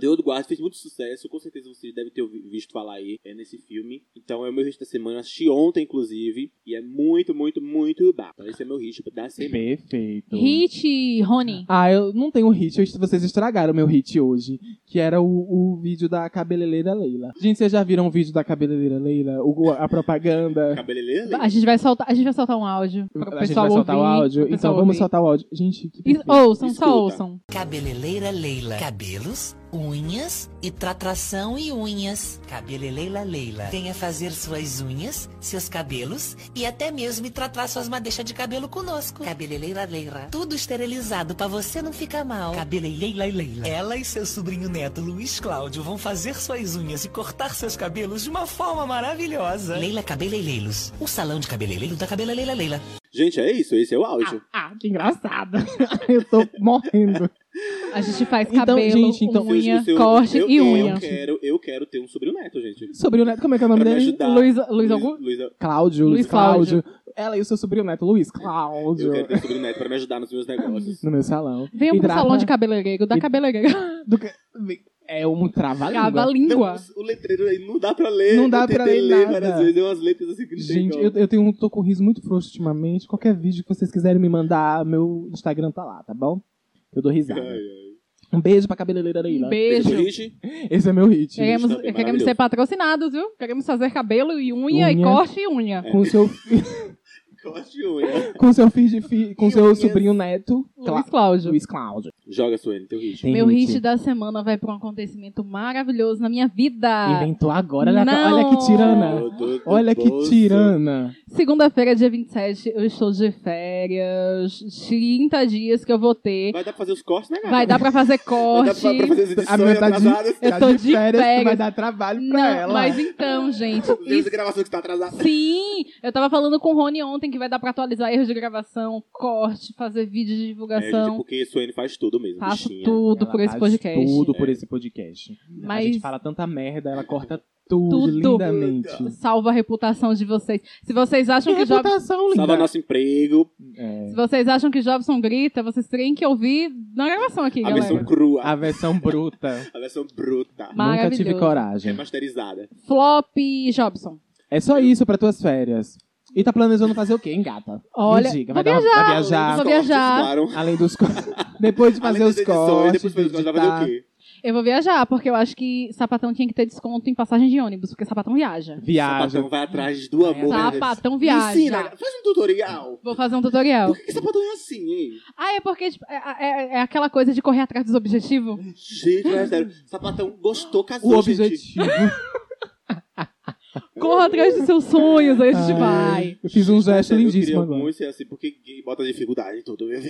S1: The Old Guard fez muito sucesso, com certeza vocês devem ter ouvi- visto falar aí é, nesse filme. Então é o meu hit da semana, assisti ontem, inclusive, e é muito, muito, muito bom. Então esse é meu hit da semana.
S3: Perfeito.
S2: Hit, Rony.
S3: Ah, eu não tenho hit, eu- vocês estragaram meu hit hoje, que era o, o vídeo da cabeleireira Leila. Gente, vocês já viram o vídeo da cabeleireira Leila? O-
S1: [laughs]
S3: a propaganda?
S1: Cabeleleira?
S2: A gente vai soltar, a gente vai soltar um áudio pro
S3: A gente
S2: pessoal
S3: vai soltar o
S2: ouvir,
S3: áudio,
S2: pro
S3: então
S2: pessoal
S3: vamos
S2: ouvir.
S3: soltar o áudio. Gente, que
S2: E-
S3: perfeito.
S2: ouçam,
S1: Escuta.
S2: só ouçam.
S4: Cabeleireira Leila. Cabelos unhas e tratração e unhas. Cabeleleila Leila. Venha fazer suas unhas, seus cabelos e até mesmo tratar suas madeixas de cabelo conosco. Cabeleleila Leila. Tudo esterilizado pra você não ficar mal. Cabeleleila Leila. Ela e seu sobrinho neto Luiz Cláudio vão fazer suas unhas e cortar seus cabelos de uma forma maravilhosa. Leila Cabeleleilos. O salão de cabeleireiro da Cabeleleila Leila.
S1: Gente, é isso. Esse é o auge.
S3: Ah, que engraçada. Eu [laughs] tô morrendo.
S2: A gente faz
S3: Então,
S2: cabelo,
S3: gente, então-
S2: unha,
S1: Seu- seu-
S2: corte
S1: eu-
S2: e
S1: eu
S2: unha.
S1: quero, eu quero ter um sobrinho neto, gente.
S3: Sobre o neto, como é que é o nome
S1: Pra me
S3: dele?
S1: ajudar.
S2: Luiz, Luiz Augusto?
S1: Luiz-
S3: Cláudio, Luiz
S2: Luiz Cláudio.
S3: Cláudio. Ela e o seu sobrinho neto, Luiz Cláudio.
S1: Eu quero ter um sobrinho neto pra me ajudar nos meus negócios.
S3: No meu salão.
S2: Venham
S3: E
S2: pro
S3: trava-
S2: salão de cabeleireiro, da
S3: e-
S2: cabeleireira.
S3: do que- É um trava-língua.
S2: Trava a
S1: Não,
S2: língua.
S1: o letreiro aí não dá pra ler.
S3: Não dá
S1: eu tentei
S3: pra ler nada.
S1: várias vezes, deu umas letras assim que não tem
S3: Gente,
S1: como.
S3: eu, eu tenho um, tô com um riso muito frouxo ultimamente. Qualquer vídeo que vocês quiserem me mandar, meu Instagram tá lá, tá bom? Eu dou risada.
S1: Ai, ai.
S3: Um beijo pra cabeleireira Leila.
S2: Um
S1: Beijo,
S2: beijo.
S1: Rich.
S3: Esse é meu hit.
S2: Queremos,
S1: Isso também,
S2: queremos
S1: maravilhoso.
S2: ser patrocinados, viu? Queremos fazer cabelo e unha, e
S3: Unha. É.
S2: corte e unha.
S3: Com seu,
S1: Corte e unha.
S3: com seu filho de fi- com seu
S1: Unhas.
S3: sobrinho neto, Clá-
S2: Luiz Cláudio.
S3: Luiz Cláudio.
S1: Joga, Suene, teu Rich.
S3: Tem
S2: Meu
S3: hit.
S2: hit da semana vai pra um acontecimento maravilhoso na minha vida.
S3: Inventou agora, olha,
S2: Não.
S3: olha que tirana. Olha que tirana.
S2: Segunda-feira, dia 27, eu estou de férias. 30 dias que eu vou ter.
S1: Vai dar pra fazer os cortes, né, cara?
S2: Vai dar pra fazer
S1: Vai dar
S2: corte.
S1: pra, pra fazer as
S3: A
S1: edições
S3: minha tá de,
S2: [laughs]
S1: atrasadas.
S2: Eu
S3: tá
S2: tô
S3: de
S2: de
S3: férias, tu
S2: férias.
S3: vai dar trabalho pra
S2: Não,
S3: ela.
S2: mas então, gente.
S1: Os dias
S2: isso-
S1: de gravação que tá atrasada.
S2: Sim! Eu tava falando com o Rony ontem que vai dar pra atualizar erros de gravação, corte, fazer vídeo de
S1: É, gente,
S2: divulgação.
S1: porque a Suene faz tudo mesmo,
S2: Faço
S1: bichinha.
S2: tudo
S3: Ela
S2: por esse
S3: faz
S2: podcast.
S3: Tudo por esse podcast. A
S2: Mas-
S3: gente fala tanta merda, ela corta tudo,
S2: Tudo.
S3: lindamente.
S2: Salva a reputação de vocês. Se vocês
S3: Que
S2: acham que, Job...
S3: reputação
S1: Salva
S3: linda.
S1: nosso emprego,
S3: É.
S2: Se vocês acham que Jobson grita, vocês têm que ouvir na gravação aqui,
S1: a versão
S2: galera.
S1: crua,
S3: A versão bruta.
S1: a versão bruta,
S3: Nunca
S2: Maravilhoso.
S3: tive
S1: é
S3: coragem.
S1: masterizada.
S2: Flop Jobson.
S3: É só isso pra tuas férias. E tá planejando fazer o quê, hein, gata?
S2: Olha,
S3: Me diga,
S2: vou
S3: vai, dar- vai
S1: Os
S2: Vou
S1: cortes,
S3: viajar.
S2: Tá viajar.
S1: Claro.
S3: Além dos co- [laughs] Depois de fazer
S1: Além
S3: os
S1: das edições,
S3: cortes.
S1: Depois de fazer os cortes, vai
S3: editar.
S1: fazer o quê?
S2: Eu vou viajar, porque eu acho que sapatão tinha que ter desconto em passagem de ônibus, porque sapatão viaja.
S3: Viaja.
S1: Sapatão vai atrás do amor. né?
S2: Sapatão
S1: Me
S2: viaja.
S1: Ensina, faz um tutorial.
S2: Vou fazer um tutorial.
S1: Por que, que sapatão é assim, hein?
S2: Ah, é porque tipo, é, é- é aquela coisa de correr atrás dos objetivos? [laughs]
S1: Gente, mas é sério. Sapatão gostou, casou,
S3: O
S1: gente.
S3: objetivo.
S2: Corra atrás dos seus sonhos, aí a gente
S3: Ai,
S2: vai.
S3: Eu fiz um gesto
S1: Sério,
S3: lindíssimo
S1: Eu queria
S3: agora.
S1: muito ser assim, porque gay bota dificuldade em tudo. Eu vejo.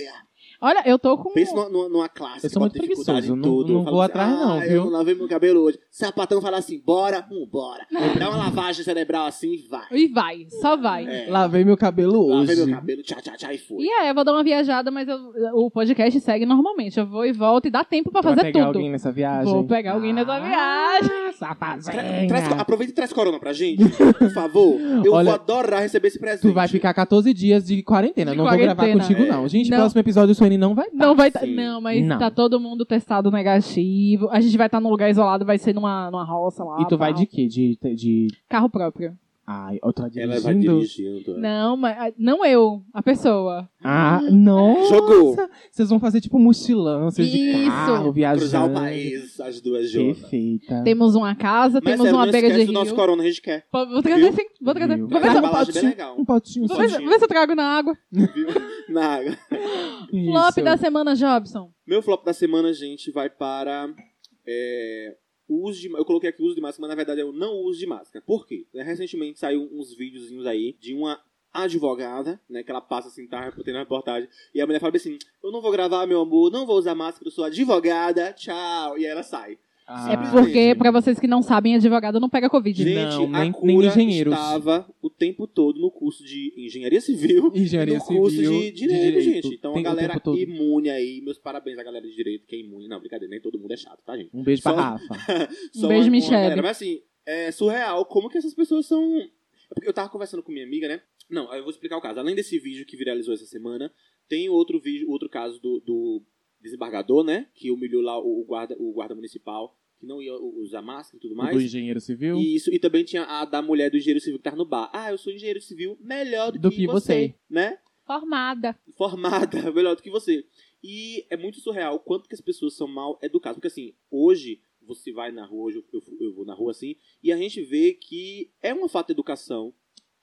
S2: Olha, eu tô com.
S1: Pensa numa, numa, numa classe que
S3: Eu sou
S1: bota
S3: muito
S1: dificuldade em
S3: preguiçoso, não-
S1: tudo.
S3: não
S1: Fala
S3: vou
S1: assim,
S3: atrás não,
S1: "Ah,
S3: viu?"
S1: Eu não lavei meu cabelo hoje. Sapatão fala assim, bora, hum, bora. Dá uma lavagem cerebral assim e vai.
S2: E vai, só vai.
S1: É,
S3: Lavei meu cabelo
S1: lavei
S3: hoje.
S1: meu cabelo, tchá, tchá, tchá, e foi.
S2: E é aí, eu vou dar uma viajada, mas eu- o podcast segue normalmente. Eu vou e volto e dá tempo pra
S3: Tu vai
S2: fazer
S3: pegar
S2: tudo.
S3: alguém nessa viagem? Ah,
S2: Vou pegar alguém nessa viagem.
S1: Tra-
S3: Safadinha.
S1: Traz,
S2: né?
S1: aproveita e traz corona pra
S3: [laughs]
S1: gente, por favor. Eu
S3: Olha,
S1: vou adorar receber esse presente.
S3: Tu vai ficar 14 dias de quarentena.
S2: De
S3: não vou
S2: quarentena.
S3: gravar contigo,
S1: É.
S3: não. Gente,
S2: Não.
S3: próximo episódio o Suene não vai.
S2: Não vai. tá-
S1: sim.
S2: Não, mas
S3: Não.
S2: tá todo mundo testado negativo. A gente vai estar num lugar isolado, vai ser numa, numa roça lá.
S3: e tu vai
S2: tal.
S3: de quê? De. de...
S2: carro próprio.
S3: Ai, eu tô dirigindo.
S1: Ela vai dirigindo. é.
S2: Não, mas ah, não eu, a pessoa.
S3: Ah, não.
S1: Jogou.
S3: Vocês vão fazer tipo mochilão, vocês de
S2: Isso.
S3: carro, viajando.
S1: Cruzar o país, as duas juntas.
S3: Perfeita.
S2: Temos uma casa,
S1: Mas
S2: temos
S1: sério,
S2: uma
S1: não
S2: beira de
S1: esquece do
S2: rio.
S1: nosso corona, a gente quer.
S2: Pô, Vou trazer sim, vou trazer.
S3: Viu?
S2: Vou ver,
S1: Traga
S2: se,
S1: uma
S2: eu-
S1: embalagem é bem
S3: potinho,
S1: legal.
S3: um potinho
S2: vou
S3: só.
S2: ver se- vou ver se eu trago na água.
S1: Viu? Na água.
S3: Isso.
S2: Flop da semana, Jobson.
S1: Meu flop da semana, gente, vai para. é, o uso de, eu coloquei aqui o uso de máscara, mas na verdade eu não uso de máscara. Por quê? Né, Recentemente saiu uns videozinhos aí de uma advogada, né? Que ela passa assim, tá tendo uma reportagem. E a mulher fala bem assim: Eu não vou gravar, meu amor, não vou usar máscara, eu sou advogada, tchau. E aí ela sai.
S3: Ah,
S2: é porque, pra vocês que não sabem, advogado não pega Covid.
S1: Gente,
S3: nem- nem
S1: a cura
S3: engenheiros.
S1: estava o tempo todo no curso de engenharia civil.
S3: Engenharia
S1: no curso
S3: civil.
S1: de direito, gente. Então
S3: Tem
S1: a
S3: o
S1: galera
S3: tempo todo.
S1: imune aí, meus parabéns à galera de direito que é imune. Não, brincadeira, nem todo mundo é chato, tá, gente?
S3: Um beijo pra
S1: Só- [laughs]
S3: Rafa.
S1: Só
S2: beijo,
S1: uma- uma
S2: Michele.
S1: galera. Mas assim, é surreal como que essas pessoas são. É porque eu tava conversando com minha amiga, né? Não, eu vou explicar o caso. Além desse vídeo que viralizou essa semana, tem outro vídeo, outro caso do, do desembargador, né? Que humilhou lá o, o guarda, o guarda municipal, que não ia u- usar máscara e tudo
S3: Do
S1: mais.
S3: engenheiro civil.
S1: E isso, e também tinha a da mulher do engenheiro civil que tava no bar. Ah, eu sou engenheiro civil melhor do,
S3: Do
S1: que,
S3: que
S1: você,
S3: você.
S1: né?
S2: Formada.
S1: formada [laughs] melhor do que você. E é muito surreal o quanto que as pessoas são mal educadas. Porque assim, hoje você vai na rua, hoje eu, eu- eu vou na rua assim, e a gente vê que é uma falta de educação.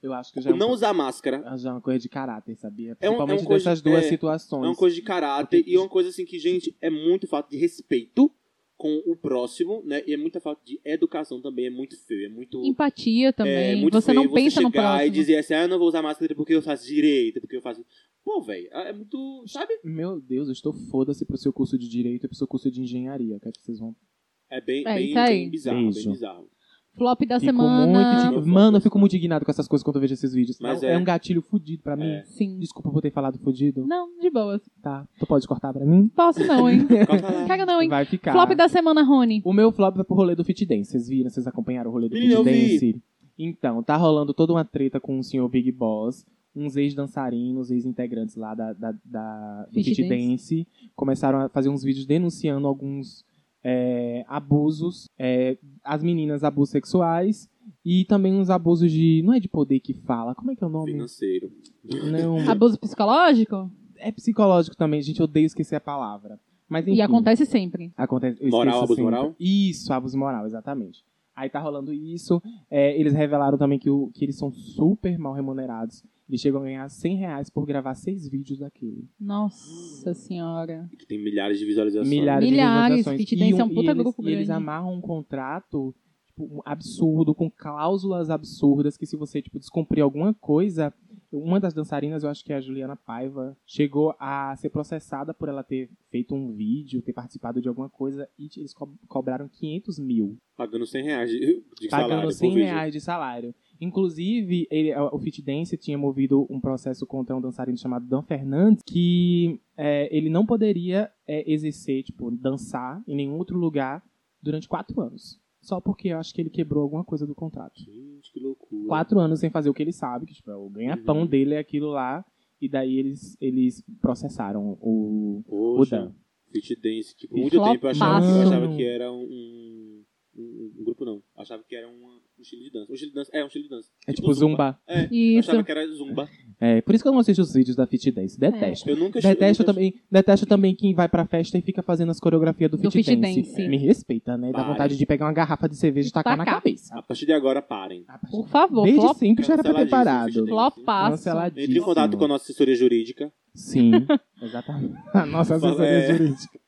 S3: Eu acho que já é
S1: O
S3: um-
S1: não usar máscara
S3: já é uma coisa de caráter, sabia?
S1: É um- é uma
S3: Principalmente
S1: coisa-
S3: dessas duas
S1: é, é
S3: situações.
S1: é uma coisa de caráter e é uma coisa assim que, gente, é muito falta de respeito com o próximo, né? E é muita falta de educação também, é muito feio, é muito.
S2: Empatia
S1: É
S2: também.
S1: muito
S2: você
S1: feio
S2: não pensa
S1: você
S2: no
S1: chegar
S2: próximo.
S1: e dizer assim, ah, eu não vou usar máscara porque eu faço direito, porque eu faço. Pô, velho, é muito. Sabe?
S3: Meu Deus, eu estou foda-se pro seu curso de direito e pro seu curso de engenharia. Quero que vocês vão.
S1: É bem,
S2: É
S1: bem,
S2: isso aí.
S1: bem bizarro,
S3: Beijo.
S1: bem bizarro.
S2: Flop da
S3: Fico muito
S2: semana.
S3: indign- Mano, eu fico muito indignado com essas coisas quando eu vejo esses vídeos.
S1: Mas
S3: é,
S1: é.
S3: um gatilho fudido pra mim.
S1: É.
S2: Sim.
S3: Desculpa por ter falado fudido.
S2: Não, de boas.
S3: Tá. Tu pode cortar pra mim?
S2: Posso não, hein?
S1: Corta lá.
S2: Caga não, hein?
S3: Vai ficar.
S2: Flop da semana, Rony.
S3: O meu flop vai pro rolê do Fit Dance. Vocês viram? Vocês acompanharam o rolê do
S1: Menina,
S3: Fit
S1: eu vi.
S3: Dance? Então, tá rolando toda uma treta com o senhor Big Boss, uns ex-dançarinos, ex-integrantes lá da, da, da- do
S2: Fit
S3: Fit Dance. Começaram a fazer uns vídeos denunciando alguns é, abusos. é, as meninas, abusos sexuais. E também uns abusos de. Não é de poder que fala. Como é que é o nome?
S1: Financeiro.
S2: [laughs]
S3: Não.
S2: Abuso psicológico?
S3: É psicológico também, gente. Eu odeio esquecer a palavra. Mas enfim.
S2: E acontece sempre.
S3: Acontece. eu
S1: Moral,
S3: esqueço
S1: abuso
S3: sempre.
S1: moral?
S3: Isso, abuso moral, exatamente. Aí tá rolando isso. é, eles revelaram também que, o- que eles são super mal remunerados. Eles chegam a ganhar 100 reais por gravar seis vídeos daquele.
S2: Nossa senhora.
S1: Que tem milhares de visualizações.
S3: Milhares,
S2: Milhares,
S3: de visualizações.
S2: Fit Dance
S3: E
S2: é um
S3: e
S2: puta
S3: eles,
S2: grupo
S3: E eles
S2: grande.
S3: amarram um contrato tipo, um absurdo, com cláusulas absurdas, que se você tipo, descumprir alguma coisa... Uma das dançarinas, eu acho que é a Juliana Paiva, chegou a ser processada por ela ter feito um vídeo, ter participado de alguma coisa, e eles co- cobraram 500 mil.
S1: Pagando 100 reais de, de salário.
S3: pagando
S1: por
S3: 100
S1: vídeo.
S3: Tá reais de salário. Inclusive, ele- o Fit Dance tinha movido um processo contra um dançarino chamado Dan Fernandes, que é, ele não poderia é, exercer, tipo, dançar em nenhum outro lugar durante quatro anos. Só porque eu acho que ele quebrou alguma coisa do contrato.
S1: Gente, que loucura.
S3: Quatro anos sem fazer o que ele sabe, que tipo, é o ganha-pão
S1: Uhum.
S3: dele é aquilo lá. E daí eles, eles processaram o, o
S1: Poxa,
S3: Dan.
S1: Fit Dance, que por
S3: E
S1: muito tempo eu achava, eu
S3: flopaço.
S1: achava que era um, um, um- um grupo, não. Eu achava que era uma- um estilo de dança. Um estilo de dança, é, um estilo de dança.
S3: É tipo Zumba.
S1: Eu
S2: Isso.
S1: achava que era Zumba.
S3: É, por isso que eu não assisto os vídeos da Fit Dance. Detesto.
S1: Eu nunca eu
S3: Detesto
S1: nunca-
S3: também, detesto também quem vai pra festa e fica fazendo as coreografias do,
S2: Do
S3: fit,
S2: fit
S3: dance.
S2: dance.
S3: Me respeita, né? Dá
S1: Para.
S3: vontade de pegar uma garrafa de cerveja e tacar na
S2: Tacar.
S3: cabeça.
S1: A partir de agora, parem.
S2: Por favor,
S3: Desde
S2: flop,
S3: sempre já era pra ter
S1: Canceladíssimo,
S3: parado.
S1: gente. é
S2: flopaço.
S1: Entre em contato com a nossa assessoria jurídica.
S2: [laughs]
S3: Sim, exatamente. A nossa assessoria
S1: É.
S3: jurídica.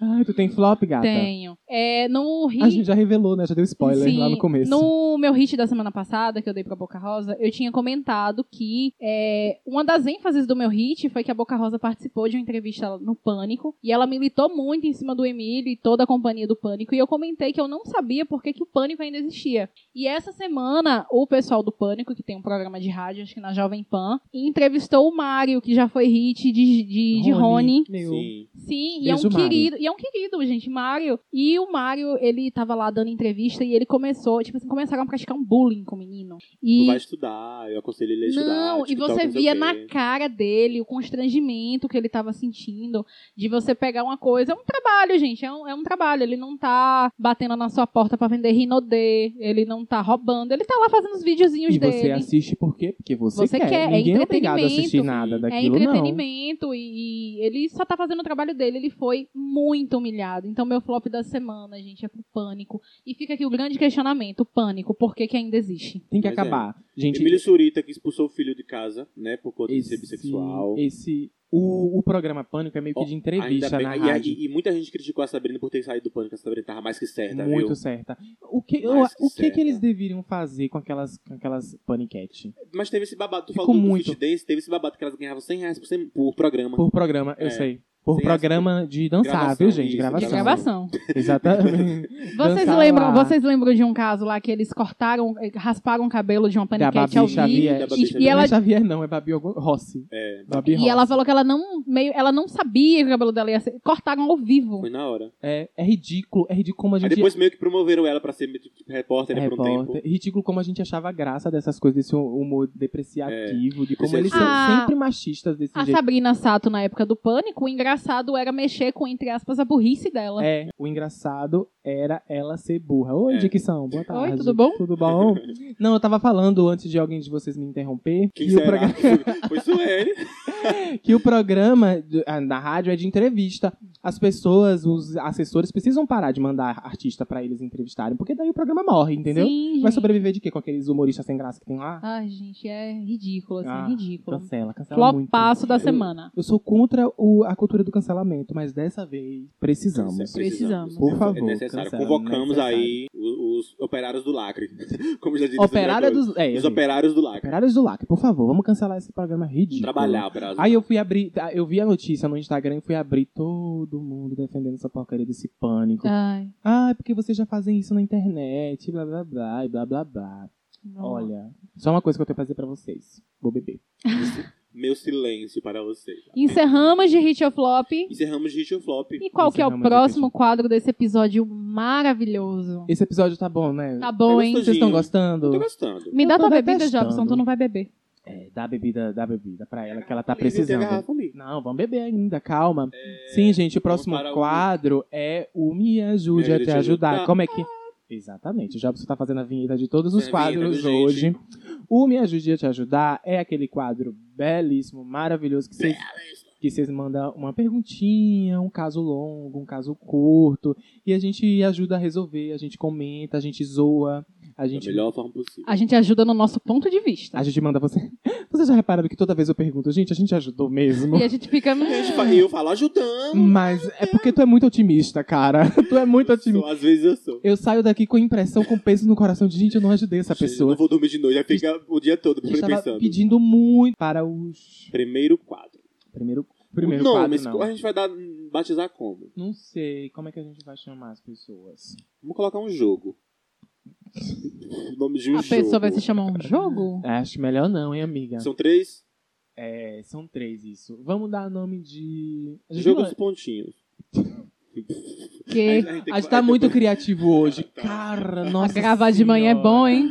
S3: Ai, tu tem flop, gata?
S2: Tenho. É, no Rio.
S3: A gente já revelou, né? Já deu spoiler lá no
S2: Sim,
S3: começo.
S2: no meu hit da semana passada, que eu dei pra Boca Rosa, eu tinha comentado que é, uma das ênfases do meu hit foi que a Boca Rosa participou de uma entrevista no Pânico e ela militou muito em cima do Emílio e toda a companhia do Pânico. E eu comentei que eu não sabia por que, que o Pânico ainda existia. E essa semana, o pessoal do Pânico, que tem um programa de rádio, acho que na Jovem Pan, entrevistou o Mário, que já foi hit de, de, de Rony.
S3: Meu.
S1: Sim.
S2: Sim, e é
S3: Beijo,
S2: um
S3: Mário.
S2: querido, e é um querido, gente, Mário. E o Mário, ele tava lá dando entrevista e ele começou, tipo assim, começaram a praticar um bullying com o menino.
S1: Tu
S2: E
S1: vai estudar, eu aconselho ele a estudar.
S2: não, e
S1: TikTok,
S2: você
S1: não sei
S2: via
S1: o quê.
S2: na cara dele o constrangimento que ele tava sentindo de você pegar uma coisa. É um trabalho, gente. É um, é um trabalho. Ele não tá batendo na sua porta pra vender Rinodê. Ele não tá roubando. Ele tá lá fazendo os videozinhos
S3: E
S2: dele.
S3: você assiste por quê? Porque você,
S2: Você quer, é
S3: Ninguém é obrigado a assistir
S2: entretenimento.
S3: nada
S2: É
S3: daquilo, não.
S2: entretenimento e, e ele só tá fazendo o trabalho dele. Ele foi muito humilhado. Então, meu flop da semana, gente, é pro pânico. E fica aqui o grande questionamento: o pânico, por que, que ainda existe?
S3: Tem que
S1: Mas é.
S3: acabar. Gente,
S1: Emílio Surita, que expulsou o filho de casa, né, por conta de ser bissexual.
S3: Esse, o, o programa Pânico é meio que de
S1: Ainda
S3: entrevista
S1: bem-
S3: na
S1: e,
S3: rádio.
S1: e- e muita gente criticou a Sabrina por ter saído do pânico. A Sabrina tava mais que certa,
S3: muito
S1: viu?
S3: certa. O que, eu-
S1: né, tá Mais que
S3: o que,
S1: certa.
S3: que eles deveriam fazer com aquelas, com aquelas paniquete?
S1: Mas teve esse babado. Tu
S3: Ficou
S1: falou
S3: muito.
S1: do Fit Dance, teve esse babado que elas ganhavam 100 reais por, sem- por programa.
S3: Por programa, eu
S1: É.
S3: sei. Por
S1: Sim,
S3: programa de dançar,
S1: Gravação,
S3: viu, gente?
S1: isso,
S2: De
S3: gravação.
S2: gravação.
S1: [laughs]
S3: [laughs] Exatamente.
S2: Vocês
S3: Dançar
S2: lembram,
S3: lá.
S2: vocês lembram de um caso lá que eles cortaram, eh, rasparam o cabelo de uma
S3: da
S2: paniquete ao vivo?
S3: Babi Xavier.
S1: Da Babi
S2: E- E,
S1: Xavier.
S3: Não
S2: ela,
S3: é Xavier, não, é Babi Ogo- Rossi.
S1: É,
S3: Babi Rossi.
S2: e ela falou que ela não, meio, ela não sabia que o cabelo dela ia ser. Cortaram ao vivo.
S1: foi na hora.
S3: É, é ridículo, é ridículo como a
S1: Aí
S3: gente.
S1: depois meio que promoveram ela pra ser tipo, repórter, né, por um tempo.
S3: Repórter. Ridículo como a gente achava graça dessas coisas, desse humor
S1: É.
S3: depreciativo, de como eles são
S2: Ah,
S3: sempre machistas desse
S2: A
S3: jeito.
S2: Sabrina Sato, na época do pânico, o engraçado era mexer com, entre aspas, a burrice dela.
S3: É, o engraçado era ela ser burra. Oi,
S1: É.
S3: Dicção, boa tarde.
S2: Oi, tudo bom?
S1: [laughs]
S3: Tudo bom? Não, eu tava falando antes de alguém de vocês me interromper
S1: Quem
S3: que o,
S1: será? [laughs]
S3: programa,
S1: Foi Sueli.
S3: que o programa do- ah, na rádio é de entrevista. As pessoas, os assessores precisam parar de mandar artista pra eles entrevistarem, porque daí o programa morre, entendeu?
S2: Sim,
S3: Vai
S2: gente.
S3: sobreviver de quê com aqueles humoristas sem graça que tem lá?
S2: Ai, gente, é ridículo, assim,
S3: Ah,
S2: ridículo.
S3: Cancela, cancela muito.
S2: Flopaço da semana.
S3: Eu sou contra o- a cultura do cancelamento, mas dessa vez precisamos.
S2: Precisamos.
S3: Por favor,
S1: É necessário.
S3: cancela,
S1: Convocamos
S3: necessário.
S1: aí os, os operários do lacre. [laughs] Como já disse o
S3: Operária
S1: senador.
S3: dos. É,
S1: Os
S3: gente,
S1: operários do lacre.
S3: operários do LAC, por favor, vamos cancelar esse programa ridículo.
S1: Trabalhar, operários.
S3: Aí eu fui abrir, tá, eu vi a notícia no Instagram e fui abrir todo mundo defendendo essa porcaria desse pânico.
S2: Ai,
S3: Ah, é porque vocês já fazem isso na internet, blá blá blá, e blá blá blá.
S2: não.
S3: Olha, só uma coisa que eu tenho pra fazer pra vocês. Vou beber.
S1: Meu silêncio para vocês.
S2: Encerramos de Hit ou Flop.
S1: Encerramos Hit ou Flop.
S2: E qual que é o
S3: Encerramos de
S2: próximo
S3: Hit
S2: quadro desse episódio maravilhoso?
S3: Esse episódio tá bom, né?
S2: Tá bom, hein?
S1: gostosinho.
S3: Vocês estão
S1: Eu tô
S3: gostando?
S1: gostando.
S2: Me
S3: Eu
S2: dá
S3: tô
S2: tua bebida,
S3: detestando.
S2: Jobson, tu não vai beber.
S3: É, dá bebida, dá bebida pra ela, que ela tá
S1: Ali, tem a
S3: precisando.
S1: garrafa ali.
S3: Não, vamos beber ainda, calma. Sim, gente, o próximo
S1: para É, o-
S3: quadro é o Me Ajude
S1: Me
S3: a
S1: Ajude
S3: Te
S1: a Te
S3: Ajudar.
S1: Ajudar.
S3: Como é que. Exatamente, já você tá fazendo a vinheta de todos os
S1: É a
S3: quadros
S1: vinheta do
S3: hoje. O Me Ajude a Te Ajudar é aquele quadro belíssimo, maravilhoso, que vocês que vocês mandam uma perguntinha, um caso longo, um caso curto, e a gente ajuda a resolver, a gente comenta, a gente zoa, a
S1: Da
S3: gente
S1: É melhor forma possível.
S2: A gente ajuda no nosso ponto de vista.
S3: a gente manda você. [laughs] Vocês já repararam que toda vez eu pergunto, gente, a gente ajudou mesmo?
S2: E a gente fica. "Hum,
S1: A gente fa- Eu falo ajudando.
S3: Mas é porque tu é muito otimista, cara. [laughs] Tu é muito otimista.
S1: Sou- Às vezes eu sou.
S3: Eu saio daqui com impressão, com peso no coração de gente, eu não ajudei essa
S1: Gente, Eu
S3: pessoa.
S1: não vou dormir de noite, já fica o dia todo
S3: A gente tava
S1: pensando.
S3: pedindo muito para os.
S1: Primeiro quadro.
S3: Primeiro, primeiro
S1: não,
S3: quadro,
S1: mas é-
S3: não.
S1: a gente vai dar, batizar como?
S3: Não sei, como é que a gente vai chamar as pessoas?
S1: Vamos colocar um jogo. O nome de um
S2: A
S1: jogo.
S2: pessoa vai se chamar um jogo?
S3: Acho melhor não, hein, amiga?
S1: São três
S3: É, são três isso. Vamos dar nome de. A gente,
S1: jogos
S3: não- é-
S1: dos pontinhos.
S2: Que
S1: gente, tem
S3: a gente
S1: que-
S3: tá muito criativo hoje.
S1: Tá.
S3: Cara, nossa.
S2: gravar de manhã é
S3: senhora.
S2: bom, hein?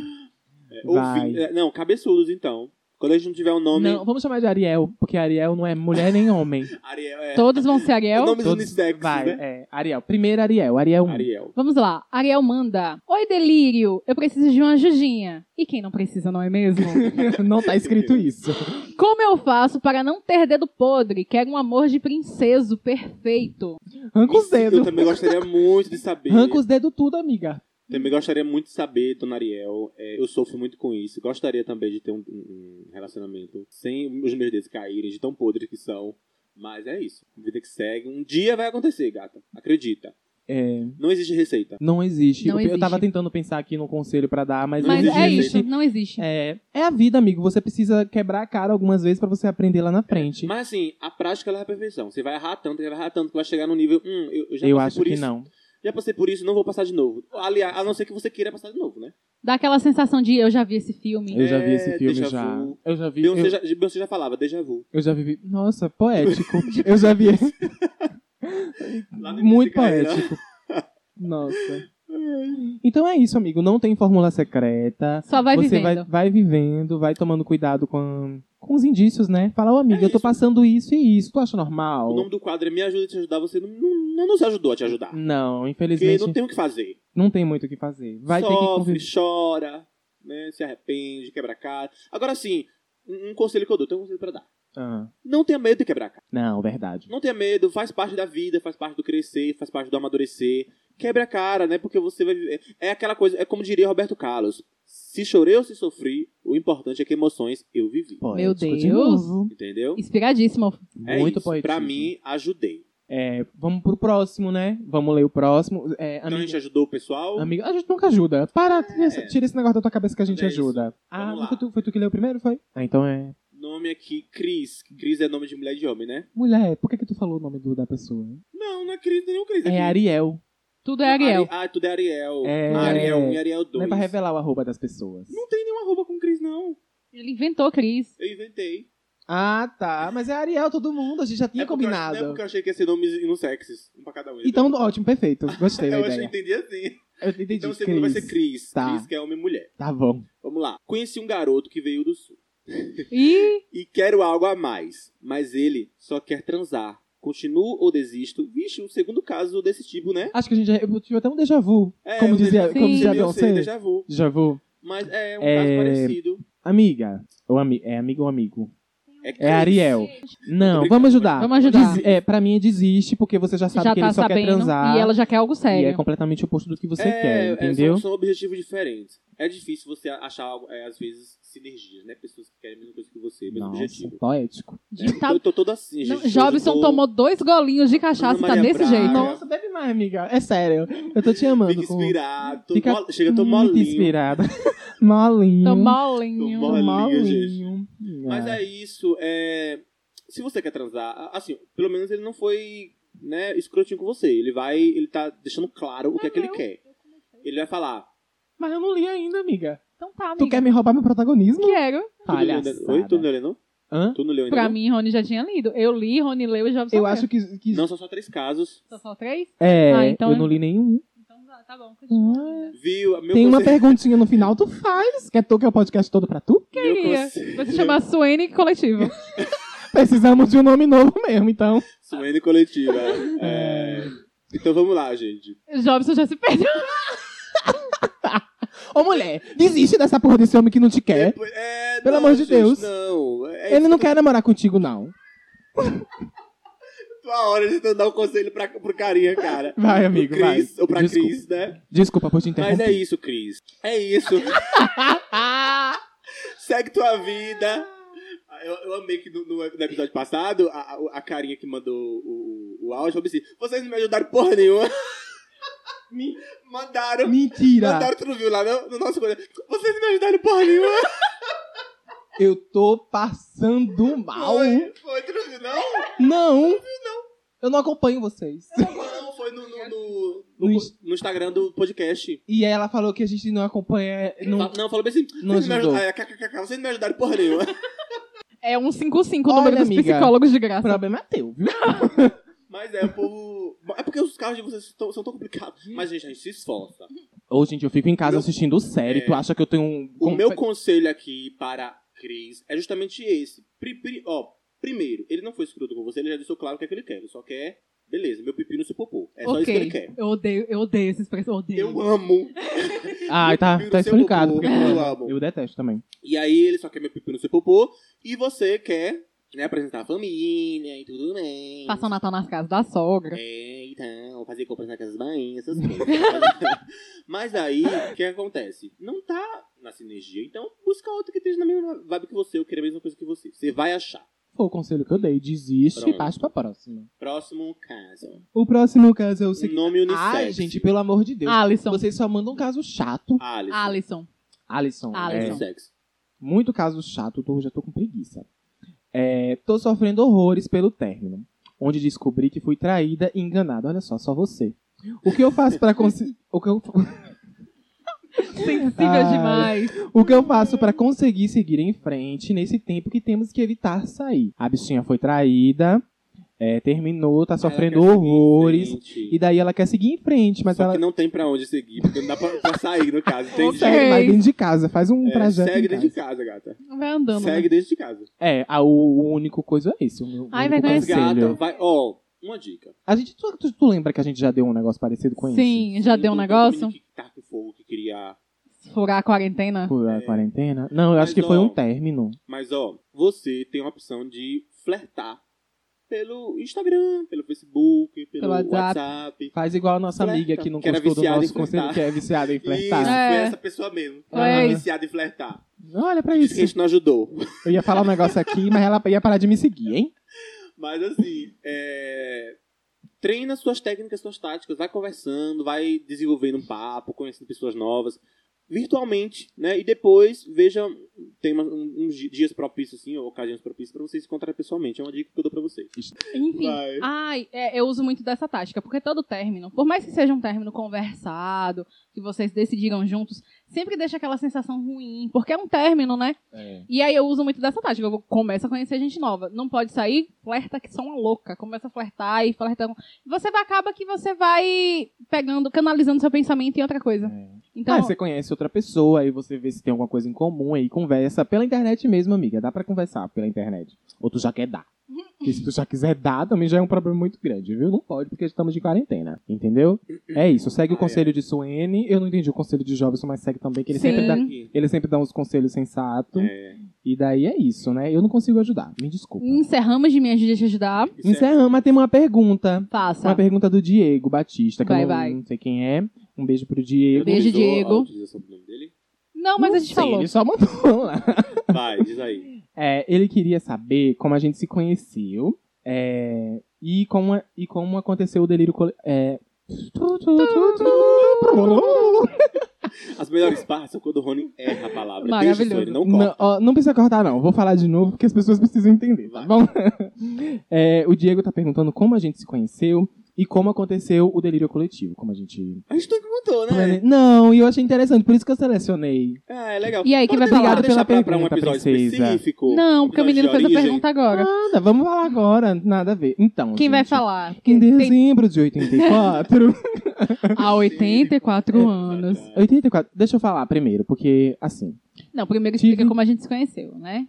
S1: É, ouvi-
S3: Vai.
S1: é, não, cabeçudos, então. Quando a gente não tiver o nome...
S3: Não, vamos chamar de Ariel, porque Ariel não é mulher
S1: [laughs]
S3: nem homem.
S1: Ariel é...
S2: Todos vão ser Ariel?
S1: Nomes
S3: Todos-
S1: unissex,
S3: Vai,
S1: né?
S3: é. Ariel. Primeiro Ariel, Ariel 1.
S1: Ariel.
S2: Vamos lá. Ariel manda. Oi, delírio. Eu preciso de uma ajudinha. E quem não precisa, não é mesmo?
S3: [laughs] Não tá escrito isso.
S2: Como eu faço para não ter dedo podre? Quero um amor de princeso perfeito.
S3: Arranca os
S1: Isso Eu
S3: dedos.
S1: também gostaria muito de saber.
S3: Arranca os dedos tudo, amiga.
S1: Também gostaria muito de saber, dona Ariel. é, eu sofro muito com isso. Gostaria também de ter um, um- um relacionamento sem os meus dedos caírem, de tão podres que são. Mas é isso. Vida que segue. Um dia vai acontecer, gata. Acredita.
S3: É,
S1: Não existe receita.
S3: não existe.
S2: Não
S3: eu, eu
S2: existe.
S3: tava tentando pensar aqui no conselho pra dar, mas,
S2: Mas
S3: não
S2: é
S3: existe.
S2: isso, não existe.
S3: É, é a vida, amigo. Você precisa quebrar a cara algumas vezes pra você aprender lá na frente.
S1: Mas assim, a prática ela é a perfeição. Você vai errar tanto, você vai errar tanto, que vai chegar no nível. Hum, eu, eu já
S3: eu
S1: passei
S3: acho
S1: por
S3: que
S1: isso.
S3: não.
S1: Já passei por isso, não vou passar de novo. Aliás, a não ser que você queira passar de novo, né?
S2: Dá aquela sensação de eu já vi esse filme.
S3: Eu já vi
S1: É,
S3: esse filme
S1: déjà
S3: já.
S1: vu.
S3: Eu já vi. Eu,
S1: Beyoncé, já, Beyoncé já falava, déjà vu.
S3: eu já vivi. Nossa,
S1: [laughs]
S3: poético. eu já vi. esse-
S1: Lá no início
S3: Muito
S1: de carreira. [laughs]
S3: poético. Nossa. Então é isso, amigo. Não tem fórmula secreta.
S2: Só vai
S3: você
S2: vivendo.
S3: Vai, vai vivendo, vai tomando cuidado com, com os indícios, né? Fala, ô amiga,
S1: É
S3: eu tô
S1: isso.
S3: passando isso e isso. Tu acha normal?
S1: O nome do quadro é Me Ajuda a Te Ajudar. Você não, não, não nos ajudou a te ajudar.
S3: Não,
S1: Porque
S3: infelizmente
S1: não tem o que fazer.
S3: muito o que fazer. Vai ter que
S1: Sofre,
S3: conviver.
S1: chora, né? Se arrepende, quebra a cara. Agora sim, um um conselho que eu dou, tem um conselho pra dar.
S3: Ah,
S1: Não tenha medo de quebrar a cara.
S3: não, verdade.
S1: Não tenha medo, faz parte da vida, faz parte do crescer, faz parte do amadurecer. Quebra a cara, né? Porque você vai viver. É aquela coisa, é como diria Roberto Carlos. Se chorei ou se sofri, o importante é que emoções eu vivi.
S2: Meu
S3: Poético de
S2: Deus.
S3: novo.
S1: Entendeu?
S2: Inspiradíssimo.
S1: É
S3: Muito
S1: isso.
S3: poético.
S1: Pra mim, ajudei.
S3: É, vamos pro próximo, né? Vamos ler o próximo. É,
S1: Então a gente
S3: amiga,
S1: ajudou o pessoal.
S3: amiga, a gente nunca ajuda. Para, tira, esse- tira esse negócio da tua cabeça que a gente
S1: É isso.
S3: ajuda. Ah,
S1: Vamos
S3: não
S1: lá.
S3: foi tu, foi tu que leu primeiro, foi? Ah, então é.
S1: Nome aqui, Cris. Cris é nome de mulher e de homem, né?
S3: Mulher, por que, que tu falou o nome do, da pessoa?
S1: Não, não é Cris, não é Cris.
S3: É Ariel.
S2: Tudo é Ariel.
S1: Ah, tudo é Ariel.
S3: É.
S1: Ariel 1 e Ariel 2.
S3: Não é pra revelar o arroba das pessoas.
S1: Não tem nenhuma roupa com Cris, não.
S2: Ele inventou Cris.
S1: Eu inventei.
S3: Ah, tá. Mas é Ariel, todo mundo. A gente já tinha
S1: É porque eu ach-
S3: combinado.
S1: não é porque eu achei que ia ser nomes unisexes. Um pra cada um.
S3: Então, ótimo, perfeito. Gostei
S1: entendeu?
S3: da
S1: [laughs] eu achei,
S3: ideia.
S1: entendi assim.
S3: Eu entendi.
S1: então o segundo vai
S3: Cris.
S1: ser Cris.
S3: Tá.
S1: Cris, que é homem e mulher.
S3: Tá bom.
S1: Vamos lá. Conheci um garoto que veio do sul.
S2: E
S1: E quero algo a mais. Mas ele só quer transar. Continuo ou desisto? Vixe, o segundo caso desse tipo, né?
S3: Acho que a gente já... Eu tive até um déjà vu.
S1: É,
S3: como
S1: um
S3: dizia,
S1: déjà vu,
S3: como dizia
S1: eu
S3: Beyoncé.
S1: sei, déjà vu.
S3: Déjà vu.
S1: Mas é um
S3: É,
S1: caso parecido.
S3: Amiga. Ou ami... É amigo ou amigo?
S2: tem
S1: É,
S3: É Ariel. Não,
S1: Obrigado.
S3: vamos ajudar.
S2: Vamos ajudar.
S3: Desi- é, pra mim é desiste, porque você já sabe
S2: já
S3: que
S2: tá
S3: ele só quer
S2: sabendo.
S3: transar.
S2: E ela já quer algo
S3: e
S2: sério.
S3: é completamente o oposto do que você
S1: É,
S3: quer,
S1: é,
S3: entendeu?
S1: são, são objetivos diferentes. É difícil você achar, algo, é, às vezes, sinergias, né? Pessoas que querem a mesma coisa que você, mesmo
S3: Nossa,
S1: objetivo.
S3: poético.
S2: De
S1: É,
S2: tá-
S1: eu tô todo assim,
S2: Não,
S1: gente.
S2: Jobson
S1: Hoje eu tô-
S2: tomou dois golinhos de cachaça,
S1: Ana
S2: tá
S1: Maria
S2: desse
S1: Braga.
S2: jeito.
S1: Nossa,
S3: bebe mais, amiga. É sério. Eu tô te amando.
S1: Fica inspirado, tô
S3: Fica
S1: mol- chega, eu tô
S3: Muito
S1: molinho.
S3: inspirada. [laughs] molinho.
S2: Tô molinho.
S1: Tô molinho,
S3: molinho.
S1: Mas
S3: Ah.
S1: é isso, é... Se você quer transar, a- assim, pelo menos ele não foi, né, escrotinho com você. Ele vai, ele tá deixando claro o que é que ele quer. Ele vai falar...
S3: Mas eu não li ainda, amiga.
S2: Então tá, amiga.
S3: Tu quer me roubar meu protagonismo?
S2: Quero.
S1: "Tu não leu ainda- Oi, tu não leu ainda não?
S3: Hã?
S1: Tu não leu ainda
S2: Pra
S1: não?
S2: mim, Rony já tinha lido. Eu li, Rony leu e Jobson
S3: Eu
S2: leu.
S3: acho que. que-
S1: Não, são só três casos.
S2: Só só três?
S3: É,
S2: Ah, então
S3: eu
S2: é.
S3: não li nenhum.
S2: Então tá, tá bom. continua,
S3: Ah.
S2: linda.
S1: Viu? Meu
S3: Tem uma
S1: conselho-
S3: perguntinha no final, tu faz. Quer tu que é o podcast todo pra tu?
S1: meu
S2: Queria.
S1: conselho-
S2: Vai se chamar Suene
S1: [laughs]
S2: Coletivo.
S3: Precisamos de um nome novo mesmo, então.
S1: Suene
S3: [laughs]
S1: coletiva. É. Então vamos lá, gente.
S2: Jobson já se perdeu.
S3: Ô mulher, desiste dessa porra desse homem que não te quer.
S1: Depois- é,
S3: Pelo
S1: não,
S3: amor de
S1: gente,
S3: Deus.
S1: Não. É
S3: Ele não quer namorar contigo, não.
S1: a hora de tu dar um conselho pra, pro carinha, cara.
S3: Vai, amigo,
S1: Pro Cris,
S3: vai.
S1: Ou pra
S3: Desculpa.
S1: Cris, né?
S3: Desculpa por te
S1: Mas
S3: interromper.
S1: é isso, Cris. É
S3: [laughs]
S1: isso. Segue tua vida. Eu, eu amei que no, no- no episódio passado, a, a- a carinha que mandou o, o, o áudio falou assim: vocês não me ajudaram porra nenhuma. me [laughs] mandaram.
S3: Mentira!
S1: Mandaram, tu não viu lá, não? No nosso coisa. Vocês não me ajudaram porra nenhuma.
S3: Eu tô passando mal.
S1: Foi, foi, tu não é. viu, não?
S3: Não! Eu não acompanho vocês.
S1: Não, foi no, no, no, no-
S3: No ins-
S1: no Instagram do podcast.
S3: E ela falou que a gente não acompanha.
S1: Fa-
S3: Não...
S1: Não, falou bem assim.
S3: Não
S1: vocês, não me
S3: ajudou.
S1: ajudaram, é, kkkk, vocês não me ajudaram porra nenhuma. [laughs]
S2: É um 55 o número
S3: Olha,
S2: dos
S3: amiga.
S2: psicólogos de
S3: O
S2: graça.
S3: problema é teu, viu?
S1: Mas é, o povo. É porque os carros de vocês tão- são tão complicados. Mas, gente, a gente se esforça.
S3: [laughs] Ô, gente, eu fico em casa
S1: Meu-
S3: assistindo série. Tu acha que eu tenho um.
S1: É. O meu conselho aqui para Cris é justamente esse. Pri- pri- ó, primeiro, ele não foi escroto com você, ele já deixou claro o que é que ele quer. Ele só quer. Beleza, meu pepino se popou. É só
S2: ok.
S1: isso que ele quer.
S2: Eu odeio, eu odeio essa expressão. Eu odeio.
S1: Eu amo.
S3: Ai, tá,
S1: Meu
S3: tá
S1: Deus, eu
S3: explicado.
S1: amo,
S3: porque
S1: eu
S3: eu-
S1: amo.
S3: Eu detesto também.
S1: E aí ele só quer meu pepino se popou. E você quer, né, apresentar a família e tudo bem.
S2: Passar o Natal nas casas da sogra.
S1: É, então, fazer compras na Casa Bahia, essas coisas. [laughs] Mas aí, o que acontece? Não tá na sinergia, então busca outro que esteja na mesma vibe que você, ou queira a mesma coisa que você. Você vai achar.
S3: Foi o conselho que eu dei. Desiste e
S1: Pronto.
S3: parte pra próxima.
S1: Próximo caso.
S3: O próximo caso é o seguinte.
S1: Nome unissex.
S3: Ai, gente, pelo amor de Deus.
S2: Alisson.
S3: Vocês só mandam um caso chato.
S1: Alisson.
S2: Alisson.
S3: Alisson.
S2: Alisson.
S3: é,
S1: Unissex.
S3: muito caso chato, eu tô- já tô com preguiça. É, tô sofrendo horrores pelo término, onde descobri que fui traída e enganada. Olha só, só você. O que eu faço para
S1: [laughs]
S3: o que eu,
S2: Sensível
S3: Ai.
S2: demais.
S3: o que eu faço para conseguir seguir em frente nesse tempo que temos que evitar sair? A bichinha foi traída, é, terminou, tá sofrendo
S1: Ela quer seguir em
S3: horrores.
S1: frente.
S3: E daí ela quer seguir em frente, mas
S1: Só
S3: ela
S1: que não tem pra onde seguir, porque não dá pra, pra sair, no caso. Entende?
S2: Ok.
S3: segue mais dentro de casa, faz um
S1: É,
S3: trajeto. em
S1: segue
S3: casa.
S1: desde casa, gata.
S2: Vai andando. né?
S1: segue desde casa.
S3: É, a, o, o único coisa é esse. O meu,
S2: Ai,
S3: o
S2: vai
S3: único
S1: Mas,
S2: conhecer.
S3: conselho.
S1: gata, vai. Ó, uma dica.
S3: A gente, tu, tu- tu lembra que a gente já deu um negócio parecido com isso?
S2: Sim, já deu um
S1: Não tem
S2: negócio?
S1: menino Que tá com fogo, que queria
S2: Furar a quarentena?
S3: Por Tipo, a
S1: É.
S3: quarentena? Não, eu acho
S1: Mas,
S3: que foi
S1: ó,
S3: um término.
S1: Mas, ó, você tem a opção de flertar pelo Instagram, pelo Facebook, pelo,
S2: Pelo WhatsApp.
S1: WhatsApp.
S3: Faz igual a nossa
S1: flerta,
S3: amiga que não
S1: que era
S3: gostou do
S1: viciada em
S3: nosso conselho,
S1: flertar.
S3: que é viciada em
S1: Isso,
S3: flertar.
S2: É.
S1: foi essa pessoa mesmo.
S2: Foi.
S1: Ela viciada em flertar.
S3: Olha pra
S1: Diz que a
S3: isso.
S1: gente não ajudou.
S3: Eu ia falar um negócio aqui, mas ela ia parar de me seguir, hein?
S1: Mas, assim, é... Treina suas técnicas, suas táticas, vai conversando, vai desenvolvendo um papo, conhecendo pessoas novas, virtualmente, né? E depois, veja, tem uma- um- uns dias propícios, assim, ou ocasiões propícias pra vocês se encontrarem pessoalmente. É uma dica que eu dou pra vocês.
S2: Enfim.
S1: Vai.
S2: Ai, é, eu uso muito dessa tática, porque todo término, por mais que seja um término conversado, que vocês decidiram juntos, sempre deixa aquela sensação ruim, porque é um término, né?
S1: É,
S2: E aí eu uso muito dessa tática. Eu vou- começo a conhecer gente nova. Não pode sair, flerta que são uma louca. Começa a flertar e flertar. com- Você vai, acaba que você vai pegando, canalizando seu pensamento em outra coisa.
S1: é.
S2: Então,
S3: Ah, você conhece outra pessoa, aí você vê se tem alguma coisa em comum, aí conversa pela internet mesmo, amiga. Dá pra conversar pela internet. Ou tu já quer
S1: [laughs]
S3: dar. Porque se tu já quiser dar, também já é um problema muito grande, viu? Não pode, porque estamos de quarentena.
S1: [laughs]
S3: Entendeu? É isso. Segue o
S1: Ah,
S3: conselho de Suene. Eu não entendi o conselho de Jobson, mas segue também, que ele
S2: Sim.
S3: sempre dá
S1: Aqui.
S3: Ele sempre dá uns conselhos sensatos.
S1: É.
S3: E daí é isso, né? Eu não consigo ajudar. Me desculpa.
S2: Hum. Encerramos de Me Ajude a Te Ajudar.
S1: Isso é-
S3: Encerramos, mas tem uma pergunta. Uma
S2: Faça.
S3: pergunta do Diego Batista, que
S2: Vai,
S3: eu não,
S2: Tá. vai.
S3: não sei quem é. Um beijo pro
S1: Ele
S3: Diego.
S2: Beijo,
S1: autorizou a
S2: Diego.
S1: utilização do nome dele?
S2: Não, Ah, mas
S3: Não
S2: a gente
S3: sei,
S2: falou.
S3: Ele só mandou [laughs] um lá.
S1: Vai, diz aí.
S3: É, ele queria saber como a gente se conheceu é, e, como, a- e como aconteceu o delírio cole- é,
S1: As melhores partes são quando o Rony erra a palavra.
S2: Maravilhoso.
S1: Deixa isso, ele não
S3: Não,
S1: corta.
S3: ó, não precisa cortar, não. Vou falar de novo porque as pessoas precisam entender, tá
S1: Vai.
S3: bom? [laughs] É, o Diego tá perguntando como a gente se conheceu e como aconteceu o delírio coletivo. Como a gente.
S1: A gente nunca contou, né?
S3: Não, é e eu achei interessante, por isso que eu selecionei.
S1: Ah, é legal.
S2: E aí, quem
S1: Vamos
S2: vai
S1: deixar-
S2: falar?
S1: deixar pra,
S3: Obrigado
S1: pra um
S3: pela
S1: episódio
S3: pergunta, princesa.
S1: específico?
S2: Não, porque o menino fez a pergunta agora.
S3: Nada, vamos falar agora, nada a ver. Então.
S2: Ah. Quem vai
S3: gente,
S2: falar? Porque
S3: Em
S2: tem
S3: dezembro de 84.
S2: há 84 anos.
S1: É,
S3: 84, deixa eu falar primeiro, porque assim.
S2: Não, primeiro
S3: Tive-
S2: explica como a gente se conheceu, né?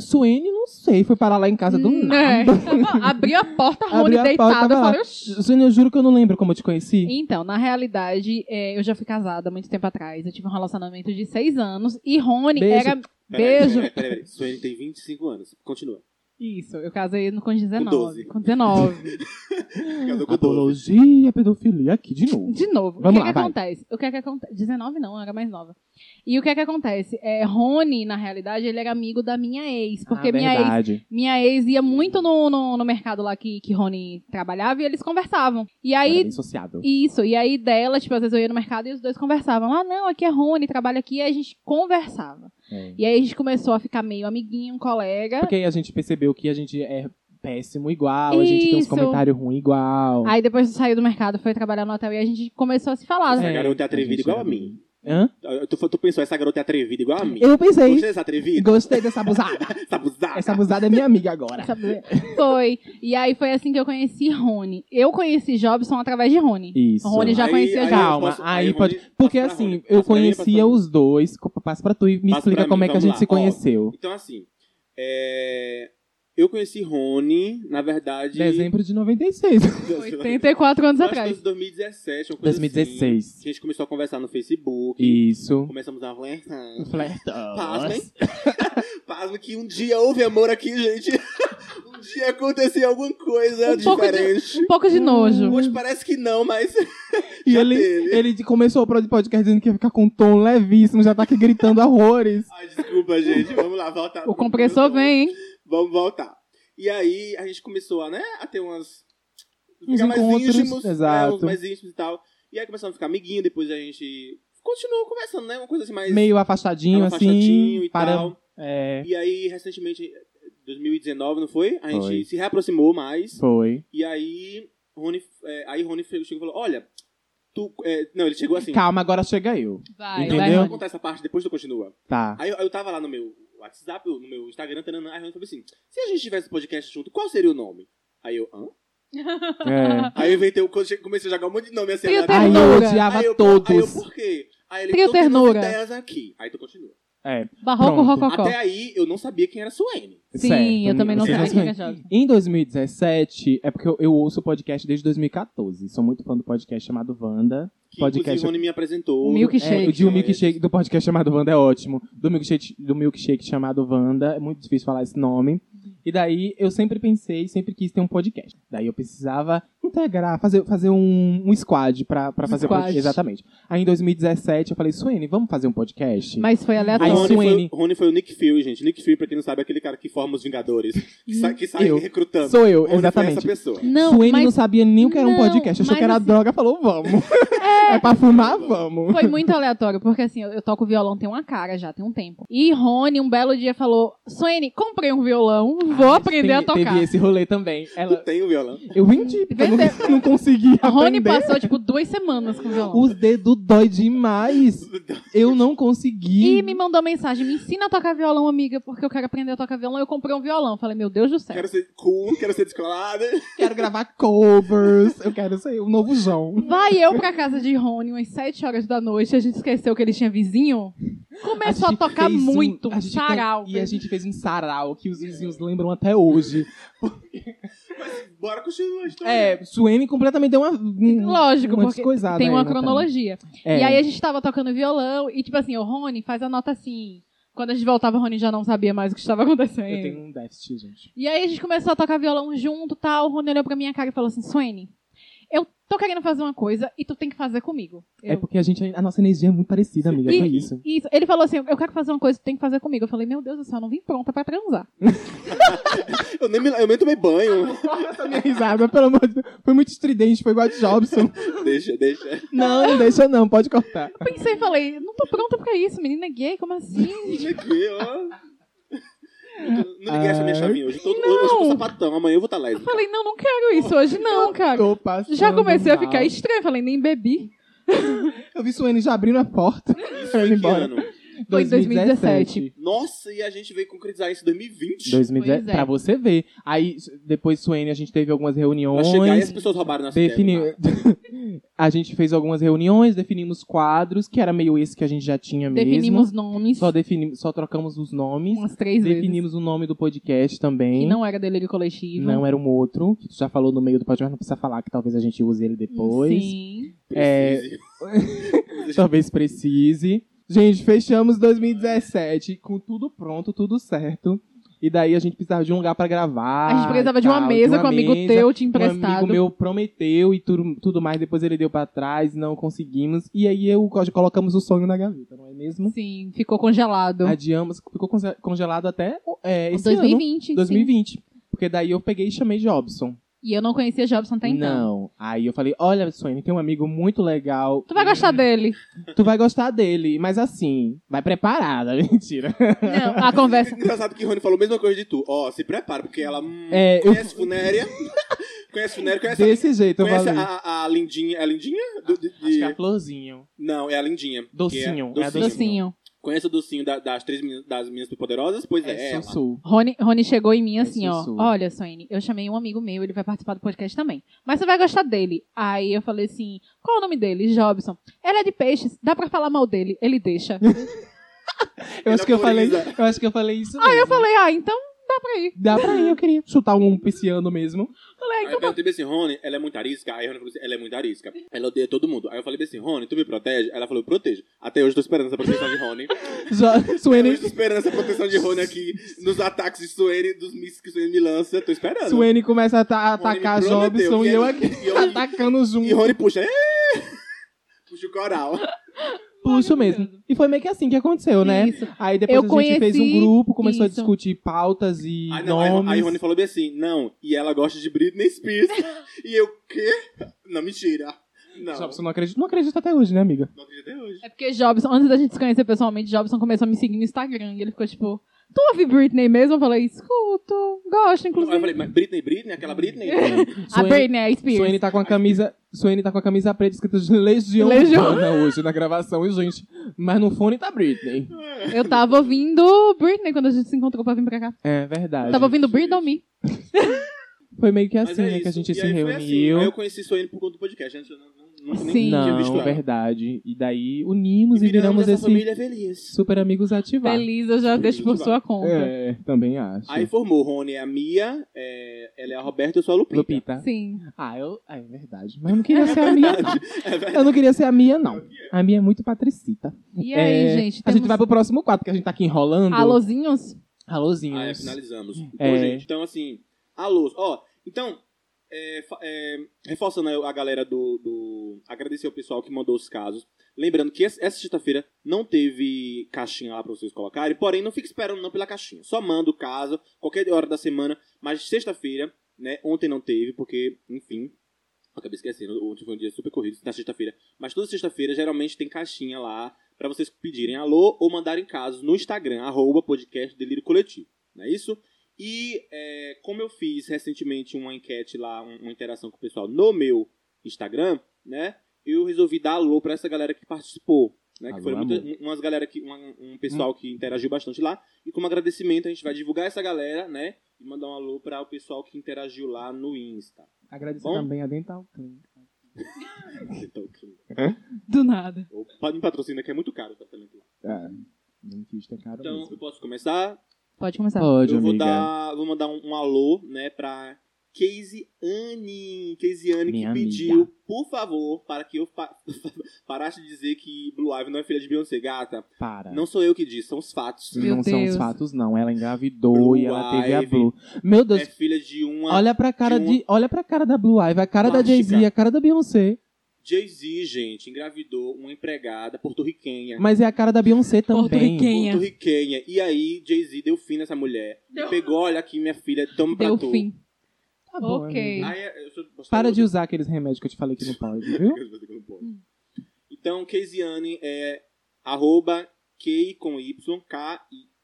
S3: Suene, não sei, foi parar lá em casa
S2: [laughs]
S3: do
S2: Né?
S3: nada.
S2: Não, Abri a porta,
S3: Abri
S2: Rony
S3: a
S2: é. deitado,
S3: porta,
S2: eu
S3: tava lá.
S2: falei... "Oxi".
S3: Suene, eu juro que eu não lembro como eu te conheci.
S2: Então, na realidade, é, eu já fui casada há muito tempo atrás. Eu tive um relacionamento de seis anos e Rony
S3: Beijo.
S2: era... Beijo.
S1: Peraí, peraí. Suene tem 25 anos. Continua.
S2: Isso, eu casei no- com 19. Com,
S1: 12.
S3: [laughs]
S2: 19.
S1: Casou
S3: é
S1: com 12.
S3: Apologia, pedofilia, aqui de novo.
S2: De novo.
S3: Vamos
S2: o que,
S3: lá,
S2: que
S3: vai.
S2: acontece? O que é que acontece? 19 não, eu era mais nova. E o que é que acontece? É, Rony, na realidade, ele era amigo da minha ex. Porque
S3: Ah,
S2: minha ex
S3: verdade.
S2: Minha ex ia muito no, no, no mercado lá que, que Rony trabalhava e eles conversavam. E
S3: Era
S2: aí.
S3: é bem sociável.
S2: Isso, e aí dela, tipo, às vezes eu ia no mercado e os dois conversavam. Ah, não, aqui é Rony, trabalha aqui, e aí a gente conversava.
S3: É.
S2: E aí a gente começou a ficar meio amiguinho, um colega.
S3: Porque a gente percebeu que a gente é péssimo igual, a gente tem uns
S2: Isso.
S3: comentários ruins igual.
S2: Aí depois saiu do mercado, foi trabalhar no hotel e a gente começou a se falar. né?
S1: Essa
S3: É,
S1: garota é
S3: a
S1: atrevida
S3: gente
S1: igual a
S3: era
S1: mim.
S3: Hã?
S1: Tu, tu pensou, essa garota é atrevida igual a mim?
S3: Eu pensei,
S1: Você é essa atrevida?
S3: gostei dessa abusada.
S1: Essa abusada.
S3: Essa abusada é minha amiga agora.
S2: Sabe? Foi. E aí foi assim que eu conheci Rony. Eu conheci Jobson através de Rony.
S3: Isso.
S2: Rony já
S1: Aí-
S2: conhecia
S1: aí
S2: já.
S1: eu
S3: Calma,
S1: posso-
S3: aí
S1: eu vou
S3: pode-
S1: de-
S3: Porque
S1: passa pra
S3: assim,
S1: Rony.
S3: eu
S1: Passa pra mim,
S3: conhecia
S1: passa-
S3: os dois. co- Passa pra tu e me
S1: Passa
S3: explica
S1: pra
S3: como
S1: mim,
S3: é que a
S1: vamos
S3: gente
S1: lá.
S3: se
S1: Ó,
S3: conheceu.
S1: Então, assim, é, eu conheci Rony, na verdade.
S3: Dezembro de [laughs] 96.
S1: [laughs]
S2: 84 anos
S1: Eu acho
S2: atrás.
S1: que foi 2017, uma coisa assim.
S3: 2016.
S1: A gente começou a conversar no Facebook.
S3: Isso.
S1: Começamos a conversar. Pasmem.
S3: Flertão.
S1: Pasmo que um dia houve amor aqui, gente. [laughs] um dia aconteceu alguma coisa
S2: Um pouco de-
S1: diferente.
S2: [laughs] Um pouco de nojo.
S1: Hoje parece que não, mas.
S3: E
S1: Já
S3: ele,
S1: teve.
S3: ele de- começou o podcast dizendo que ia ficar com um tom levíssimo, já tá aqui gritando [laughs] horrores.
S1: Ai, desculpa, gente. Vamos lá, volta.
S2: O compressor vem, hein?
S1: Vamos voltar. E aí a gente começou a, né, a ter umas.
S3: Uns
S1: Ficar mais
S3: encontros,
S1: íntimos, né,
S3: exato.
S1: uns mais íntimos e tal. E aí começamos a ficar amiguinho, depois a gente continuou conversando, né? Uma coisa assim mais.
S3: Meio afastadinho,
S1: tava afastadinho
S3: assim.
S1: e
S3: para-
S1: tal.
S3: É,
S1: E aí, recentemente, 2019, não foi? A gente
S3: Foi.
S1: se reaproximou mais.
S3: foi.
S1: E aí, Rony, é, aí Rony chegou e falou: Olha, tu. é, não, ele chegou assim.
S3: Calma, agora chega eu.
S2: Vai, vai,
S3: Entendeu?
S1: Deixa eu
S2: Rony.
S1: contar essa parte, depois tu continua.
S3: Tá.
S1: Aí eu, eu tava lá no meu WhatsApp, no meu Instagram, tananã, aí Rony falou assim: Se a gente tivesse podcast junto, qual seria o nome? Aí eu, hã?
S3: [laughs] É. né?
S1: Aí eu inventei, eu comecei comecei a jogar um monte de nome assim.
S2: Trio
S1: aleatório.
S3: Aí
S2: Ternura.
S3: eu
S1: Aí
S3: odiava
S1: eu, Aí eu,
S3: todos.
S1: por quê? Aí ele,
S2: Trio
S1: "Tô tendo
S2: Ternura.
S1: ideias aqui. Aí tu continua.
S3: É,
S2: Barroco
S3: Pronto.
S2: Rococó.
S1: Até aí, eu não sabia quem era Suene.
S2: Sim,
S3: certo.
S2: eu também não
S3: Vocês
S2: sabia quem
S3: sabem.
S2: era Jobson.
S3: Em 2017, é porque eu, eu ouço o podcast desde 2014. Sou muito fã do podcast chamado Wanda.
S1: Que
S3: Podcast-
S1: inclusive o Rony me apresentou.
S2: Milk-
S3: É,
S2: Milkshake.
S3: o de um milkshake do podcast chamado Wanda é ótimo. Do milkshake, do milkshake chamado Wanda, é muito difícil falar esse nome. E daí eu sempre pensei, sempre quis ter um podcast. Daí eu precisava integrar, fazer, fazer um, um squad pra, pra
S2: Um
S3: fazer o
S2: squad.
S3: podcast. Exatamente. Aí em 2017 eu falei, Suene, vamos fazer um podcast?
S2: Mas foi
S1: Aí
S2: aleatório.
S3: Aí
S1: Rony, foi,
S3: Suene.
S1: Rony foi o Nick Fury, gente. Nick Fury, pra quem não sabe, é aquele cara que forma os Vingadores. Que sai, que sai
S3: Uhum. Eu.
S1: recrutando.
S3: Sou eu,
S1: Rony
S3: exatamente.
S1: foi essa pessoa.
S2: Não,
S3: Suene
S2: mas
S3: não sabia nem o que era um
S2: Não,
S3: podcast. Achou
S2: mas
S3: que era
S2: assim-
S3: droga, falou, vamos. [laughs] É, pra fumar, vamos.
S2: foi muito aleatório, porque assim, eu, eu toco violão tem uma cara já, tem um tempo. E Rony, um belo dia, falou: Suene, comprei um violão, vou aprender a
S3: Teve- Teve
S2: tocar.
S3: esse rolê também. Ela,
S1: Tu tem o violão?
S3: eu vendi, porque [laughs] eu não, não consegui
S2: é Rony
S3: aprender.
S2: passou, tipo, duas semanas com o violão.
S3: Os dedos dói demais. Eu não consegui.
S2: E me mandou mensagem: me ensina a tocar violão, amiga, porque eu quero aprender a tocar violão. Eu comprei um violão. Falei, meu Deus
S3: Tá.
S2: do céu.
S1: Quero ser cool, quero ser descolada.
S3: Quero gravar covers. Eu quero ser o novo João.
S2: Vai eu pra casa de Rony umas 7 horas da noite, a gente esqueceu que ele tinha vizinho. Começou a,
S3: gente
S2: tocar
S3: fez um-
S2: muito,
S3: a gente fez-
S2: sarau.
S3: E a gente fez um sarau que os vizinhos lembram até hoje.
S1: Bora continuar a história.
S3: É, Suene completamente deu uma. um-
S2: Lógico,
S3: uma
S2: porque
S3: descoisada
S2: tem
S3: aí,
S2: uma
S3: né,
S2: cronologia.
S3: também. É.
S2: E aí a gente tava tocando violão e, tipo assim, o Rony faz a nota assim. Quando a gente voltava, o Rony já não sabia mais o que estava acontecendo.
S3: Eu tenho um déficit, gente.
S2: E aí a gente começou a tocar violão junto e tal. O Rony olhou pra minha cara e falou assim: Suene, eu tô querendo fazer uma coisa e tu tem que fazer comigo.
S3: É
S2: Eu-
S3: porque a gente, a nossa energia é muito parecida, amiga.
S2: E-
S3: É isso.
S2: Isso. Ele falou assim: eu quero fazer uma coisa, tu tem que fazer comigo. Eu falei: meu Deus do céu, eu não vim pronta pra transar.
S1: Eu nem, me, eu nem tomei banho.
S3: Essa minha risada, pelo amor de Deus. Foi muito estridente, foi igual a
S2: [laughs]
S3: de Jobson.
S1: deixa, deixa.
S3: Não, não deixa não, pode cortar.
S2: Eu pensei e falei: não tô pronta pra isso, menina é gay, como assim?
S1: Deixa aqui, ó. Não liguei essa minha
S3: Ai.
S1: chavinha hoje. Tô, hoje
S2: Não.
S1: eu tô sapatão, amanhã eu vou tá estar
S2: Eu
S1: lésbica.
S2: falei: não, não quero isso hoje, não, cara.
S3: Tô passando
S2: Já comecei a
S3: mal.
S2: ficar estranha. Falei: nem bebi.
S3: Eu vi Suene já abrindo a porta [laughs] pra ir
S1: Que
S3: embora.
S1: ano?
S2: Foi em 2017.
S1: Nossa, e a gente veio concretizar isso em 2020.
S3: 2017,
S2: Pois é.
S3: pra você ver. Aí, s- depois, Suene, a gente teve algumas
S1: Pra chegar e
S3: reuniões.
S1: as pessoas roubaram nossa
S3: Defini...
S1: ideia. né?
S3: [laughs] a gente fez algumas reuniões, definimos quadros, que era meio esse que a gente já tinha É mesmo.
S2: Definimos nomes
S3: Só, defini... Só trocamos os nomes.
S2: umas três vezes.
S3: Definimos o nome do podcast também.
S2: Que não era delírio coletivo.
S3: Não, era um outro, que tu já falou no meio do podcast, mas não precisa falar que talvez a gente use ele depois.
S2: Sim.
S3: É, [laughs]
S1: Precise.
S3: Talvez precise. Gente, fechamos 2017 com tudo pronto, tudo certo. E daí a gente precisava de um lugar pra gravar.
S2: a gente precisava
S3: e
S2: de uma
S3: tal,
S2: mesa com um amigo
S3: tá, mesa.
S2: teu te
S3: Um
S2: emprestado.
S3: amigo meu prometeu e tudo, tudo mais, depois ele deu pra trás, não conseguimos. E aí eu colocamos o sonho na gaveta, não é mesmo?
S2: Sim, ficou congelado.
S3: Adiamos, ficou conge- congelado até é, Ah, esse ano,
S2: 2020. sim.
S3: 2020. Porque daí eu peguei e chamei Jobson.
S2: E eu não conhecia Jobson até então.
S3: Não. Aí eu falei, olha, Suene, tem um amigo muito legal.
S2: Tu vai gostar dele.
S3: Tu vai gostar dele, mas assim, vai preparada, [laughs] mentira.
S2: Não, a
S1: [laughs]
S2: conversa.
S1: Engraçado que o Rony falou a mesma coisa de tu. Ó, se prepara, porque ela hum,
S3: É, eu-
S1: conhece funéria. [laughs] conhece funéria, conhece,
S3: Desse jeito, eu
S1: conhece
S3: falei.
S1: a, a, a Lindinha. É a Lindinha? Do- de- de-
S3: Acho que é a florzinho.
S1: Não, é a Lindinha. que é
S3: Docinho, é a
S1: docinho.
S2: Docinho.
S1: Conhece o docinho da- das três meninas, das meninas poderosas? Pois é, é
S3: É,
S1: ela.
S3: Sussu.
S2: Rony, Rony chegou em mim
S3: É
S2: assim, ó.
S3: sussurro.
S2: Olha, Suene, eu chamei um amigo meu, ele vai participar do podcast também. Mas você vai gostar dele. Aí eu falei assim: qual o nome dele? Jobson. Ele é de peixes, dá pra falar mal dele. Ele
S3: [laughs]
S2: deixa.
S3: Eu acho que eu falei,
S1: Elaboriza.
S3: eu acho que eu falei isso.
S2: Aí eu
S3: mesmo.
S2: falei: ah, então dá pra ir.
S3: Dá pra ir, eu queria chutar um pisciano mesmo.
S2: Falei, ah,
S1: Aí
S2: então
S1: eu perguntei bem assim, Rony, ela é muito arisca? Aí a Rony falou assim, ela é muito arisca. Ela odeia todo mundo. Aí eu falei bem assim, Rony, tu me protege? Ela falou, eu protejo. Até hoje eu tô esperando essa proteção de
S3: [laughs]
S1: Rony. [laughs]
S3: Jo-
S1: Até
S3: Suene,
S1: hoje eu tô esperando essa proteção de Rony aqui nos ataques de Suene, dos mísseis que Suene me lança. Tô esperando.
S3: Suene começa a ta-
S1: Rony me
S3: atacar
S1: prometeu
S3: Jobson
S1: que
S3: e eu
S1: ele-
S3: aqui
S1: e eu-
S3: [laughs] atacando
S1: E
S3: junto.
S1: Rony puxa, "Ê!" puxa o coral.
S3: Puxo mesmo. E foi meio que assim que aconteceu, né?
S2: Isso.
S3: Aí depois
S2: Eu
S3: a gente fez um
S2: conheci-
S3: grupo, começou a
S2: isso.
S3: discutir pautas e
S1: Aí, não, aí,
S3: nomes.
S1: aí Rony falou bem assim, não, e ela gosta de Britney
S3: [laughs]
S1: Spears. e eu, quê? Não, mentira. Não,
S3: Jobson não acredita, não acredita até hoje, né, amiga?
S1: não acredito até hoje.
S2: É porque Jobson, antes da gente se conhecer pessoalmente, Jobson começou a me seguir no Instagram. E ele ficou tipo: tu ouve Britney mesmo? Eu falei: escuto, gosto,
S1: Aí eu
S2: inclusive.
S1: falei, mas Britney, Britney, aquela Britney?
S2: [laughs]
S3: É,
S2: A Britney é Spears.
S3: Suene tá com a camisa. Suene tá com a camisa preta escrita [laughs] de Legião
S2: Legião.
S3: Urbana hoje na gravação, gente. Mas no fone tá Britney.
S2: Eu tava ouvindo Britney quando a gente se encontrou pra vir pra cá.
S3: É verdade.
S2: Eu tava ouvindo Britney on Me.
S3: Foi meio que
S1: Mas
S3: assim,
S1: é
S3: né? Que a
S1: isso.
S3: gente
S1: E
S3: se
S1: aí foi assim.
S3: reuniu.
S1: Aí eu conheci Suene por conta do podcast. Antes eu não, não, nunca
S2: Sim.
S1: nem tinha
S3: Não,
S1: visto ela.
S3: verdade. E daí unimos e
S1: E viramos
S3: viramos,
S1: essa
S3: esse
S1: família feliz.
S3: super amigos ativar.
S2: Feliz, eu já
S1: Feliz,
S2: deixo por
S1: vai.
S2: sua conta.
S3: É, também acho.
S1: Aí formou, Rony é a Mia, é, ela é a Roberta, eu sou a Lupita.
S3: Lupita.
S2: Sim.
S3: Ah, eu. Ah, é verdade. Mas eu não queria ser a minha, não.
S1: É verdade.
S3: Eu não queria ser a minha, não. A minha é muito patricita.
S2: E aí,
S3: É,
S2: gente?
S3: A
S2: temos
S3: gente vai pro próximo quadro, que a gente tá aqui enrolando.
S2: Alôzinhos?
S3: Alôzinhos.
S1: Ah, é, finalizamos. Então,
S3: né? É.
S1: gente, então assim, alô. Ó, então, é, fa- é, reforçando a galera do, do- Agradecer ao pessoal que mandou os casos. Lembrando que esse- essa sexta-feira não teve caixinha lá pra vocês colocarem, porém, não fique esperando não pela caixinha. Só manda o caso, qualquer hora da semana, mas sexta-feira, né? Ontem não teve, porque, enfim. Acabei esquecendo, ontem foi um dia super corrido, na sexta-feira. Mas toda sexta-feira, geralmente, tem caixinha lá pra vocês pedirem alô ou mandarem casos no Instagram, arroba podcast Delírio Coletivo não é isso? E é, como eu fiz recentemente uma enquete lá, um- uma interação com o pessoal no meu Instagram, né? Eu resolvi dar alô pra essa galera que participou, né?
S3: Alô,
S1: que foram muita- um- umas galera que, uma- um pessoal que interagiu bastante lá. E como agradecimento a gente vai divulgar essa galera, né? E mandar um alô para o pessoal que interagiu lá no Insta.
S3: Agradecer
S1: Bom?
S3: também a Dental Clean.
S1: Então,
S2: Do nada.
S1: pode me patrocinar que é muito caro o tratamento lá.
S3: É. Dentista é caro
S1: Então,
S3: mesmo.
S1: eu posso começar?
S3: Tá.
S2: Pode começar.
S3: Pode,
S1: eu vou
S3: amiga.
S1: dar, vou mandar um, um alô, né, pra Casey Anne. Casey Anne que
S3: Minha
S1: pediu,
S3: amiga.
S1: por favor, para que eu pa- [laughs] parasse de dizer que Blue Ivy não é filha de Beyoncé. Gata,
S3: Para.
S1: não sou eu que disse, são os fatos.
S2: Meu
S3: não são os
S2: Deus.
S3: fatos, não. Ela engravidou
S1: Blue
S3: e ela teve a
S1: Ivy.
S3: Blue. Meu Deus,
S1: É filha de uma
S3: olha pra cara
S1: de
S3: de,
S1: uma-
S3: olha pra cara da Blue Ivy, a cara da
S1: Plástica.
S3: Jay-Z, a cara da Beyoncé.
S1: Jay-Z, gente, engravidou uma empregada porto-riquenha.
S3: Mas é a cara da Beyoncé também.
S2: Porto-riquenha.
S1: Porto-riquenha. E aí, Jay-Z deu fim nessa mulher.
S2: Deu.
S1: Pegou, olha aqui, minha filha, toma pra
S2: Deu
S1: tu.
S2: fim.
S3: Tá bom,
S2: Ok.
S3: amiga.
S1: Aí, eu sou- posso
S3: Para
S1: falar
S3: de usar aqueles remédios que eu te falei que não pode, viu?
S2: Hum.
S1: Então, Keisiane é arroba K com Y,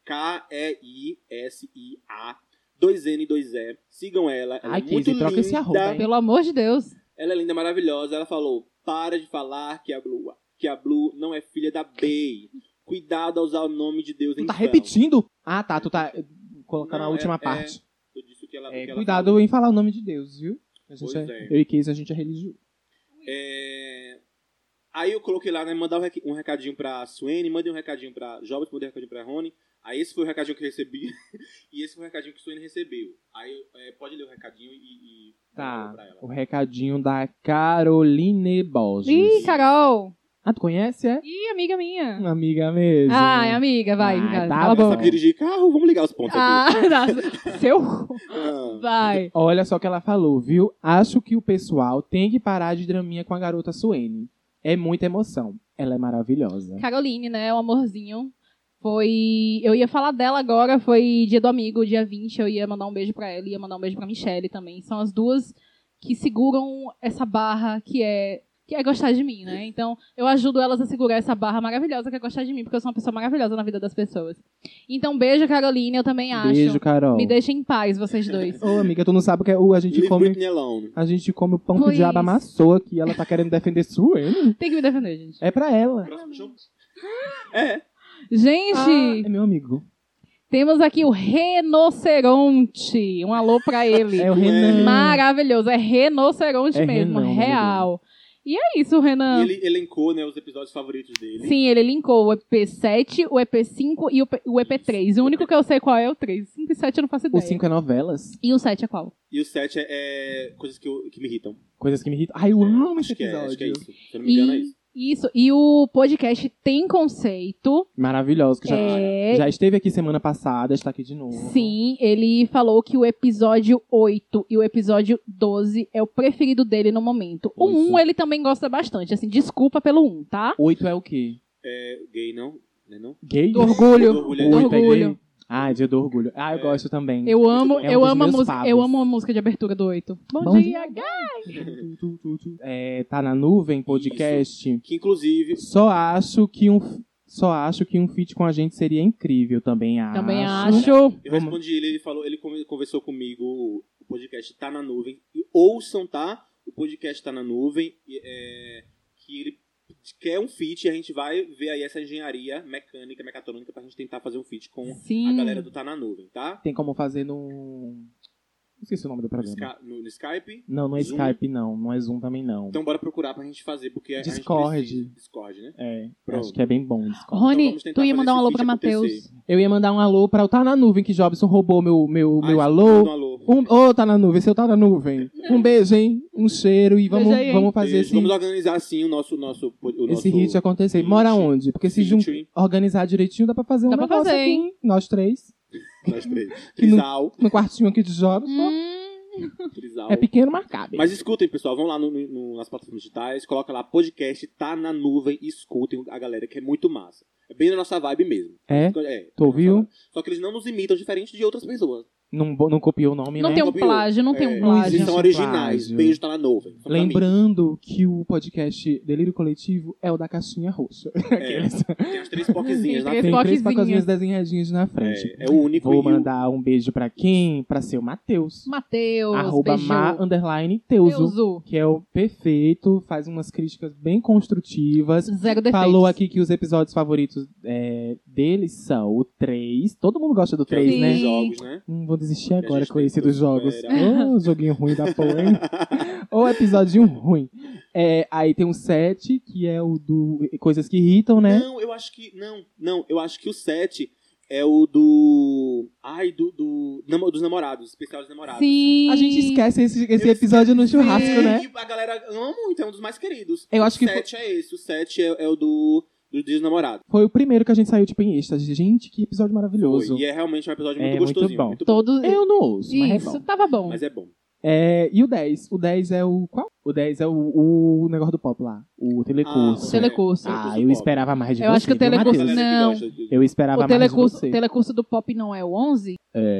S1: K-E-I-S-I-A, 2N, 2E. Sigam ela. ela
S3: Ai,
S1: é muito
S3: Casey, troca esse
S1: linda.
S3: arroba, hein?
S2: Pelo amor de Deus.
S1: Ela é linda, maravilhosa. Ela falou: para de falar que a Blue, que a Blue não é filha da Bey. Cuidado ao usar o nome de Deus
S3: Tu
S1: em
S3: tá
S1: vão."
S3: repetindo? Ah, tá, tu tá eh, colocando
S1: Então, Não,
S3: a última
S1: é- é-
S3: parte.
S1: Eu disse o que ela- o
S3: É,
S1: que ela
S3: cuidado
S1: falou.
S3: em falar o nome de Deus, viu? A gente
S1: Pois
S3: é-
S1: é.
S3: Eu e Casey, a gente é religioso.
S1: É, Aí eu coloquei lá, né? Mandar um rec- um recadinho pra Suene, mandei um recadinho pra Jobs, mandei um recadinho pra Rony. Aí esse foi o recadinho que eu recebi. [laughs] e esse foi o recadinho que Suene recebeu. Aí é, pode ler o recadinho e. e
S3: Tá,
S1: pra ela.
S3: o recadinho da Caroline Borges.
S2: Ih, Carol.
S3: Ah, tu conhece, é?
S2: Ih, amiga minha.
S3: Uma amiga mesmo.
S2: Ai, amiga, vai.
S3: Ai,
S2: Ricardo,
S3: é. tá
S2: Cala a
S3: bom. é
S2: boca.
S1: Sabe dirigir carro? Vamos ligar os pontos
S2: Ah, [laughs]
S1: aqui.
S2: nossa, seu cu.
S1: Ah,
S2: Vai.
S3: Olha só o que ela falou, viu? Acho que o pessoal tem que parar de draminha com a garota Suene. É muita emoção. Ela é maravilhosa.
S2: Caroline, né? O amorzinho. Foi. Eu ia falar dela agora, foi dia do amigo, dia 20. Eu ia mandar um beijo pra ela e ia mandar um beijo pra Michelle também. São as duas que seguram essa barra que é. Que é gostar de mim, né? Então, eu ajudo elas a segurar essa barra maravilhosa que é gostar de mim, porque eu sou uma pessoa maravilhosa na vida das pessoas. Então, beijo, Caroline, eu também acho.
S3: Beijo, Carol.
S2: Me deixem em paz, vocês
S3: [laughs]
S2: dois.
S3: Ô, amiga, tu não sabe o que é o a gente
S1: Leave
S3: come.
S1: Britney alone.
S3: A gente come o pão que o
S2: Pois.
S3: diabo amassou aqui. Ela tá querendo defender Suene.
S2: Tem que me defender, gente.
S3: É pra ela.
S1: Próximo jogo. [laughs] É,
S2: Gente!
S3: É meu amigo.
S2: Temos aqui o Renoceronte. Um alô pra ele.
S3: É o Renan.
S2: Maravilhoso. É renoceronte
S3: É
S2: mesmo,
S3: Renan,
S2: real. E é isso, Renan.
S1: e ele elencou né, os episódios favoritos dele.
S2: Sim, ele linkou o EP7, o EP5 e o P- o EP3. O único que eu sei qual é o 3. 5 e 7 eu não faço
S3: O
S2: ideia.
S3: 5 é novelas.
S2: E o 7 é qual?
S1: E o 7 é, é coisas que, eu- que me irritam.
S3: Coisas que me irritam. Ai, eu amo esse
S1: Acho que, é, acho que é
S3: episódio.
S1: isso. Se eu não me engano,
S2: E-
S1: é isso.
S2: Isso. E o podcast tem conceito.
S3: Maravilhoso. Que já,
S2: é...
S3: já esteve aqui semana passada, está aqui de novo.
S2: Sim, ele falou que o episódio 8 e o episódio 12 é o preferido dele no momento. O
S3: Isso.
S2: 1 ele também gosta bastante, assim, desculpa pelo 1, tá?
S3: Oito é o quê?
S1: É gay, não? Não é não?
S3: Gay?
S2: Do orgulho.
S1: Do orgulho.
S3: Oito é gay?
S2: orgulho.
S3: Ah, é dia do orgulho. Ah, eu
S1: É.
S3: gosto também.
S2: Eu amo,
S3: É um
S2: eu
S3: dos
S2: amo a
S3: meus
S2: música,
S3: favos.
S2: eu amo a música de abertura do 8. Bom,
S3: Bom
S2: dia,
S3: dia,
S2: gata.
S3: É, tá na nuvem podcast.
S1: Que inclusive.
S3: Só acho que um só acho que um feat com a gente seria incrível também acho.
S2: Também acho.
S1: Eu
S3: Vamos.
S1: respondi ele, ele falou, ele come- conversou comigo, o podcast tá na nuvem. E ouçam, tá? O podcast tá na nuvem. e, é, que ele quer um feat e a gente vai ver aí essa engenharia mecânica, mecatrônica, pra gente tentar fazer um feat com a
S2: Sim.
S1: galera do Tá na Nuvem, tá?
S3: Tem como fazer no Esqueci o nome do
S1: No,
S3: programa.
S1: Sky- no- no Skype.
S3: Não, não é
S1: Zoom?
S3: Skype não, não é Zoom também não.
S1: Então bora procurar pra gente fazer, porque a-
S3: Discord.
S1: a gente precisa. Discord, né?
S3: É,
S1: Pronto.
S3: acho que é bem bom. Discord.
S2: Rony,
S1: vamos tentar
S2: tu ia
S1: fazer
S2: mandar um
S1: esse
S2: alô
S1: feat
S2: pra Matheus.
S1: acontecer.
S3: Eu ia mandar um alô pra o Tá na Nuvem que Jobson roubou meu meu
S1: Ah,
S3: meu
S1: manda
S3: alô.
S1: um alô.
S3: Um, ô, tá na nuvem, seu tá na nuvem. Um beijo, hein? Um cheiro e vamos,
S2: Beijo aí, hein?
S3: vamos fazer
S1: Beijo.
S3: esse,
S1: Vamos organizar assim o nosso. nosso o nosso...
S3: esse hit acontecer. Mora
S1: feat.
S3: onde? Porque se jun... [laughs]
S1: featuring,
S3: organizar direitinho, dá pra fazer um
S2: Dá pra
S3: negócio
S2: fazer,
S3: aqui,
S2: hein?
S3: hein? Nós três.
S1: Nós três.
S3: Que não-
S1: Trisal.
S3: No quartinho aqui de Jobson.
S2: Hum,
S1: Trisal.
S3: É pequeno, mas cabe.
S1: Mas escutem, pessoal, vão lá no- no- no- nas plataformas digitais, coloca lá podcast, tá na nuvem e escutem a galera que é muito massa. É bem na nossa vibe mesmo.
S3: É?
S1: É,
S3: Tu ouviu?
S1: Só que eles não nos imitam diferente de outras pessoas.
S3: Não, bo- não copiou o nome,
S2: não
S3: né?
S2: tem um
S1: Copiou.
S2: plágio, não tem
S1: É,
S2: um
S1: Eles
S2: plágio.
S3: existe.
S1: são originais.
S3: plágio.
S1: Beijo tá na nuvem. Só pra
S3: Lembrando que o podcast Delírio Coletivo é o da caixinha roxa.
S1: mim. É, tem as três poquezinhas na
S2: Tem
S1: frente.
S3: Tem três
S2: Poquezinha.
S3: pacotinhas desenhadinhas na frente.
S1: É, é o único.
S3: Vou
S1: e o-
S3: mandar um beijo pra quem? Pra seu Matheus.
S2: Matheus,
S3: Arroba
S2: beijão.
S3: ma underline teuso.
S2: Deuso.
S3: Que é o perfeito, faz umas críticas bem construtivas.
S2: Zero defeitos.
S3: Falou aqui que os episódios favoritos é, deles são o 3. Todo mundo gosta do
S1: que é os
S3: 3, né?
S1: três jogos, né?
S3: Hum, vou desistir
S1: a
S3: agora
S1: gente
S3: com esse
S1: tem
S3: dos jogos.
S1: espera.
S3: Ô, joguinho ruim da porra, hein? Ou episódio ruim. É, aí tem um 7, que é o do Coisas que Irritam, né?
S1: Não, eu acho que. Não, não, eu acho que o 7 é o do. Ai, do. do namo- dos namorados, especial dos namorados.
S2: Sim.
S3: A gente esquece esse, esse
S1: Eu
S3: episódio no churrasco,
S1: Sim,
S3: né?
S1: e A galera ama muito, é um dos mais queridos.
S3: Eu acho que
S1: O 7 é esse, o 7 é, é o do, do Dia dos Namorados.
S3: Foi o primeiro que a gente saiu, tipo, em êxtase. Gente, que episódio maravilhoso.
S1: Foi, E é realmente um episódio
S3: É,
S1: muito
S3: muito
S1: gostosinho.
S3: bom.
S2: Todos.
S3: Eu não ouço, mas é
S2: Isso,
S3: bom.
S2: tava bom.
S1: Mas é bom.
S3: É, e o 10? O 10 é o qual? O 10 é o, o negócio do pop lá. O
S2: O
S1: Ah,
S3: telecurso.
S2: telecurso.
S1: telecurso
S3: Ah,
S1: do
S3: eu
S1: pop.
S3: esperava mais de
S2: Eu
S3: você,
S2: acho que o
S3: viu,
S1: A
S2: telecurso-
S3: Matheus?
S1: galera que
S2: Não. é
S1: gosta de-
S3: é Eu esperava
S2: o
S3: mais
S2: telecurso,
S3: de você.
S2: telecurso do pop não é o 11?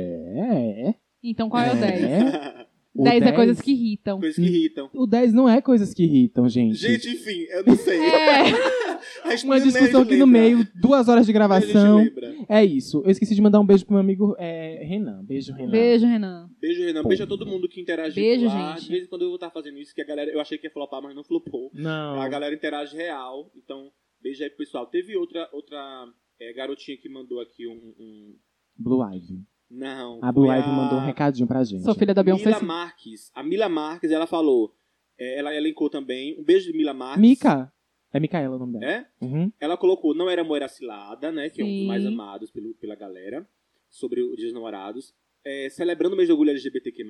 S3: É, é.
S2: Então qual é, o 10?
S3: O
S2: 10 é coisas que irritam.
S1: [laughs] Coisas que irritam.
S3: O 10 não é coisas que irritam, gente.
S1: Gente, é enfim, eu não sei.
S2: É,
S1: [laughs] A gente
S3: Uma
S1: nem-
S3: discussão
S1: a gente
S3: aqui no
S1: lembra.
S3: meio, duas horas de
S1: A né? é gente
S3: gravação.
S1: lembra.
S3: É isso. Eu esqueci de mandar um beijo pro meu amigo é, Renan. Beijo, Renan.
S2: beijo, Renan.
S1: Beijo, Renan. Beijo a todo mundo que interagiu
S2: Beijo,
S1: lá.
S2: gente.
S1: De vez em quando eu vou estar fazendo isso, que a galera... Eu achei que ia flopar, mas não flopou.
S3: Não.
S1: A galera interage real. Então, beijo aí pro pessoal. Teve outra, outra é, garotinha que mandou aqui um... um-
S3: Blue Ivy.
S1: Não.
S3: A Blue
S1: foi
S3: Ivy mandou um recadinho pra gente.
S2: Sou filha da Beyoncé.
S1: Mila
S2: sim.
S1: Marques. A Mila Marques, ela falou... é, Ela elencou também. Um beijo de Mila Marques.
S3: Mica. É Micaela o nome dela.
S1: É?
S3: Uhum.
S1: Ela colocou Não Era Amor Era Cilada, né? Que é um dos
S2: Sim.
S1: mais amados pelo, pela galera. Sobre o Dia dos Namorados. É, celebrando o mês de orgulho LGBTQ+.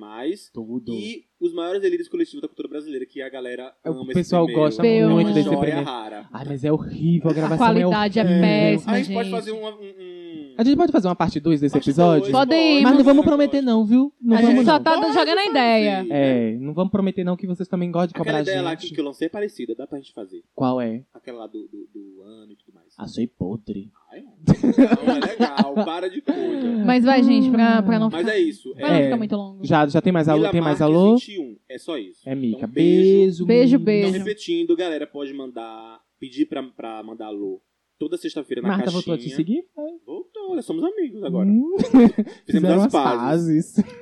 S3: Tudo.
S1: E os maiores delírios coletivos da cultura brasileira, que a galera
S3: O
S1: ama esse
S3: pessoal
S1: primeiro.
S3: gosta
S1: é
S2: muito
S1: uma
S2: desse
S1: joia
S3: primeiro.
S1: rara.
S3: Ai, mas é horrível. A
S2: A
S3: gravação é
S2: qualidade é,
S3: horrível.
S2: péssima,
S1: a gente pode
S2: gente.
S1: fazer um... um- um-
S3: A gente né, pode fazer uma parte 2 desse
S1: Parte
S3: episódio?
S1: dois,
S2: Pode,
S1: pode.
S3: Mas não vamos prometer, não, viu? Não
S2: a
S3: vamos,
S2: gente só
S3: não.
S2: tá
S1: Pode
S2: jogando a
S1: fazer.
S2: ideia.
S3: É, não vamos prometer, não, que vocês também gostam de cobrar
S1: Aquela
S3: a
S1: ideia lá
S3: gente.
S1: que, que eu lancei é parecida, dá pra gente fazer.
S3: Qual é?
S1: Aquela lá do, do, do ano e tudo mais.
S3: Achei podre.
S1: Ai,
S3: tá.
S1: não, é legal, para de coisa.
S2: Mas vai, gente, pra, pra não
S1: Mas
S2: ficar,
S1: é isso.
S2: pra não
S1: É,
S3: É.
S2: ficar muito longo.
S3: Já, já tem mais alô?
S1: Mila
S3: Tem mais
S1: Marques,
S3: alô?
S1: 21, é só isso.
S3: É Mica.
S1: Então,
S3: beijo.
S2: Beijo,
S3: Mica.
S1: Então,
S2: beijo.
S1: repetindo, galera, pode mandar, pedir pra, pra mandar alô toda sexta-feira na
S3: Marta
S1: caixinha.
S3: voltou a te seguir?
S1: Voltou, nós somos amigos agora.
S3: Hum,
S1: Fizemos
S3: fizeram
S1: as
S3: as
S1: pazes.
S3: pazes.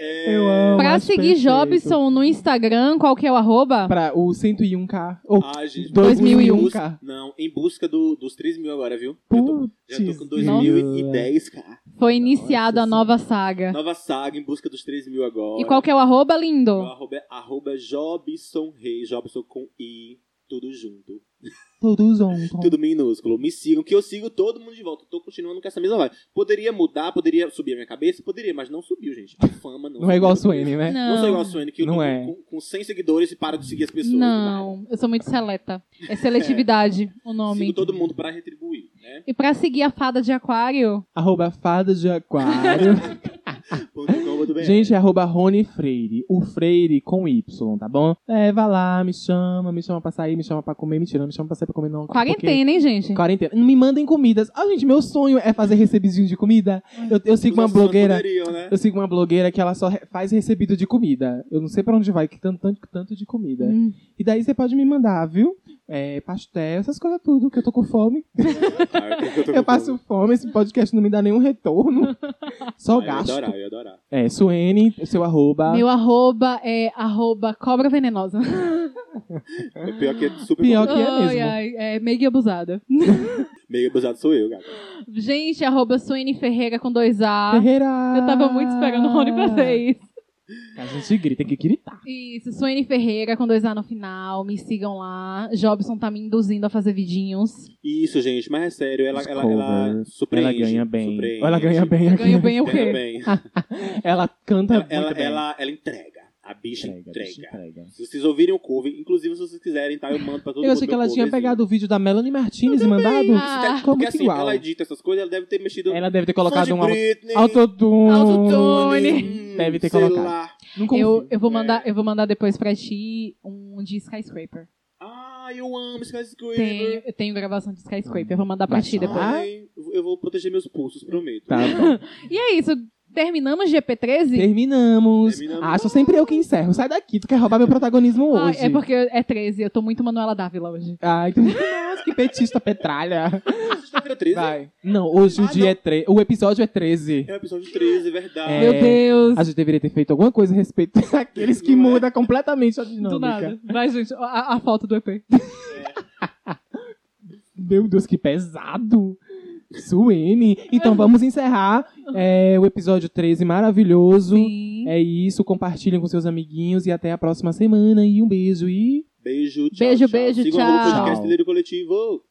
S1: É,
S3: Eu amo.
S2: Pra
S3: acho
S2: seguir
S3: perfeito.
S2: Jobson no Instagram, qual que é o arroba?
S3: Pra o 101k. Ou
S1: Ah, gente,
S3: 2001k.
S1: Não, em busca do- dos 3 mil agora, viu? Eu tô-
S3: Putz.
S1: já tô com
S2: Nossa.
S1: 2010, cara.
S2: Foi iniciada a
S3: Nossa
S2: nova saga.
S1: Nova saga em busca dos 3 mil agora.
S2: E qual que é o arroba,
S1: Meu
S2: lindo?
S1: Arroba, é arroba Jobson Rei, Jobson com I, tudo junto.
S3: Tudo junto.
S1: Tudo minúsculo. Me sigam, que eu sigo todo mundo de volta. Tô continuando com essa mesma vibe. Poderia mudar, poderia subir a minha cabeça, poderia, mas não subiu, gente. A fama não
S3: Não é igual o
S1: subiu.
S3: Suene, né?
S1: Não, sou igual a Suene, que eu
S3: Não
S1: tô
S3: é.
S1: com, com 100 seguidores e para de seguir as pessoas. do nada.
S2: Não, eu sou muito seleta. É
S3: [laughs]
S2: seletividade
S3: É.
S2: o nome.
S1: Sigo todo mundo pra retribuir, né?
S2: E pra seguir a fada de aquário,
S3: Arroba fada de aquário.
S1: Ponto com, ponto br.
S3: Gente, é arroba Rony Freire. O Freire com Y, tá bom? É, vai lá, me chama, me chama pra sair, me chama pra comer. Mentira, não me chama pra sair pra comer, não. porque-
S2: quarentena, hein, gente?
S3: Um Quarentena. Não me mandem comidas. Ah, gente, meu sonho é fazer recebidinho de comida. Eu, eu sigo
S1: Os
S3: uma
S1: nossos fãs
S3: blogueira.
S1: poderiam, né?
S3: [laughs] Eu sigo uma blogueira que ela só re- faz recebido de comida. Eu não sei pra onde vai, que tanto, tanto, tanto de comida.
S2: Hum.
S3: E daí você pode me mandar, viu? É, pastel, essas coisas tudo, que eu tô com fome.
S1: Ah, eu tô
S3: Eu
S1: com
S3: passo fome, esse podcast não me dá nenhum retorno. Só
S1: fome. Ah,
S3: gasto.
S1: Eu ia adorar, eu ia adorar.
S3: É, Suene, seu arroba.
S2: Meu arroba é arroba cobra venenosa.
S1: É pior que é super
S3: Pior
S1: complicado.
S3: que é
S2: Ai,
S3: mesmo.
S2: ai, é meio abusada.
S1: Meio abusado sou eu, gata.
S2: Gente, arroba Suene Ferreira com dois A.
S3: Ferreira.
S2: Ah,
S3: Ah.
S2: Eu tava muito esperando o Rony pra ver isso.
S3: A gente grita, tem que gritar.
S2: Isso, Suene Ferreira com dois A no final. Me sigam lá. Jobson tá me induzindo a fazer vidinhos.
S1: Isso, gente, mas é sério, ela, ela, ela
S3: Discover.
S1: surpreende.
S3: ela ganha bem.
S1: surpreende.
S3: Ela ganha bem. aqui.
S2: Ganho
S3: [laughs]
S2: bem o
S1: Ganha
S2: quê?
S1: bem.
S3: Ela canta
S1: Ela,
S3: muito
S1: ela,
S3: bem.
S1: ela, ela entrega. A bicha entrega.
S3: entrega, bicho, entrega.
S1: Se vocês ouvirem o cover, inclusive se vocês quiserem, tá? Eu mando pra todo mundo.
S3: Eu achei que
S1: meu
S3: ela tinha
S1: coverzinho.
S3: pegado o vídeo da Melanie Martinez e mandado.
S2: Ah.
S1: Deve-
S3: Ficou
S1: Porque
S3: muito
S1: assim,
S3: igual.
S1: ela edita essas coisas, ela deve ter mexido.
S3: Ela deve
S1: Fã
S3: ter
S1: de
S3: colocado um
S1: Britney,
S3: autotune.
S2: Autotune.
S1: hum,
S3: Deve ter
S1: sei
S3: colocado.
S1: lá.
S3: Não confio. É.
S2: Eu, eu, vou mandar, eu vou mandar depois pra ti um de Skyscraper.
S1: Ah, eu amo Skyscraper.
S2: Tenho, eu tenho gravação de Skyscraper. Eu vou mandar pra
S3: Vai
S2: ti
S3: só.
S2: depois.
S1: Ah, eu vou proteger meus pulsos, prometo.
S3: Tá
S2: [laughs]
S3: bom.
S2: E é isso. Terminamos GP13?
S3: Terminamos.
S1: Terminamos.
S3: Ah, sou sempre eu que encerro. Sai daqui, tu quer roubar meu protagonismo
S2: Ah,
S3: hoje.
S2: é porque é 13. Eu tô muito Manuela Dávila hoje.
S3: Ai, tu... Nossa, que petista petralha.
S1: Sexta-feira 13
S3: Vai. Não, hoje
S1: Ah,
S3: o dia
S1: não.
S3: é 13. O episódio é 13.
S1: é o episódio 13, é verdade.
S3: É.
S2: Meu Deus.
S3: A gente deveria ter feito alguma coisa a respeito [laughs] daqueles que
S1: Não é?
S3: mudam completamente a dinâmica.
S2: Do nada. Vai, gente. A, a foto do EP.
S3: Meu Deus, que pesado. Suene. Então vamos encerrar é, o episódio 13 maravilhoso.
S2: Sim.
S3: É isso, compartilhem com seus amiguinhos e até a próxima semana. E um beijo e.
S1: Beijo, tchau.
S2: Beijo,
S1: tchau.
S2: beijo,
S1: Sigam o
S2: tchau.
S1: podcast Lírio Coletivo.